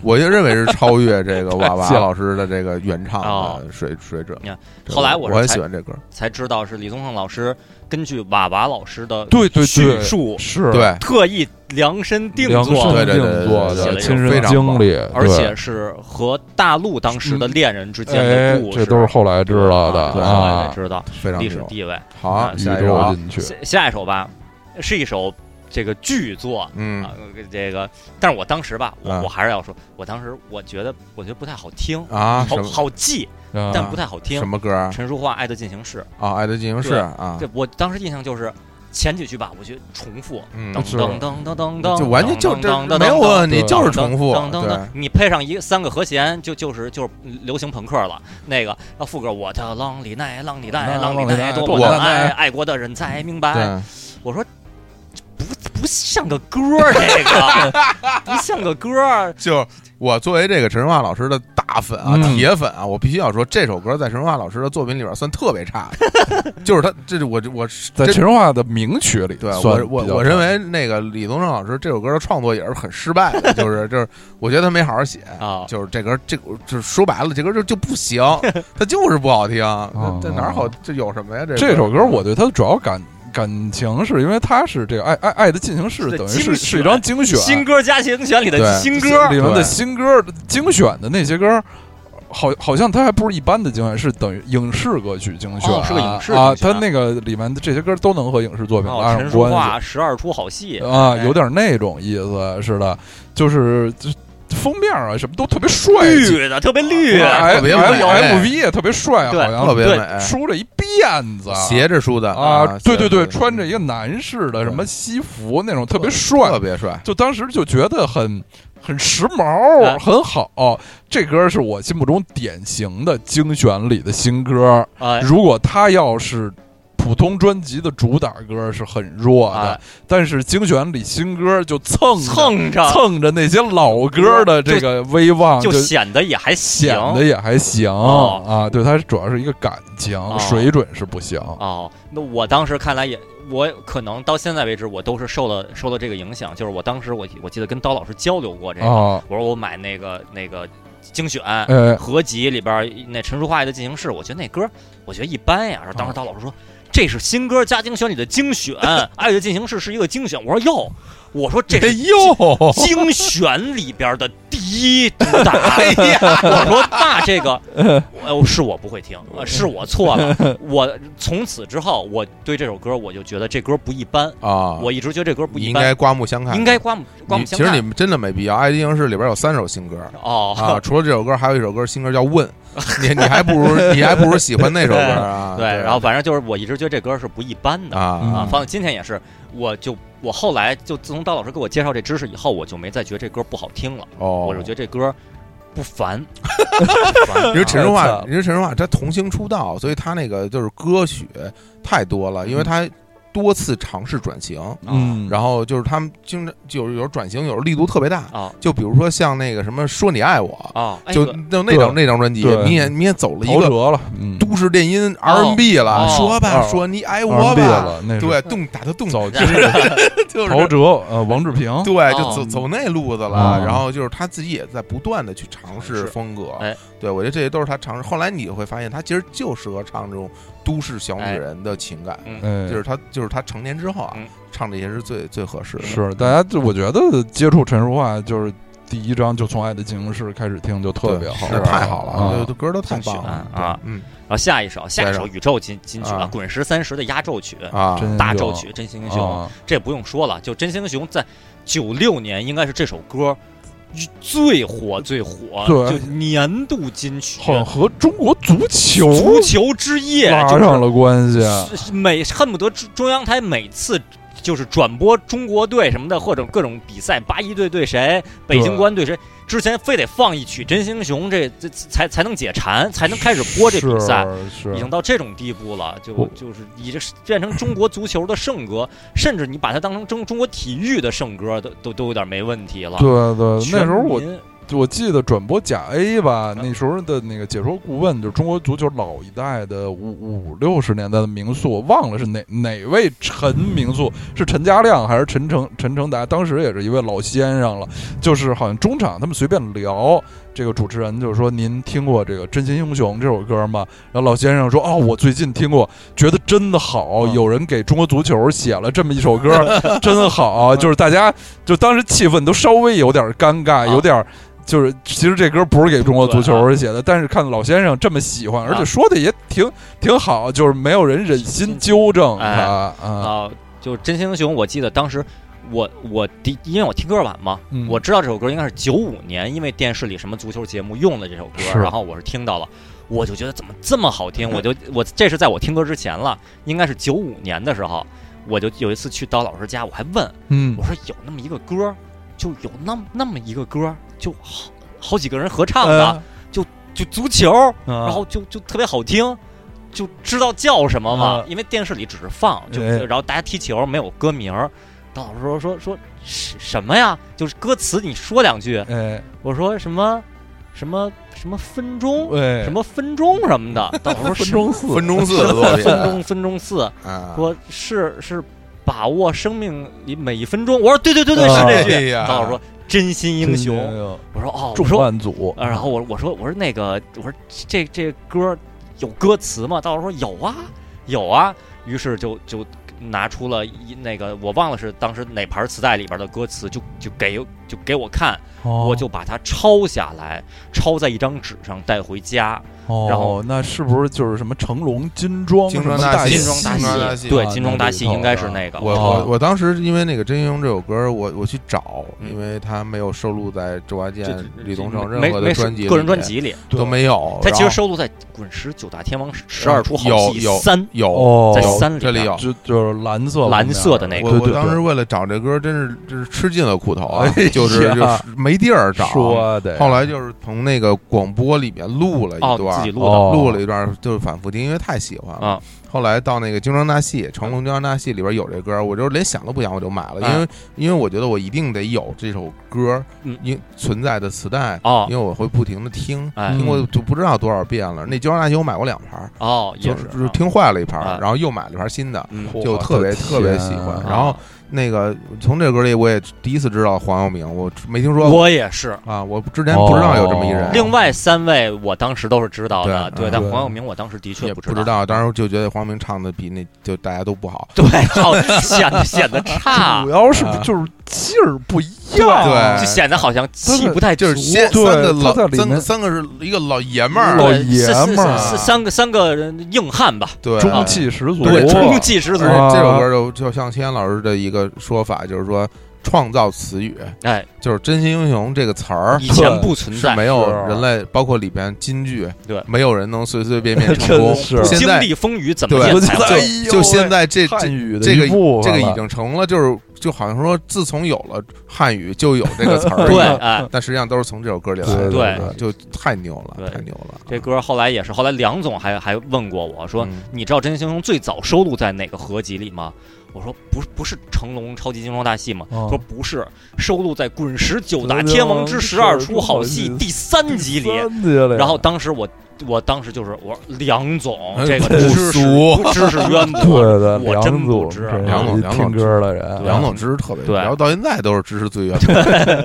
我就认为是超越 这个娃娃行老师的这个原唱哦的水水准呀。这后来我我是很才喜欢这歌，才知道是李宗盛老师根据瓦娃老师的对对叙对，述，是对特意量身定量身做，对对定做写了的一亲首非身常经历，而对且是和大陆当时的恋人之间哎的，故事，这都是后来知道的啊对后来才啊，知道非常历史牛。地位。好，啊宇下一首宙啊，进去，下下一首吧，是一首这个剧作。嗯啊，这个，但是我当时吧，我啊我还是要说，我当时我觉得，我觉得不太好听，啊，什好么好记，但啊不太好听什。么歌啊？陈淑桦《爱的进行式啊爱的进行式对啊》，，这我当时印象就是前几句吧，我觉得重复，嗯，噔是噔噔噔噔噔，就完全就这没有啊问题，对就是重复，噔噔对噔，你配上一三个和弦，就就是就是流行朋克了。那个要副歌，我的浪里奈，浪里奈，浪里奈，多么爱，爱国的人才明白。对。我说不不像个歌儿，这个不像个歌儿。 就我作为这个陈淑桦老师的大粉啊、嗯铁粉啊，我必须要说，这首歌在陈淑桦老师的作品里边算特别差的， 就是他，这是我我是在真陈淑桦的名曲里对算比较我少，我我认为那个李宗盛老师这首歌的创作也是很失败 的，就是就是我觉得他没好好写。啊，就是这歌，这就是说白了，这歌就就不 行，它就是不好听。哦这这哪儿好？这有什么呀？这这首歌我就对它的主要感感情是因为它是这个爱爱爱的进行式，是等于精选是是一张精选新歌加精选里的对新歌里面对的新歌精选的那些歌。好，好像它还不是一般的精选，是等于影视歌曲精选、哦是个影视啊。精选它那个里面的这些歌都能和影视作品哦，拉陈上淑关系。桦十二出好戏啊，哎有点那种意思似的，就是就封面啊，什么都特别帅气，绿的特别绿，哎特别美 L M V 也特别帅，对好像特别对美，梳着一辫子，斜着梳的啊，对对对，穿着一一个男士的对什么西服那种，特特别帅特，别帅。就当时就觉得很。很时哎髦，很好。这歌是我心目中典型的精选里的新歌。哎如果它要是普通专辑的主打歌，是很弱的。啊，但是精选里新歌就蹭着蹭着蹭着那些老歌的这个威望，就就显得也还行显。得也还行哦啊。对，它主要是一个感情哦水准是不行。哦，那我当时看来也，我可能到现在为止，我都是受了受了这个影响。就是我当时我我记得跟刀老师交流过这个，啊，我说我买那个那个精选呃，合集里边儿那陈淑桦爱的进行式，我觉得那歌我觉得一般呀。然后当时刀老师说。这是新歌加精选里的精选，《爱的进行式》是一个精选。我说哟，我说这啊哎是呦，精选里边的第一主 打。哎我说那这个，呃，是我不会听，嗯呃是我错 了。我从此之后，我对这首歌我就觉得这歌不一般。啊！我一直觉得这歌不你一应该般，刮目相看，应该刮目刮目你相其实看。你们真的没必要，《爱的应是》里边有三首新歌。啊，哦，除了这首歌，还有一首歌新歌叫《问》，你你还不如你还不如喜欢那首歌啊。 对，然后反正就是我一直觉得这歌是不一般的啊，啊嗯。放到今天也是，我就我后来就自从刀老师给我介绍这知识以后，我就没再觉得这歌不好听了，哦，我就觉得这歌不 烦。因为陈太淑桦惨，了因为陈淑桦她童星出道，所以她那个就是歌曲太多了，嗯因为她多次尝试转型，嗯，然后就是他们经常有有时候转型，有时候力度特别大，啊就比如说像那个什么《说你爱我啊，哎》，就对就那张那张专辑，对你也你也走了一陶个喆了，嗯，都市电音 R&B 了，哦说吧，哦说你爱我 R&B 吧，了，那是对，动打他动早期 就是陶喆，呃，王志平，对，就哦走走那路子了。哦然后就是他自己也在不断的去尝试是风格，哎对我觉得这些都是他尝试。后来你会发现，他其实就适合唱这种都市小女哎人的情感，嗯哎就是他就是他成年之后啊，嗯唱这些是最最合适的。是大家就我觉得接触陈淑桦就是第一章就从《爱的进行式》开始听就特对别好，是太好了，啊这这歌都太棒精了选啊对嗯然后下一首，下一下一首首宇宙金金曲啊啊，滚石三十的压轴曲，啊，真大有轴曲《真心英雄》，哎啊这不用说了，就《真心英雄》在九六年应该是这首歌最火最火，对就年度金曲，好像和中国足球足球之夜拉就是上了关系。是每恨不得中中央台每次就是转播中国队什么的，或者各种比赛，八一队对谁，北京国安对谁，之前非得放一曲《真英雄》这，这才才能解馋，才能开始播这比赛。是已经是到这种地步了，就我就是已经是变成中国足球的圣歌，甚至你把它当成中中国体育的圣歌，都都都有点没问题了。对对，那时候我全民我记得转播甲 A 吧，那时候的那个解说顾问就是中国足球老一代的五五六十年代的名宿，我忘了是哪哪位陈名宿，是陈家亮还是陈成陈成达，当时也是一位老先生了。就是好像中场他们随便聊，这个主持人就是说：“您听过这个《真心英雄》这首歌吗？”然后老先生说：“哦，我最近听过，觉得真的好，嗯有人给中国足球写了这么一首 歌，真好。”就是大家就当时气氛都稍微有点尴尬，有点。就是，其实这歌不是给中国足球写的，但是看老先生这么喜欢，而且说的也挺挺好，啊就是没有人忍心纠正他哎啊。啊，就《真心英雄》，我记得当时我我第因为我听歌晚嘛，嗯我知道这首歌应该是九五年，因为电视里什么足球节目用的这首歌是，然后我是听到了。我就觉得怎么这么好听，我就我这是在我听歌之前了，应该是九五年的时候，我就有一次去刀老师家，我还问嗯我说有那么一个歌儿，就有那么那么一个歌儿，就好好几个人合唱的，呃啊就足球，啊然然后就就特别好听，就知道叫什么嘛啊，因为电视里只是放，就哎然后大家踢球没有歌名儿。当老师说说说什什么呀？就是歌词，你说两句。哎我说什么什么什么分钟，哎什 么分钟什么的。当老师说钟四分钟四什的么分作品钟分钟四，啊，说是是把握生命里每一分钟。我说对对对对，啊是这哎句。呀当老师说真心英雄。我说哦，我重说案组，啊，然后我我说我说那个我说这这歌有歌词吗？到时候说有啊有啊，于是就就拿出了一那个我忘了是当时哪盘磁带里边的歌词，就就给就给我看，哦哦我就把它抄下来，抄在一张纸上带回家。哦，然后那是不是就是什么成龙金装金什么装大戏金戏装金装大大戏，戏对啊，金装那大这戏一套应该是的那个。我哦我我当时因为那个《真英雄》这首歌，我我去找，嗯因为它没有收录在周华健这这、李宗盛任没何没的是专辑里面，个人专辑里，都没有。它其然实后收录在《滚石九大天王十二出好有戏有三》有，哦，在有三里这里边有。就就是蓝色蓝色的那个我对我对当时对为了找这歌，真是真是吃尽了苦头啊哎呀，就是就是没地儿找。说的后来就是从那个广播里面录了一哦，自段己，录的哦录了一段，就是反复听，因为太喜欢了。啊，后来到那个精装大戏，成龙精装大戏里边有这歌，我就连想都不想，我就买了，啊因为因为我觉得我一定得有这首歌嗯，因存在的磁带，哦因为我会不停的听，哎听过就不知道多少遍了。那精装大戏我买过两盘儿，哦，也就是就是听坏了一盘啊儿，然后又买了一盘新的，嗯，就特别特别喜欢啊嗯然后那个从这歌里我也第一次知道黄耀明，我没听说过我也是。啊，我之前不知道有这么一人哦，另外三位我当时都是知道的，对对，嗯但对黄晓明我当时的确也知知道，当时就觉得黄耀明唱的比那就大家都不好，对，好显得显得差 主，要是啊就是劲儿不一样，对就显得好像气不太足就是先对三个他在老里三面个三个是一个老爷们老儿，对是爷们儿是是是三个三个人硬汉吧，对中气啊十足，对中气十足而，且这首歌就就像秦岩老师的一个说法，就是说创造词语，哎，就是“真心英雄”这个词儿以前不存是在，没有是啊人类，包括里边金句，对没有人能随随便 便成真功。是现经在历风雨怎么对见我才觉得会哎就呦就现在这这汉语的这个一部这分个了已经成了，就是就好像说，自从有了汉语，就有这个词 儿。对， 哎，但实际上都是从这首歌里来对的。对就太牛了，对太牛了。这歌后来也是，后来梁总还还问过我说，嗯你知道《真心英雄》最早收录在哪个合集里吗？我说不是，不是成龙超级精装大戏吗？哦他说不是，收录在《滚石九大天王之十二出好戏》第三集里。啊三集了呀然后当时我，我当时就是我说梁总哎这个不知识俗知识渊对 博，的，我梁真不总知这梁总梁听总歌的人，梁总知识特别多，对然后到现在都是知识最渊博，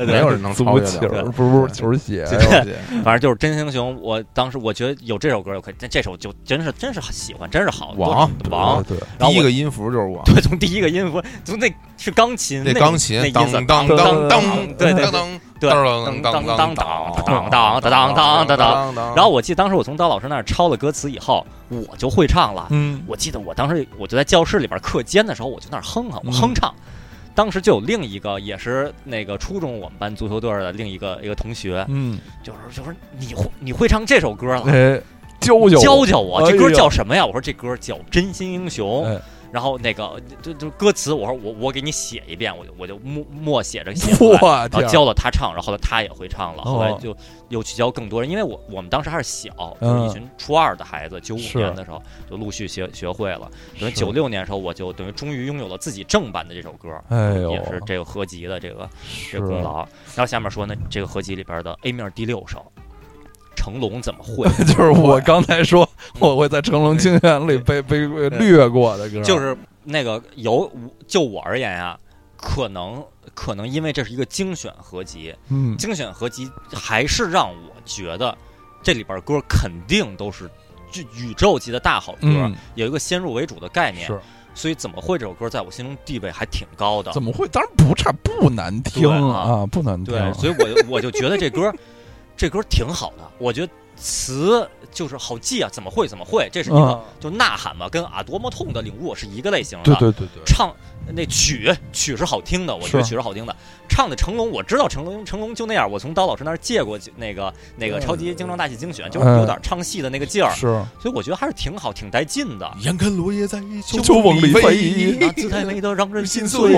没有人能超足越球梁哎不是不是球鞋，这东西反正就是《真心英雄》，我当时我觉得有这首歌就可以，但这首就真是真是喜欢，真是好王多王，对，然后第一我个音符就是我。对从第一个音符，从那是钢琴，那个钢那琴，音色当当当当当，对对当对当，对当当当当啊然后我记得当时我从刀老师那儿抄了歌词以后，我就会唱了。嗯，嗯我记得我当时我就在教室里边课间的时候，我就那儿哼哼，我哼唱。当时就有另一个也是那个初中我们班足球队儿的另一个一个同学，嗯，就是就是你会你会唱这首歌了，哎，教教教教我，哎这歌呦叫什么呀？我说这歌叫《真心英雄》哎。然后那个就就歌词，我说我我给你写一遍，我就我就默默写着写出来，我然天后，教了他唱，然后后来他也会唱了，哦后来就又去教更多人，因为我我们当时还是小，就嗯是一群初二的孩子，九五是年的时候就陆续学学会了，等于是九六年的时候我就等于终于拥有了自己正版的这首歌，哎呦，也是这个合集的这个这是啊个功劳。然后下面说呢，这个合集里边的 A 面第六首，成龙怎么会？ 就是我刚才说，我会在《成龙经典》里被被被略过的歌， 就是那个有就我而言啊，可能可能因为这是一个精选合集，嗯，精选合集还是让我觉得这里边歌肯定都是就宇宙级的大好歌，嗯有一个先入为主的概念，是所以怎么会这首歌在我心中地位还挺高的怎。么会？当然不差，不难听对啊，啊不难听，对，所以我就我就觉得这歌 这歌挺好的，我觉得词就是好记啊，怎么会怎么会，这是一个、嗯就呐喊嘛，跟啊多么痛的领悟是一个类型的。对对对对，唱那曲曲是好听的，我觉得是曲是好听的。唱的成龙，我知道成龙，成龙就那样。我从刀老师那儿借过那个那个超级精装大戏精选，就是有点唱戏的那个劲儿，是所以我觉得还是挺好，挺带劲 的。眼看落叶在秋秋风里飞啊那姿态美得让人心碎，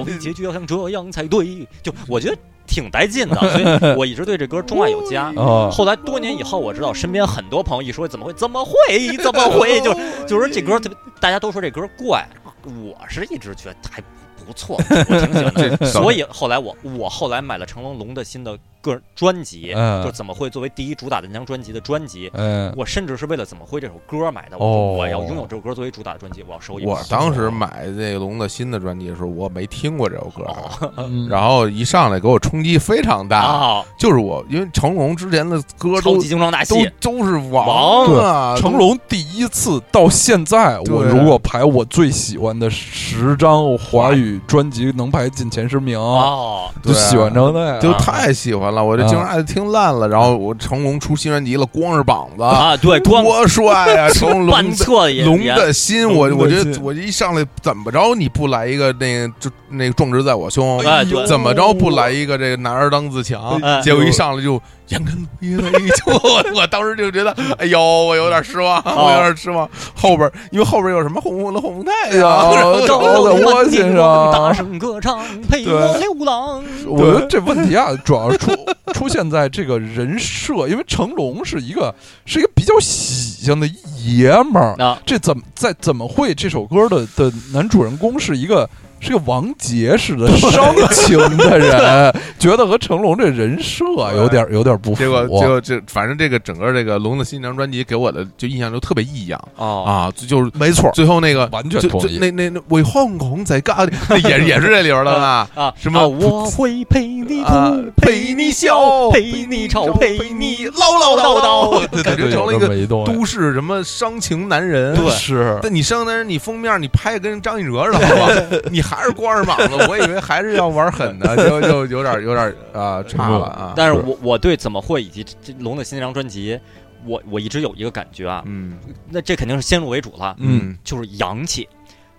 我们结局要像这样才对。就我觉得挺带劲的，所以我一直对这歌钟爱有加。啊，后来多年以后，我知道身边很多朋友一说怎么会怎么会怎么会，就就是说这歌特别，大家都说这歌怪，我是一直觉得还不错，我挺 喜欢的。这所以后来我我后来买了成龙龙的新的个专辑，嗯就怎么会作为第一主打的那张专辑的专辑。嗯，我甚至是为了《怎么会》这首歌买的，我哦说我要拥有这首歌作为主打的专辑，我要收一本我当时买这个龙的新的专辑的时候，我没听过这首歌啊，嗯然后一上来给我冲击非常大，啊，就是我因为成龙之前的歌超都级精装大都戏，都是王啊，成龙第一次到现在，对我如果排我最喜欢的十张华语专辑，能排进前十名，哦，对就喜欢成啊那样。就太喜欢了，我这经常爱听烂了。然后我成龙出新专辑了，光着膀子，啊，对，光多帅 啊！成龙半的侧也龙的心，我龙的我觉得心我一上来怎么着你不来一个那个就那个壮志在我胸，哎对怎么着不来一个这个男儿当自强？哎结果一上来就杨根 一来一球，我我当时就觉得，哎呦，我有点失望，哦我有点失望。后边因为后边有什么红红的红红太啊阳， 哎呦高我楼的万我里先生望，大声歌唱，陪我流浪。我觉得这问题啊，主要是出出现在这个人设，因为成龙是一个是一个比较喜庆的爷们儿。啊，这怎么在怎么会这首歌的的男主人公是一个是个王杰似的伤情的人，觉得和成龙这人设有点有点不符。结果结果这反正这个整个这个龙的新张专辑给我的就印象就特别异样哦啊，就就是没错，最后那个完全就同就意那那那为香港在家，那也也是这里边的吧？啊！什么啊我会陪你啊哭，陪你笑，陪你吵，陪你唠唠叨叨，对感觉对成有了一这么个一东西都市什么伤情男人。对是但你伤男人，你封面你拍跟张信哲 似的，你还是光着膀子，我以为还是要玩狠的，就就有点有点啊差了啊。但是是我我对怎么会以及这这龙的新那张专辑，我我一直有一个感觉啊，嗯那这肯定是先入为主了，嗯，就是洋气。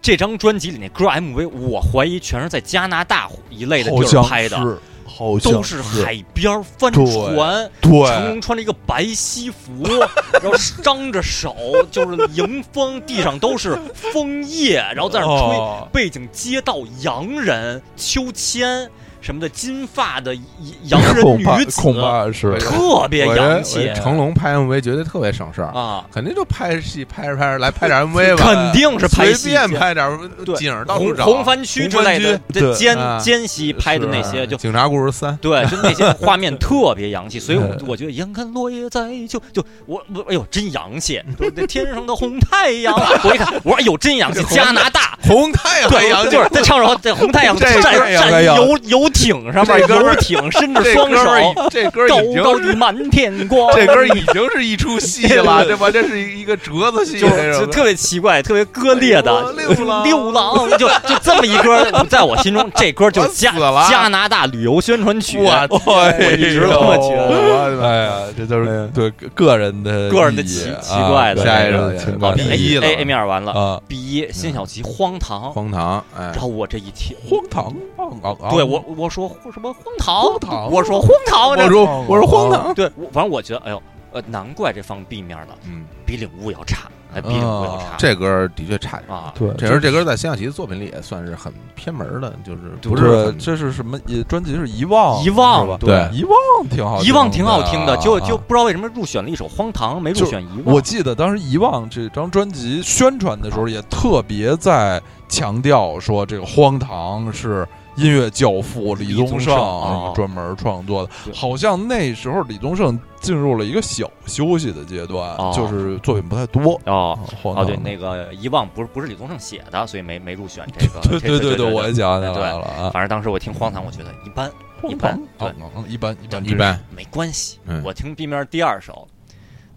这张专辑里那歌 MV，我怀疑全是在加拿大一类的好地儿像拍的，是好像都是海边儿帆对船，成对龙穿着一个白西服， 然后张着手，就是迎风，地上都是枫叶，然后在那儿吹，哦背景街道洋人、秋千什么的，金发的洋人 恐女怕子，恐怕哎是特别我觉洋得哎气成龙拍 MV 绝对特别省事儿，啊，肯定就拍戏拍着拍着来拍点 MV 吧，肯定是拍随戏便拍点儿对景儿，到处红找红番区之类的，这对奸啊奸细拍的那是些就。警察故事三， 对，就那 些画面特别洋气，所以我嗯我觉得眼看落叶在就就我我哎呦真洋气，就是那天上的红太阳，我一看我说哎 呦真洋气，加拿大。红太对，阳，就是在唱首《这红太阳 这战个战哎呦油油艇上面，这哥们游儿艇伸着这双哥们儿手，已，这歌已高高经的是满天光。这歌已经是一出戏了，对吧？这是一个折子戏，就这是种就特别奇怪，特别割裂的哎呦六郎六郎，就就这么一歌，在我心中这歌就是加我死了加拿大旅游宣传曲。我我一直这么觉得。得。哎呀，这都是对个个人的个人的意义奇啊奇怪的下一个首人的情怪况的哎第意义一了 A A 面完了啊， ，B 一辛晓琪荒唐，荒唐，哎然，后我这一听，荒唐，啊昂昂昂对我我说什么荒唐，荒唐我说荒唐，我说我说荒 唐，对，我反正我觉得，哎呦，呃，难怪这放 B 面的嗯，比领悟要差，哎，比领悟哦要差，这歌的确差点。啊，对，这歌这歌在辛晓琪的作品里也算是很偏门的，就是不是对，很这是什么？也专辑是遗忘，遗忘是吧？对遗忘挺好，遗忘挺好听的，就啊就不知道为什么入选了一首荒唐，没入就选遗忘。我记得当时《遗忘》这张专辑宣传的时候，也特别在强调说，这个荒唐是音乐教父李宗李宗盛盛哦专门创作的。对好像那时候李宗盛进入了一个小休息的阶段，哦就是作品不太多。啊哦荒哦，唐对，的那个遗忘不是不是李宗盛写的，所以没没入选这个。 对对这对对我也想起对来了啊，反正当时我听荒唐，我觉得一般，一般荒唐，啊啊一般一般一般，没关系。嗯我听 B 面第二首，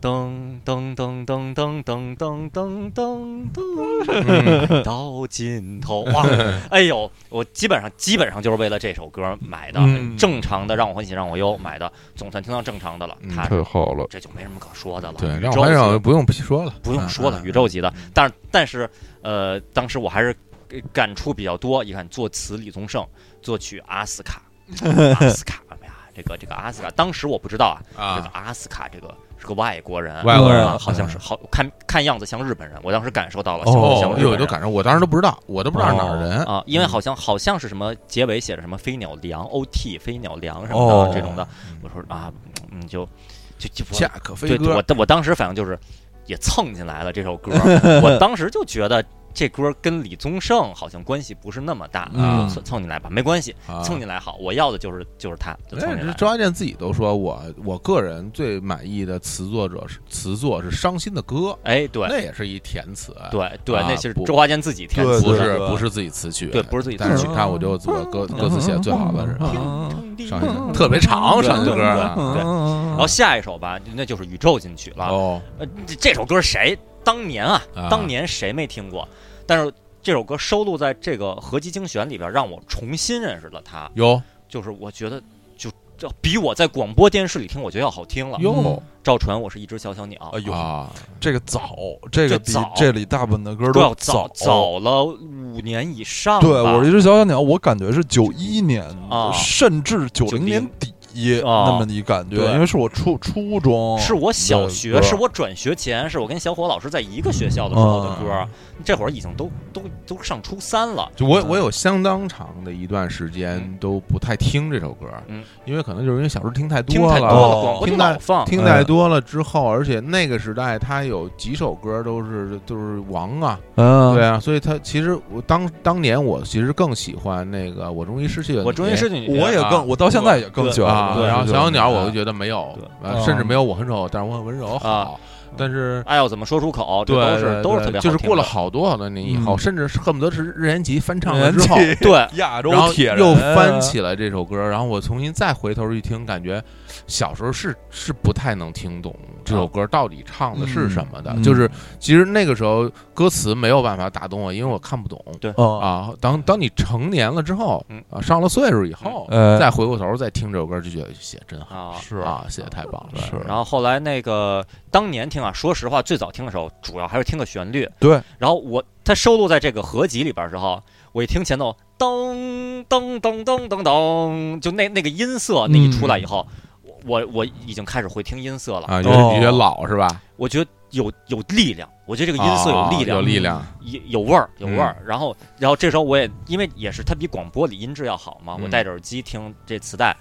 噔噔噔噔噔噔噔噔噔噔，嗯到尽头哇！哎呦，我基本上基本上就是为了这首歌买的，嗯正常的让我欢喜让我忧买的，总算听到正常的了嗯。他、太好了。这就没什么可说的了。对，宇让宙我还级让不用说了，不用说了，嗯宇宙级的。但是但是呃，当时我还是呃感触比较多。一看作词李宗盛，作曲阿斯卡，阿斯卡，哎呀，这个这个阿斯卡，当时我不知道啊，这个啊，阿斯卡这个是个外国人，外国人嗯啊好像是好看看样子像日本人，我当时感受到了，像像哦，日有嗯本就人。赶上，我当时都不知道，我都不知道是哪儿人，啊，因为好像好像是什么结尾写着什么飞鸟梁 OT 飞鸟梁什么哦的这种的，我说啊，嗯，就就就恰可飞对，哥我，当我当时反正就是也蹭进来了这首 歌，我当时就觉得这歌跟李宗盛好像关系不是那么大，啊嗯就蹭蹭进来吧，没关系，啊蹭进来好，我要的就是就是他，就蹭进哎来。周华健自己都说我，我个人最满意的词作者是词作是伤心的歌，哎，对那也是一填词，对对，啊那是不周华健自己填对词不对的，是对不是自己词曲，对不是自己词曲嗯但是你看，我就我歌歌词写的最好的是啊伤心的，特别长，伤心的歌啊，对然后下一首吧，那就是宇宙进去了。哦，呃，这这首歌谁当年啊啊，当年谁没听过？但是这首歌收录在这个合集精选里边，让我重新认识了他。有就是我觉得就这比我在广播电视里听我觉得要好听了。有赵传，我是一只小小鸟，哎呦，啊，这个早，这个这比早这里大部分的歌都要都早早了五年以上吧。对，我一只小小鸟，我感觉是九一年，啊甚至九零90年底啊那么一感觉，对因为是我初初哦中，是我小的学，歌是我转学前，是我跟小伙老师在一个学校的时候的歌。嗯这会儿已经都都都上初三了。就我我有相当长的一段时间嗯都不太听这首歌，嗯，因为可能就是因为小时候听太听太多了。了，广播就听到老放。听太多了之后，而且那个时代他有几首歌都是都是王啊，嗯，对啊，所以他其实我当当年我其实更喜欢那个我终于失去了你，我终于失去去你，我也啊更，我到现在也更喜欢啊，我对然后是小小鸟这我样就觉得没有对，嗯啊呃甚至没有我很丑，但是我很温柔好，但是。爱要哎怎么说出口，这对，都是对都是对嗯特别好就是听过了的好多好多年以嗯后，甚至是恨不得是任贤齐翻唱了人之后，气 对 亚洲然后铁人又翻起来这首歌，然后我重新再回头一听，感觉小时候是是不太能听懂这啊首歌到底唱的是什么的，嗯就是其实那个时候歌词没有办法打动我，因为我看不懂。啊，啊，当当你成年了之后哦嗯，啊，上了岁数以后，呃再回过头再听这首歌，就觉得写得真好啊。是啊，写的太棒了，是然后后来那个当年听啊，说实话，最早听的时候主要还是听个旋律。对。然后我它收录在这个合集里边儿之后，我一听前头噔噔噔噔噔噔，就那那个音色那一出来以后，我我已经开始会听音色了。哦嗯啊，有点有点老是吧？我觉得有有力量，我觉得这个音色有力量，嗯啊有力量，有有味儿，有味儿。然后，然后这时候我也因为也是它比广播里音质要好嘛，嗯我戴着耳机听这磁带，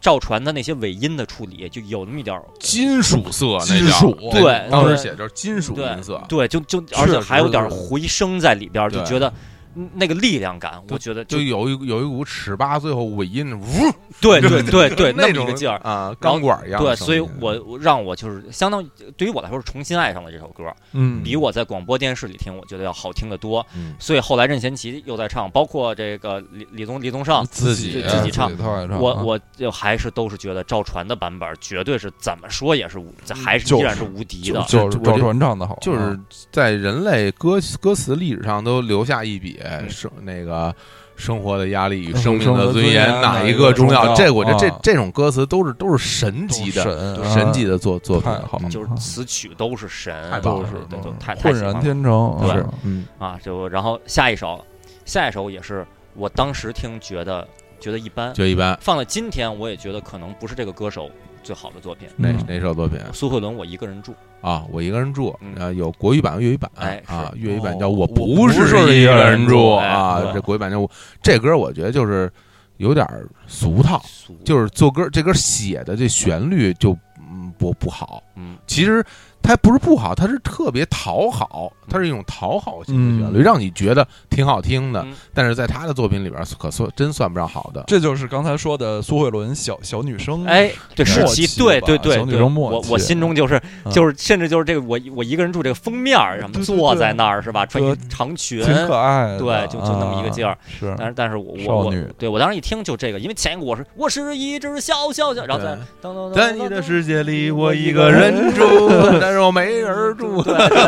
赵传的那些尾音的处理就有那么一点儿，金属色，金属那叫对当时对写的就是金属对音色，对，就就确实而且还有点儿回声在里边儿，就觉得嗯那个力量感，我觉得就就有一有一股尺八，最后尾音，呜， 对对对对，那那么种一个劲儿。啊，钢管一样对，的声所以音。我我让我就是相当于对于我来说是重新爱上了这首歌，嗯比我在广播电视里听我觉得要好听得多。嗯所以后来任贤齐又在唱，包括这个李李宗李宗盛，自己啊自己唱自掏耳朵我啊我就还是都是觉得赵传的版本绝对是怎么说也是无，这还是就依然是无敌的。就是我觉赵得传唱的好啊，就是在人类歌歌词历史上都留下一笔嗯生那个生活的压力与生命生活的的尊尊严严哪哪一一个个重重要？要这我觉得这啊这种歌词都是都是神级的神神级的的作作品太好，了嗯就是词曲都是神，太棒就了是对对，嗯太太浑喜欢然了天成，对是嗯啊！就然后下一首，下一首也是我当时听觉得觉得一般，就一般。放到今天我也觉得可能不是这个歌手最好的作品。哪嗯哪首作品苏慧伦，我一个人住，啊？我一个人住嗯啊，有国语版、粤语版哎是啊，粤语版哦叫《我我不不是是一一个个人人住》住哎啊，对这国语版叫我这歌，我觉得就是有点儿俗套，苏哦就是做歌这歌写的这旋律就嗯不不好，嗯其实它不是不好，它是特别讨好，它是一种讨好型的旋律，嗯让你觉得挺好听的，嗯但是在他的作品里边可算真算不上好的。这就是刚才说的苏慧伦小小女生，哎，对，嗯是舒吧淇，对对对小女对，生默我契我心中就是嗯就是，甚至就是这个我我一个人住这个封面儿什么，对对坐对在那儿是吧，穿一对长裙挺，可爱的，对就就那么一个劲儿啊是但是但是我我少我女对我当时一听就这个，因为前一个我是我是一只小小小，然后再噔噔噔在噔你噔的噔，世界里，我一个人住， 但是我没人住。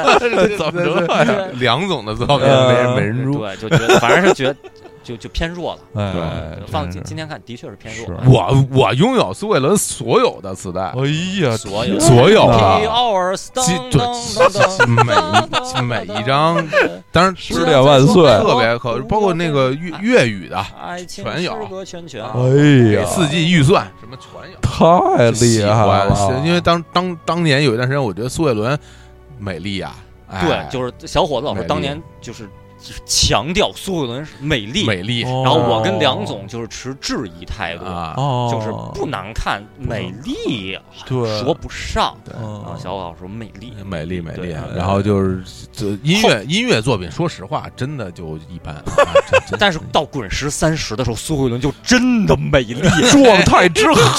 怎么着呀？对梁总的作品呃没人没人住。对，就觉得反正是觉得就就偏弱了。哎对，放今真是今天看的确是偏弱是了。我我拥有苏慧伦所有的磁带，哎呀，所有所有啊 P 的， hours 几噔对噔噔每每一张，当然十点啊万岁特别可，包括那个粤粤语的，哎爱情全有是个圈圈，啊哎给呀，四季预算什么全有。太厉喜害欢了，是因为当当当年有一段时间，我觉得苏慧伦美丽啊，哎对，就是小伙子老师美丽当年就是就是强调苏慧伦是美丽，美丽哦然后我跟梁总就是持质疑态度，啊，哦，就是不难看，美丽对说不上。啊，嗯小伙子说美丽，美丽美丽对啊。对然后就是这音乐音乐作品，说实话，真的就一般。啊 真但是到滚石三十的时候，苏慧伦就真的美丽，状态之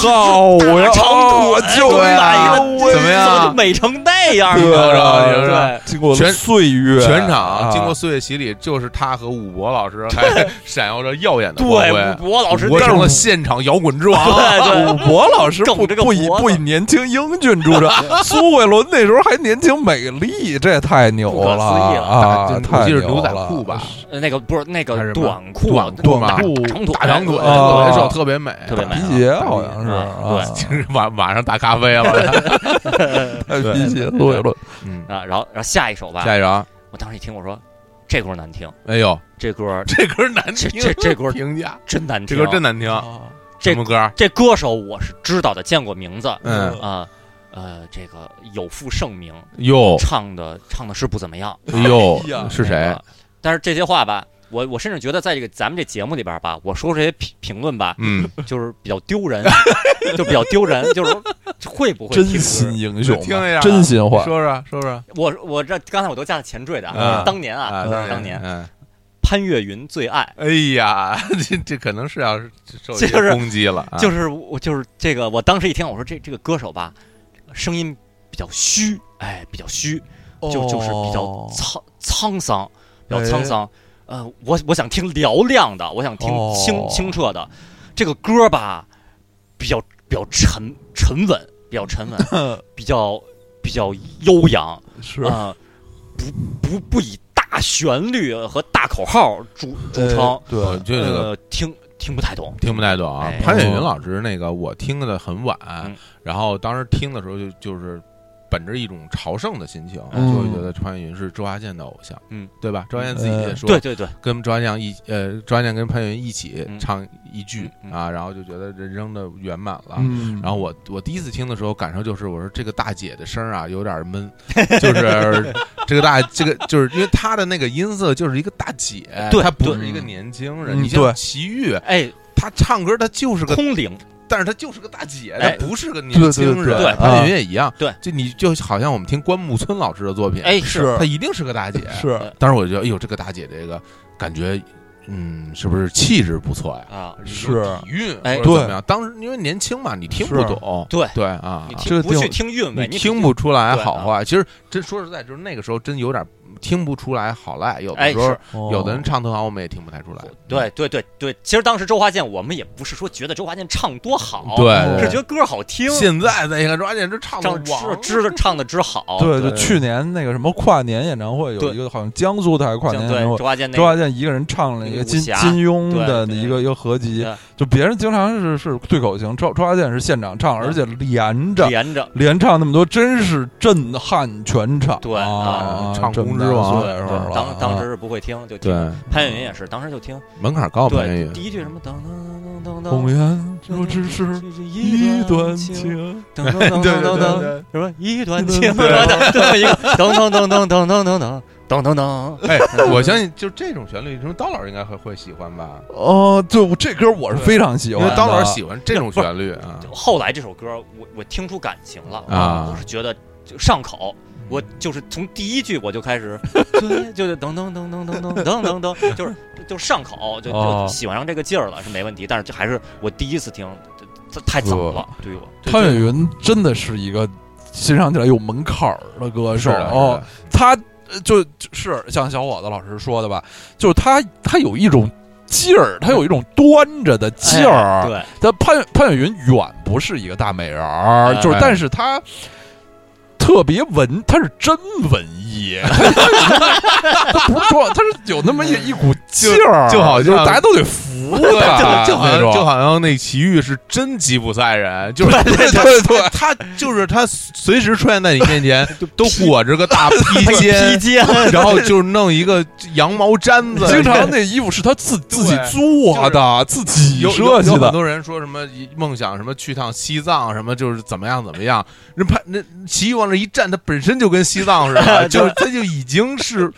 大长好呀，哦哎腿就 对来啊了，怎么样就美成那样对了，啊是吧经过全岁月，全场啊经过岁月洗礼，就是他和武博老师还 闪耀着耀眼的对光对，辉。吴博老师我那成种了现场摇滚之 王，对对武博老师不整这个不以脖子不以年轻英俊著称， 苏慧伦那时候还年轻美丽，这也太牛不可思议了大啊！就太我记得牛是牛仔了裤吧，呃那个不是那还是个什么短裤，短裤嘛大大长腿，大长腿，啊特别 瘦，特别美，特别美啊皮鞋好啊像是啊，晚晚上打咖啡了。 太皮鞋苏慧伦，嗯， 啊，然后然后下一首吧，下一首，我当时一听我说这歌难听，哎呦，这歌这歌难听，这这这歌评价，真难这听，啊歌真难听。这什么歌？这歌手我是知道的，见过名字啊、嗯，呃，这个有负盛名，哟唱的唱的是不怎么样。哟哎呀，哦是谁？啊但是这些话吧，我我甚至觉得在这个咱们这节目里边吧，我说这些评评论吧，嗯，就是比较丢人， 就比较丢人，就是说会不会真听歌心英雄听一下嘛，真心话，说说说说我我这刚才我都加了前缀的，啊当年啊，当年嗯，潘越云最爱。哎呀， 这这可能是要受就一些是攻击了啊，就是我就是这个，我当时一听，我说这这个歌手吧，声音比较虚，哎，比较虚，就就是比较哦沧沧桑，比较沧桑。呃，我我想听嘹亮的，我想听哦清清澈的，这个歌吧，比较比较沉沉稳，比较沉稳，比较比较悠扬是啊，不不不以大旋律和大口号著著称呃，我对，就那哦个呃，听听不太懂，听不太懂啊哎。潘越云老师那个我听的很晚嗯，然后当时听的时候就就是。本着一种朝圣的心情，嗯就会觉得张云是周华健的偶像，嗯，对吧？周华健自己也说，对对对，跟周华健一呃，周华健跟潘越云一起嗯唱一句嗯嗯啊，然后就觉得人生的圆满了。嗯，然后我我第一次听的时候，感受就是我说这个大姐的声儿啊有 点闷，就是这个大这个就是因为她的那个音色就是一个大姐，对她不对是一个年轻人。嗯你像对齐豫，哎，她唱歌她就是个空灵，但是她就是个大姐，她哎不是个年对对轻人对对，潘越云也一样，对，就你就好像我们听关牧村老师的作品，哎，是她一定是个大姐，是当时我就觉得，哎呦，这个大姐这个感觉，嗯，是不是气质不错呀？啊，是有底蕴哎或者怎么样？当时因为年轻嘛，你听不懂，对对啊你，这听个不挺去有听韵你味，听不。不出来对啊好坏。其实真说实在，就是那个时候真有点听不出来好赖，有的哎时候是有的人唱特好，我们也听不太出来。对对对对，其实当时周华健，我们也不是说觉得周华健唱多好，对，是对觉得歌好听，现在再一看，抓紧这唱的唱知王知道唱的之好。对对对，去年那个什么跨年演唱会有对一个好像江苏台跨像年演对唱会周。华健那周华个健一个人唱了一个那个武金金侠庸的对对一个一个合集对，就别人经常是是对口型，周周华健是现场唱，对而且连着连着，连唱那么多，真是震撼全场。对啊啊，唱这么功大之王岁数了对当当时啊是不会听就听。对，潘越云也是，当时就听。门槛高，潘越对，云第一句什么噔噔噔噔公噔，园我只是一段，情，噔噔噔噔噔对对对噔，对什么一段情，这 么一个噔噔噔噔噔噔噔噔噔噔噔，哎， 我相信就这种旋律，什么刀老师应该会会喜欢吧？哦，对，我这歌我是非常喜因欢为的，刀老师喜欢这种旋律 啊。后来这首歌我我听出感情了啊嗯我是觉得就上口。我就是从第一句我就开始， 就是噔噔噔噔噔噔噔噔噔，就是就上口，就哦就喜欢上这个劲儿了是没问题。但是这还是我第一次听，这这太早哦了，对于我。潘越云真的是一个欣赏起来有门槛儿的歌是啊手的，哦，他呃就就是像小伙子老师说的吧，就是他他有一种劲儿，他有一种端着的劲儿。啊哎对，但潘潘越云远不是一个大美人儿，哎就是但是他特别文，他是真文艺， 他他不是说他是有那么一一股劲儿，哎就就好像就是大家都得服他，就好像那种就好像那奇遇是真吉普赛人， 就是对对对他就是他随时出现在你面 前，都裹着个大 披披肩，肩，然后就是弄一个羊毛毡子，经常那衣服是他自自己做的，自己有有设计有很的。多人说什么梦想什么去趟西藏什么就是怎么样怎么样，人潘那奇遇往那一站，他本身就跟西藏 似的，就是他就已经是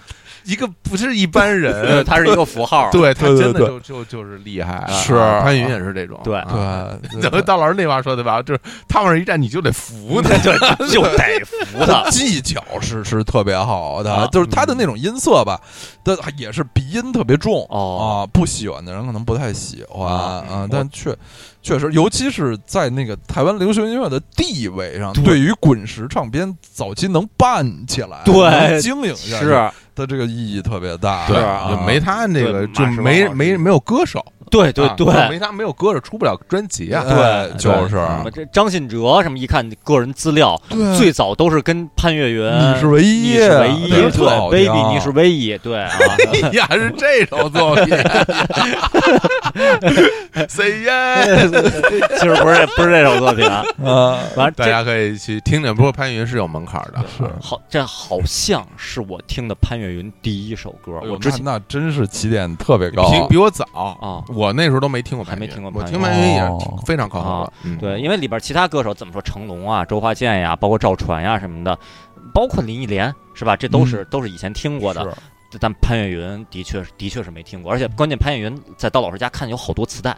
一个不是一 般呃人，它是一个符号。 对他对对真的对就就就是厉害啊，是潘云也是这种，对啊对， 怎么对大老师那话说对吧？就是他往上一站你就得服他，对，就得 服他 他。技巧是是特别好的啊，就是他的那种音色吧，但也是鼻音特别重哦啊。不喜欢的人可能不太喜欢啊啊，但确确实，尤其是在那个台湾流行音乐的地位上，对对于滚石唱片早期能办起来，对能经营下去，它这个意义特别大。对，啊就没他那对个就马世芳没老师没没有歌手，对对啊对，没他没有歌手出不了 专辑啊。哎对嗯就是什么这张信哲什么，一看个人资料，对最早都是跟潘越云，你是唯一，你是唯一，啊那对个特好听，baby 你是唯一，对啊， 哎 呀，是这首作品，Say Yes，其实不是不是这首作品啊，啊，完了大这家可以去听听。不过潘云是有门槛啊的，好这好像是我听的潘越云第一首歌，哎呦我之前那那真是起点特别高，比比我早啊我那时候都没听过潘还云，没听过我潘听云潘云也是哦非常靠后了啊。嗯对，因为里边其他歌手怎么说，成龙啊、周华健呀，包括赵传呀什么的，包括林忆莲是吧？这都是都是以前听过的，是但潘越云的确的确是没听过，而且嗯关键潘越云在刀老师家看有好多磁带，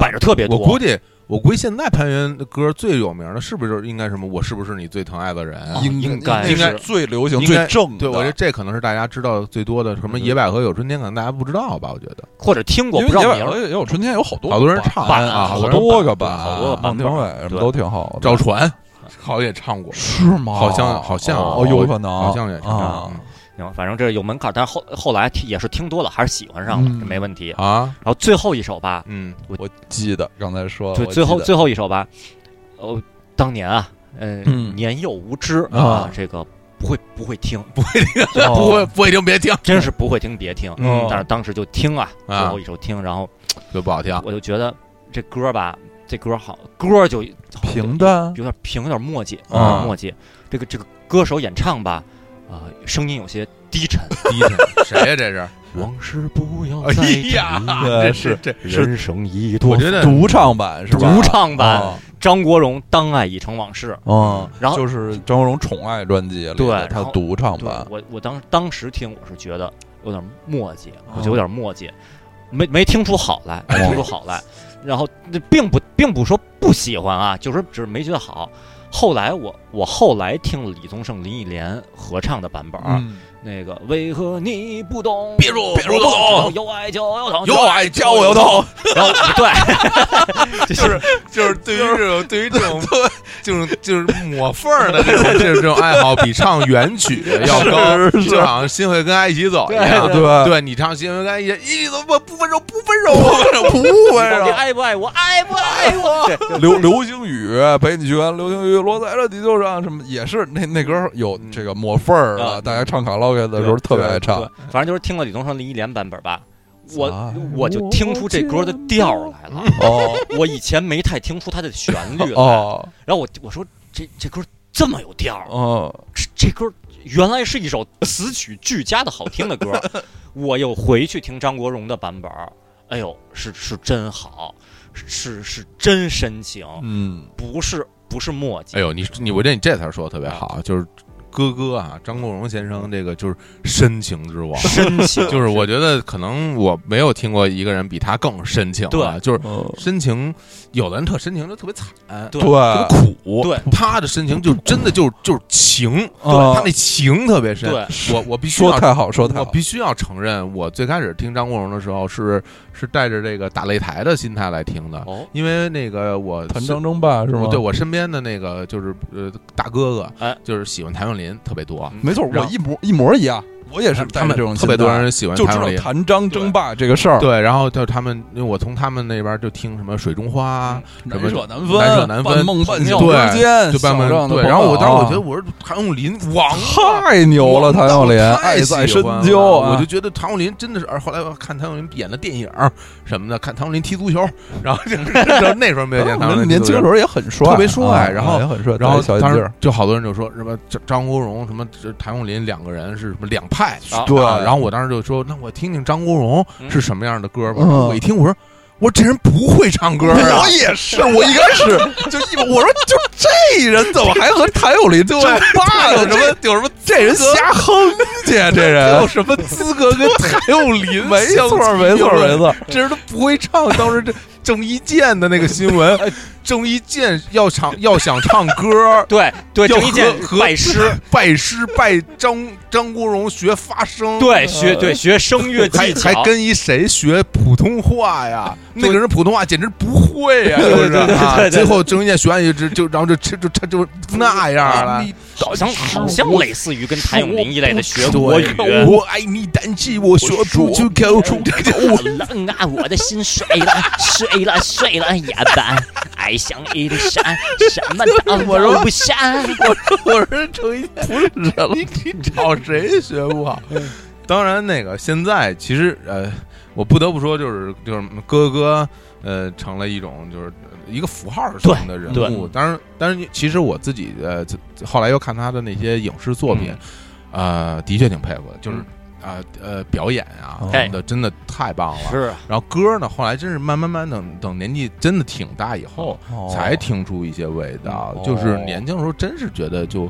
摆对，着特别多。我估计，我估计现在潘云的歌最有名的是不是就是应该什么？我是不是你最疼爱的人？应应该应该是最流行、应最该正的。对，我觉得这可能是大家知道最多的，什么《野百合有春天》，可能大家不知道吧？我觉得或者听过因不为呃知道野百名合儿，也有春天，有好多好多人版唱版啊，好多人多个版版，好多个版王本廷伟什么对都挺好的。赵传好像也唱过，是吗？好像好像哦，有可能，好像也是这啊哦样。嗯行反正这有门槛儿，但是后后来听也是听多了，还是喜欢上了，嗯这没问题。啊，然后最后一首吧，嗯，我记得刚才说，对，哦我最后记得最后一首吧，哦，当年啊，呃，嗯年幼无知啊这个不会不会听， 哦不会不会听，别听，真是不会听，别听。嗯但是当时就听啊，最啊后一首听，然后就不好啊听。我就觉得这歌吧，这歌好，歌就平淡有点平，有点墨迹，有啊点墨迹。这个这个歌手演唱吧，啊，声音有些低沉。低沉， 谁哎呀？这是？ 往事不要再哎提，呀，对这是这，人生已多我。觉得独唱版是吧？独唱版，哦，张国荣《当爱已成往事》。嗯，然后就是张国荣《宠爱》专辑里的对然他后独唱对版，我我当当时听，我是觉得有点墨迹，我觉得有点墨迹，没没听出好来，没听出好来。然后那并不并不说不喜欢啊，就是只是没觉得好。后来我我后来听了李宗盛、林忆莲合唱的版本儿，嗯那个为何你不懂？别入别入不懂有爱就哦有啊痛，有爱教我有痛，然后哦对，就是就是对于这种对于这种就是就是抹缝儿的这 种这种这种爱好，比唱原曲要高，是是就好像心会跟爱一起走一样。哎对对你唱心会跟爱一起，咦，你怎么不分手？不分手，啊 不分手，不分到底手。爱不爱我？爱不爱我？ 对就 流流星雨，北女学院流星雨落在了地球上，什么也是那那歌有这个抹缝儿了，啊大家唱卡拉 OK 的时候特别爱唱对，反正就是听了李宗盛、林忆莲版本吧，我啊我就听出这歌的调儿来了。哦我以前没太听出它的旋律来，哦然后我我说这这歌这么有调儿，哦，这这歌原来是一首词曲俱佳的好听的歌。我又回去听张国荣的版本儿，哎呦，是是真好，是是真深情，嗯，不是不是墨迹。哎呦，你你我觉得你这词儿说的特别好，就是哥哥啊，张国荣先生这个就是深情之王。深情 就是我觉得可能我没有听过一个人比他更深情了，对就是哦深情，有的人特深情就特别惨，对特对别苦，啊对，他的深情就真的就是就是情，哦他那情特别深。对我我必须说要太好，说太我好，必须要承认，我最开始听张国荣的时候是是带着这个打擂台的心态来听的，哦，因为那个我谭身张争霸是吗？对我身边的那个就是呃大哥哥，哎嗯就是喜欢谭咏麟特别多，没错，我让一模一模一样，我也是带他着们这种特心态别多人喜欢就知谭咏道麟。谭张争霸这个事儿，对，然后就他们，因为我从他们那边就听什么《水中花》啊，什么难舍难分，难舍难分半梦半醒对之间，就半想嗯让梦他对。碰然后我到当时我啊觉得我是谭咏麟王啊，太牛了，王谭道咏麟太爱喜在深欢了究啊，我就觉得谭咏麟真的是，而后来我看谭咏麟演的电影儿什么的，看谭咏麟踢足球，然后就是 就是那时候没有见啊谭咏麟年踢足轻的时球。候也很帅，特别帅啊然后啊也很帅，然后戴小眼当镜时儿，就好多人就说什么张张国荣什么这谭咏麟两个人是什么两派啊对啊然后我当时就说那我听听张国荣嗯，是什么样的歌吧。嗯我一听我说我说这人不会唱 歌啊，我也是，我一开 始就一我说就这人怎么还和谭咏麟争霸呢？有什么这有什么？这人瞎哼去， 这人有什么资格 跟谭咏麟没相错，提没错，并论没错。这人都不会唱。当时这郑伊健的那个新闻，郑伊健要唱要想唱歌对对，要郑伊健和和拜师，拜师拜张张国荣学发声，，对学对学声乐技还巧还，跟一谁学普通话呀？对那个人普通话简直不会呀，对是不是对对对啊？对对最后郑伊健学完一支就然后就就就就就那样了。好像好像类似于跟谭咏麟一类的学对国语。我爱你，但是我说不出口。冷啊！我的心碎了，碎了，碎了也罢。爱像一粒沙，什么都容不下。 我说成一天不是人了，你你找谁学不好？嗯当然，那个现在其实呃，我不得不说，就是就是哥哥呃，成了一种就是一个符号对型的人对物。当然，当然，其实我自己呃，自后来又看他的那些影视作品，呃，的确挺佩服的，就是嗯哦啊呃表演啊哎什么的，真的太棒了。是然后歌呢，后来真是慢慢慢等等年纪真的挺大以后，哦才听出一些味道。嗯哦就是年轻的时候，真是觉得就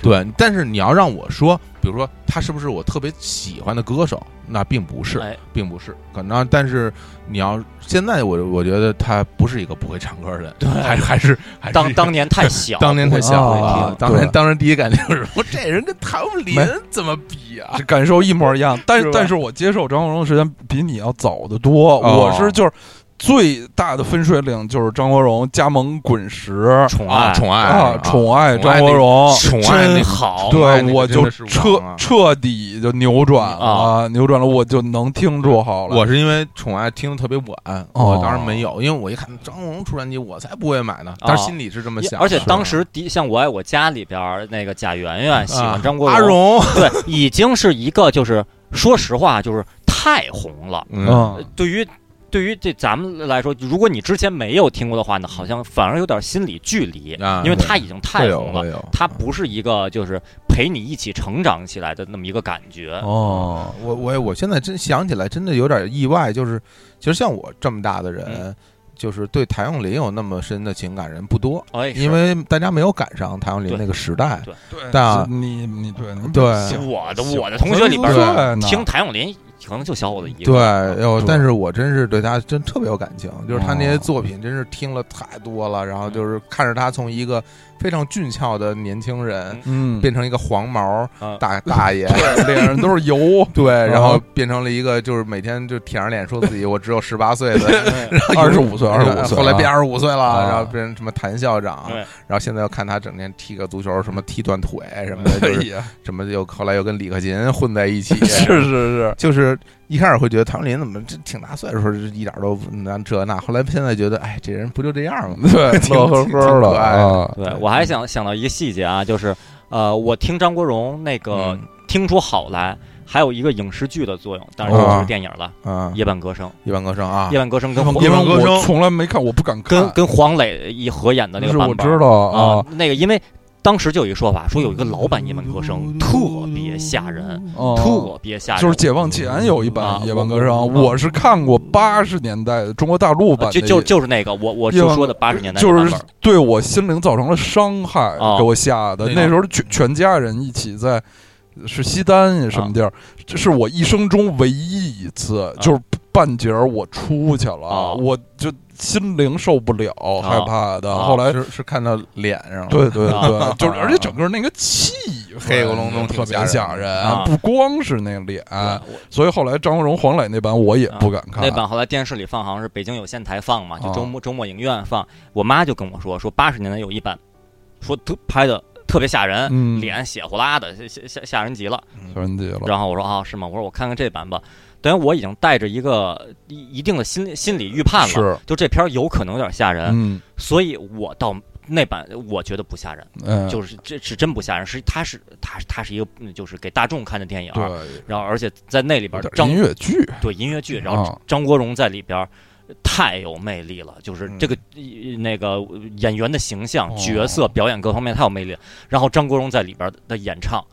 对，但是你要让我说，比如说他是不是我特别喜欢的歌手，那并不是，啊哎并不是。可能但是你要现在我我觉得他不是一个不会唱歌的人，对，还还是哎还是当一哎个当年太小，当年太小了啊啊，当年对当时第一感觉就是，我这人跟谭咏麟没怎么比啊？这感受一模一样，但是吧但是我接受张国荣的时间比你要早得多。哦我是就是最大的分水岭就是张国荣加盟滚石宠啊，爱宠爱啊，宠爱宠爱张国荣，宠爱那真个好。宠爱那对个我真就的是彻王啊彻底就扭转了，扭转了，我就能听出好了。我是因为宠爱听的特别晚，哦我当时没有，因为我一看张国荣出专辑，我才不会买呢。但是心里是这么哦也想的，而且当时的像《我爱我家》里边儿那个贾圆圆喜欢张国嗯啊阿荣，荣，对，已经是一个就是说实话就是太红了。嗯，对于对于这咱们来说，如果你之前没有听过的话呢，好像反而有点心理距离，啊因为他已经太红了。了他不是一个就是陪你一起成长起来的那么一个感觉，哦，我我我现在真想起来，真的有点意外，就是其实像我这么大的人嗯，就是对谭咏麟有那么深的情感人不多，哎，是因为大家没有赶上谭咏麟对那个时代。对对但你你对你对行我的行我的同学里边对儿对呢听谭咏麟可能就小伙子一个。对，哎哟，对但是我真是对他真特别有感情，就是他那些哦作品真是听了太多了，然后就是看着他从一个非常俊俏的年轻人嗯嗯， 啊 变成一个黄毛嗯大大爷，，脸上都是油对，然后哦变成了一个就是每天就舔着脸说自己我只有十八 岁的，二十五岁，二十五岁，后来变二十五岁了，啊然后变成什么谭校长，对然后现在又看他整天踢个足球，什么踢断腿 什么的，就是哎呀，，什么又后来又跟李克勤混在一起 是是 是，就是一开始会觉得唐林怎么这挺大岁数，一点都不那这那，后来现在觉得，哎，这人不就这样吗？ 对，挺乐呵呵挺可的爱的啊， 对我还想想到一个细节啊，就是呃，我听张国荣那个嗯听出好来，还有一个影视剧的作用，当然这哦就是电影了，啊，《夜半歌声》夜半歌声啊夜，半歌声》跟夜半黄夜半歌我声从来没看，我不敢看跟，跟黄磊一合演的那个是版我本，知道啊啊，，那个因为当时就有一说法，说有一个老版《夜半歌声》特别吓人，嗯特别吓人，就是解放前有一版啊《夜半歌声我》，我是看过八十年代的中国大陆版啊就的夜，就就是那个我我夜就晚说的八十年代的就版是本对我心灵造成了伤害哦，给我吓的。那那时候全全家人一起在是西单哦什么地儿，这是我一生中唯一一次，就是半截儿我出去了，哦我就心灵受不了，害怕的。哦后来。是是看到脸上了，对对 对啊，就是而且整个那个气氛黑咕隆咚特挺吓别人吓人啊，不光是那脸，对我所以后来张国荣、黄磊那版我也不敢看那。版后来电视里放，好像是北京有线台放嘛，就周哦末周末影院放。我妈就跟我说，说八十年代有一版，说特拍的特别吓人，嗯脸血呼啦的，吓吓吓人极了。小人节了，然后我说啊，是吗？我说我看看这版吧。等于我已经带着一个一一定的心心理预判了，是，就这片儿有可能有点吓人，嗯，所以我到那版我觉得不吓人，哎嗯就是这是真不吓人，是它是它是它是一个嗯就是给大众看的电影，啊对，然后而且在那里边有点张音乐剧，对音乐剧，然后啊张国荣在里边儿呃太有魅力了，就是这个、呃那个演员的形象、嗯哦角色、表演各方面太有魅力了。然后张国荣在里边儿的演唱，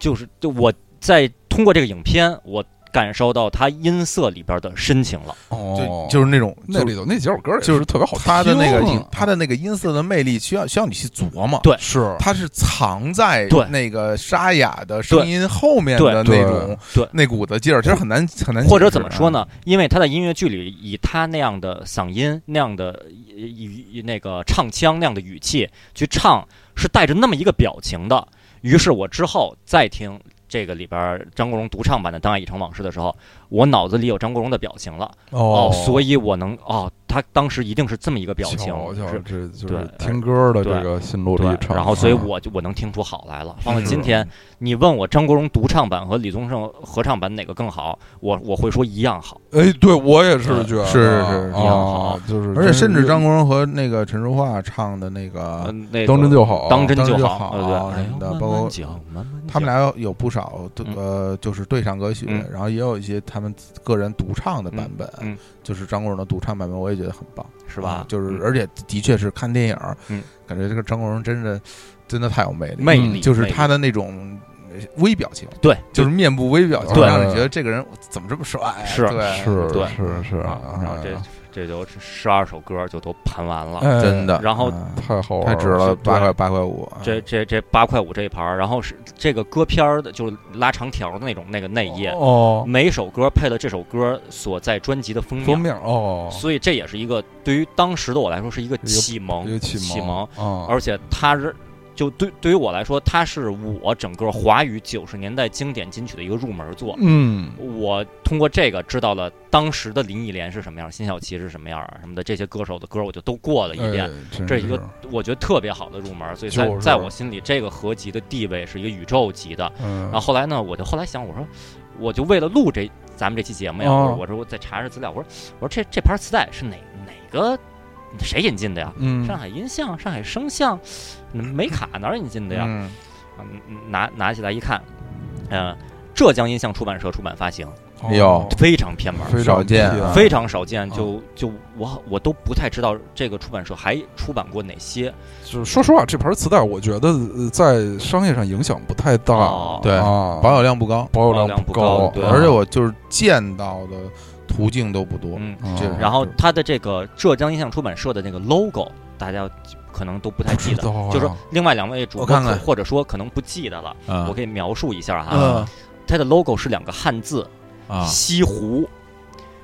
就是就我在通过这个影片，我感受到他音色里边的深情了。就哦，就是那种那就里头那几首歌也就是是特别好听他啊，的那个音他的那个音色的魅力，需要需要你去琢磨。对是它是藏在对那个沙哑的声音后面对的那对种对那股子劲儿，其实很难很难解释啊，或者怎么说呢？因为他在音乐剧里以他那样的嗓音、那样的语那个唱腔、那样的语气去唱，是带着那么一个表情的。于是我之后再听这个里边儿张国荣独唱版的《当爱已成往事》的时候，我脑子里有张国荣的表情了。哦，所以我能哦，他当时一定是这么一个表情瞧，瞧是这就是对听歌的对这个心路对历。程。然后，所以啊我就我能听出好来了。放在是今天，你问我张国荣独唱版和李宗盛合唱版哪个更好，我我会说一样好。哎，对我也是觉得是是是啊好，就是而且真甚是至张国荣和那个陈淑桦唱的那个，嗯，那个哦当真就好，当真啊当真就好，好对不对啊什么的哎呦包括慢慢讲慢慢他们讲俩有有不少对嗯呃，就是对唱歌曲嗯，然后也有一些他们个人独唱的版本嗯嗯，就是张国荣的独唱版本，我也觉得很棒，啊是吧？就是嗯而且的确是看电影，嗯，感觉这个张国荣真的真的太有魅力，魅嗯力就是魅力他的那种呃微表情。对，就是面部微表情，对让你觉得这个人怎么这么帅？是对，是对是是啊，然后这这就十二首歌就都盘完了，哎真的。然后嗯太好玩太儿，值了，对八块八块五。啊这这这八块五这一盘儿，然后是这个歌片儿的，就是拉长条的那种那个内页，哦，每首歌配了这首歌所在专辑的封封面，面哦，所以这也是一个对于当时的我来说是一个个启蒙一个，嗯启蒙蒙，啊，而且它是就对对于我来说，它是我整个华语九十年代经典金曲的一个入门作。嗯，我通过这个知道了当时的林忆莲是什么样，辛晓琪是什么样啊，什么的这些歌手的歌我就都过了一遍。哎，真这一个是我觉得特别好的入门，所以在、就是在我心里，这个合集的地位是一个宇宙级的。嗯，然后后来呢，我就后来想，我说，我就为了录这咱们这期节目呀，哦我说我说我再查查资料，我说我说这这盘磁带是哪哪个谁引进的呀？嗯，上海音像、上海声像、嗯美卡哪儿引进的呀？嗯，嗯嗯拿拿起来一看，嗯、浙江音像出版社出版发行，哎呦非常偏门。嗯非常少见偏啊非常少见，啊就就我我都不太知道这个出版社还出版过哪些就是说实话，这盘磁带我觉得呃在商业上影响不太大，哦对啊，保有量不高，保有量量不高高，对而且我就是见到的途径都不多。嗯，这嗯然后它的这个浙江音像出版社的那个 logo，大家可能都不太记不得，知道啊就是说另外两位主播我看看可或者说可能不记得了，啊我可以描述一下哈，嗯它的 logo 是两个汉字，啊，西湖，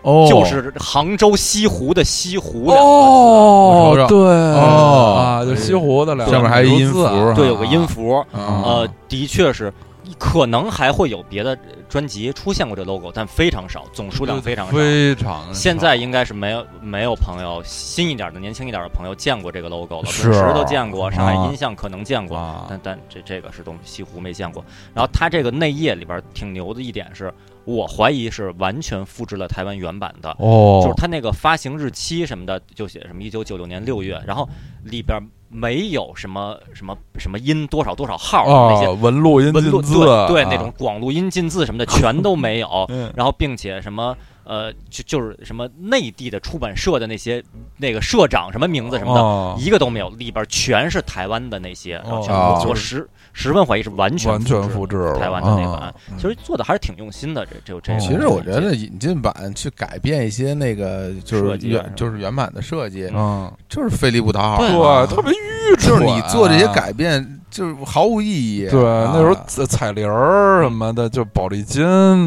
哦，就是杭州西湖的西湖两个啊我瞅哦瞅，对，哦啊，就西湖的两个上面还有一音符字啊是吧字，对，有个音符，啊呃，的确是。可能还会有别的专辑出现过这 logo，但非常少，总数量非常少。非常现在应该是没有没有朋友新一点的、年轻一点的朋友见过这个 logo 了，是滚石都见过，上海啊音像可能见过，啊但但这这个是东西湖没见过。然后它这个内页里边挺牛的一点是，我怀疑是完全复制了台湾原版的，就是哦，它那个发行日期什么的就写什么一九九六年六月，然后里边没有什么什么什么音多少多少号、那些哦，文录音文进录字，对对啊那种广录音进字 什么的全都没有。嗯然后并且什么呃，就就是什么内地的出版社的那些那个社长什么名字什么的，哦一个都没有，里边全是台湾的那些，然后全部哦我就我十十分怀疑是完全完全复制制了台湾的那啊版，其实做的还是挺用心的，这这这个。哦其实我觉得引进版去改变一些那个就设是计是原吧就是原版的设计，嗯，就是费力不讨好啊，对，特别愚就蠢，是你做这些改变就是毫无意义。对，啊那时候彩彩铃儿什么的，就宝丽金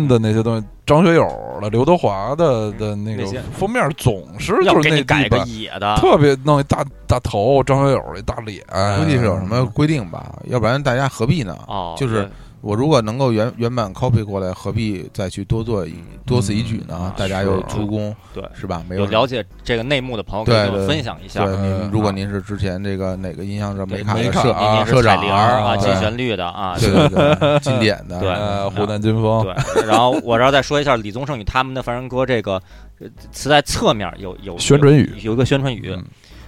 的那些东西，张学友的、刘德华的的那个嗯那些封面总是要就是给那你改地个板，野的，特别弄一大大头，张学友一大脸，哎嗯估计是有什么规定吧，要不然大家何必呢？ 哦，就是我如果能够原原版 copy 过来，何必再去多做一多此一举呢啊？大家是又出工，对是吧？没对有聊了解这个内幕的朋友可以对跟对我对分享一下。对，嗯您如果您是之前这个哪个音像社对卡梅的卡社您啊您是社彩长铃儿啊，金对旋律的啊，对对对，经典的，啊对呃，湖南金 风，对，然后我这儿再说一下李宗盛与他们的凡人歌这个呃磁带侧面有有宣传语有，有一个宣传语嗯，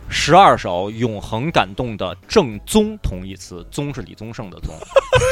十二首永恒感动的正宗同义词，宗是李宗盛的宗，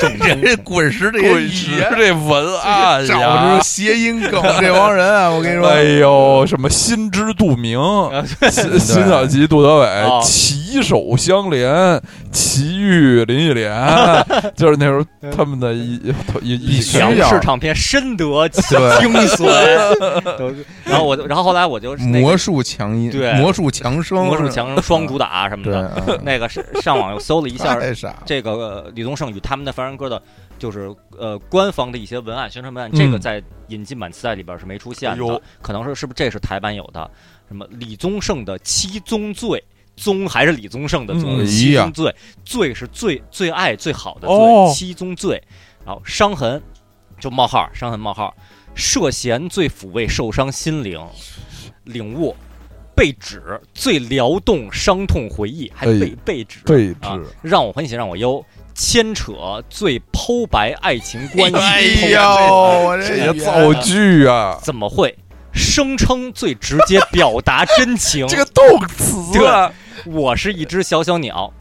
正宗 这同滚石啊这些滚石这文案找着哎呀，谐音梗这帮人啊，我跟你说，哎嗯呦，什么心知肚明， 辛辛晓琪、杜德啊哦伟旗手相连，齐豫、林忆莲， 就是那时候他们的一一一必须一杨要氏唱片深得其对精髓，都然后我就，然后后来我就那魔术强音，对魔术强声，魔术强生双主打什么对，的，啊那个是上网又搜了一下，太傻了，这个、呃李宗盛与他们的凡人歌的，就是呃官方的一些文案、宣传文案，这个嗯在引进版磁带里边是没出现哎的，呦可能是是不是这是台版有的？什么李宗盛的七宗罪，宗还是李宗盛的宗？嗯七哎呀宗罪，罪是最最爱最好的罪，哦七宗罪。然后伤痕就冒号，伤痕冒号，涉嫌最抚慰受伤心灵，领悟。被指最撩动伤痛回忆，还哎被被指对啊峙，让我欢喜让我忧，牵扯最剖白爱情关系，哎呦，剖白我这些这造句啊，怎么会？声称最直接表达真情， 这个动词啊，我是一只小小鸟，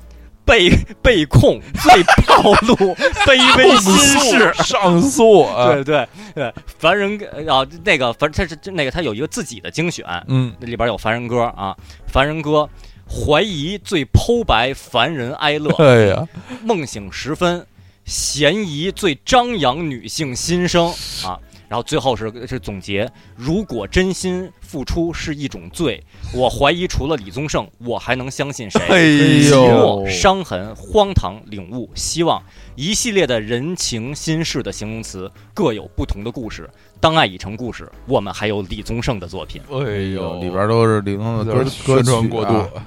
被被控最暴 露卑微动心事。词上诉啊，对对对，凡人啊，那个凡他是那个他有一个自己的精选，嗯，那里边有凡人歌啊，凡人歌怀疑最剖白凡人哀乐，哎呀，梦醒时分，嫌疑最张扬女性心声啊。然后最后是是总结：如果真心付出是一种罪，我怀疑除了李宗盛，我还能相 信谁？哎寂呦寞、，伤痕、荒唐、领悟、希望，一系列的人情心事的形容词，各有不同的故事。当爱已成故事，我们还有李宗盛的作品。哎呦，里边都是李宗盛的歌宣传过度歌曲啊，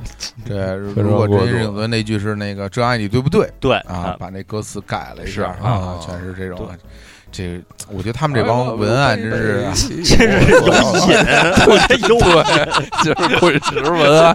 对，如果真是影子那句是那个“真爱你对不对对”啊，，把那歌词改了一下是啊啊，哎全是这种对。这我觉得他们这帮文案真是真真是有瘾，啊我觉得有瘾。对，就是滚石文案，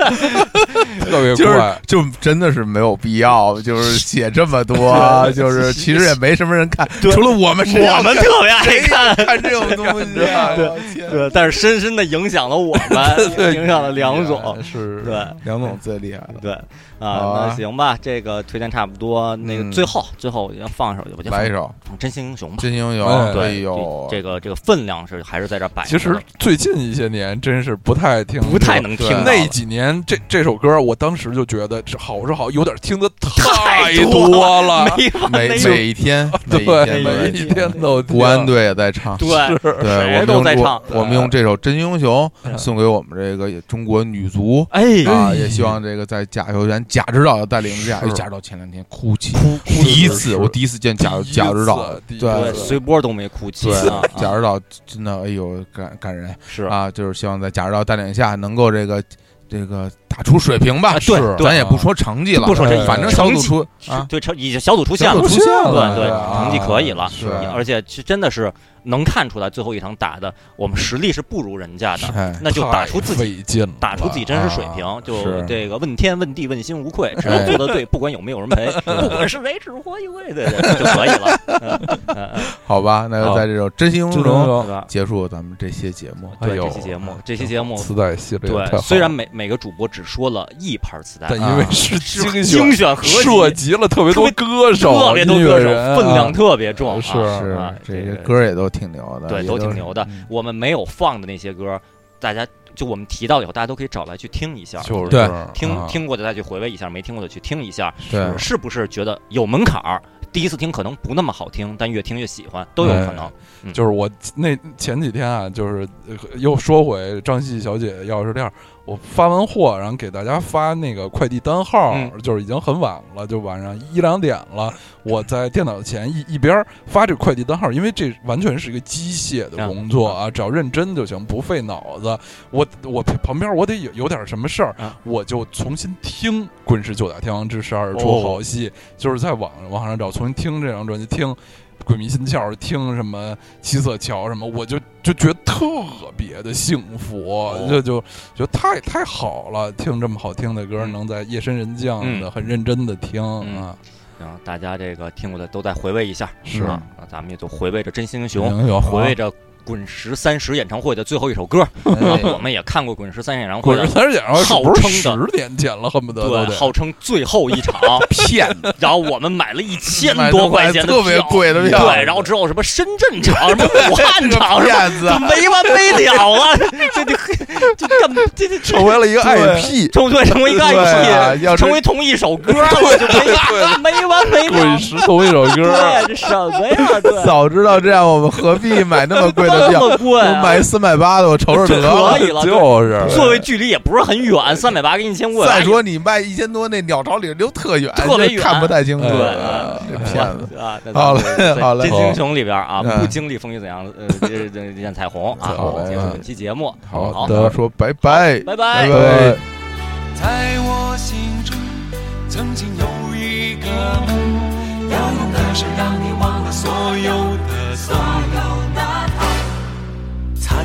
特别就是快， 就真的是没有必要，就是写 这么多，就是其实也没什么人看，对除了我们，谁 要我们特别爱看，看这种东西啊？ 对我天 对，但是深深的影响了我 们，影响了梁总。是，对 梁总最厉害了，对好啊，啊那行吧，这个推荐差不多。那个嗯最后最后要放一首，我就放来一首放《真心英雄》 《吧。真英雄》，哎哎对，呦，这这个这个分量是还是在这摆着其的。实最近一些年真是不太听，不太能听到那了几年这这首歌，我当时就觉得是好是好，有点听的太多多了， 没法每没每 一天，每一对，每天每一每一一天，天都听国安队也在唱。对，是对，我谁们都用在我唱我们用这首《真英雄》送给我们这个中国女足哎，啊，哎也希望这个在贾球员贾指导的带领之下，是贾指导前两天哭泣，哭哭第一是次我第一次见贾第一贾指导次，第一对对，次随一波都没哭泣啊，啊贾指导真的，哎呦，感感人是啊！就是希望在贾指导带领下，能够这个这个打出水平吧啊。对是对咱也不说成绩了，不说成绩反正小组出是啊，对成已经小组出线小了组出，出线对了对，对啊成绩可以了，是而且其实真的是能看出来最后一场打的我们实力是不如人家的，哎，那就打出自己。己劲了，打出自己真实水平，啊就是这个问天问地问心无 愧，只要做得对，不管有没有人陪，不管是谁，只活一回，对对 对就可以了。嗯嗯嗯好吧，那就好在这种真心真拥的荣对吧？结束咱们这些节目。哦哎对呦这期节目，这期节目，磁带系列太好对，了虽然每每个主播只说了一盘磁带，但因为是是精精选选，合集，涉及了特别多歌手、特别多音乐歌手人啊分量特别重啊，是是啊，这个些歌也都挺牛的，对也都挺牛的嗯我们没有放的那些歌，大家就我们提到以后，大家都可以找来去听一下，就是对听、啊听过的再去回味一下，没听过的去听一下，对是 不是觉得有门槛儿？第一次听可能不那么好听，但越听越喜欢，都哎有可能。就是我那前几天啊，就是呃又说回张希小姐钥匙链儿，我发完货，然后给大家发那个快递单号，嗯就是已经很晚了，就晚上一两点了。我在电脑前一一边儿发这个快递单号，因为这完全是一个机械的工嗯作啊，只要认真就行，不费脑子。我我旁边我得有有点什么事儿，啊我就重新听《滚石九大天王之十二出哦好戏》就是在网网上找重新听这张专辑，听《鬼迷心窍》，听什么《七色桥》什么，我就就觉得特别的幸福，哦就就觉得太太好了，听这么好听的歌，嗯能在夜深人静的、嗯很认真的听、啊，然后大家这个听过的都再回味一下，是啊，那咱们也就回味着《真心英雄》行有回味着《滚石三十》演唱会的最后一首歌。啊我哎们也看过《滚石三十》演唱会的滚石，三姐，号不是称十年前了，恨不得都对，得号称最后 一场骗子。然后我们买了一千买多的块买钱的特别票贵的票对，然后之后什么深圳场、什么武汉场，什么 骗子，没完没了啊！ 这这这干这这成为了一个对 IP，成对成为一个对啊 IP，、要是成为同一首歌，我就没没完没滚了。石同一首歌。对，这什么呀？对，早知道这样，我们何必买那么贵的这 票？么贵、我啊，买四百八的，我瞅瞅得了可。以了。对就是座位距离也不是很远，三百八跟一千五，再说你卖一千多，那鸟巢里溜特远，特别远看不太清楚。对啊这骗子，啊！那咱们好嘞对好嘞真英雄里边啊，嗯不经历风雨怎样，呃，这这这见彩虹啊好！嘞结束本期节目，好好的，说拜拜，拜拜。拜拜。在我心中，曾经有一个梦，要用歌声让你忘了所有的所有的灿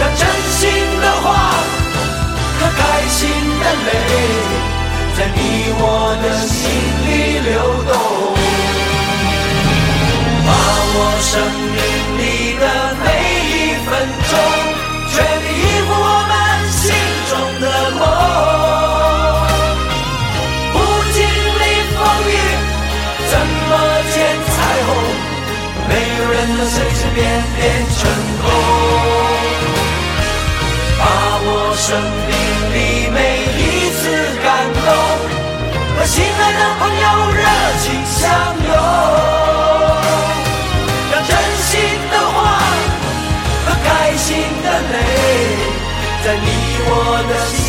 让真心的话和开心的泪，在你我的心里流动。把握生命里的每一分钟，全力以赴我们心中的梦。不经历风雨，怎么见彩虹？没有人能随随便便成功。把握生命里每一次感动，和心爱的朋友热情相拥，让真心的话和开心的泪，在你我的心。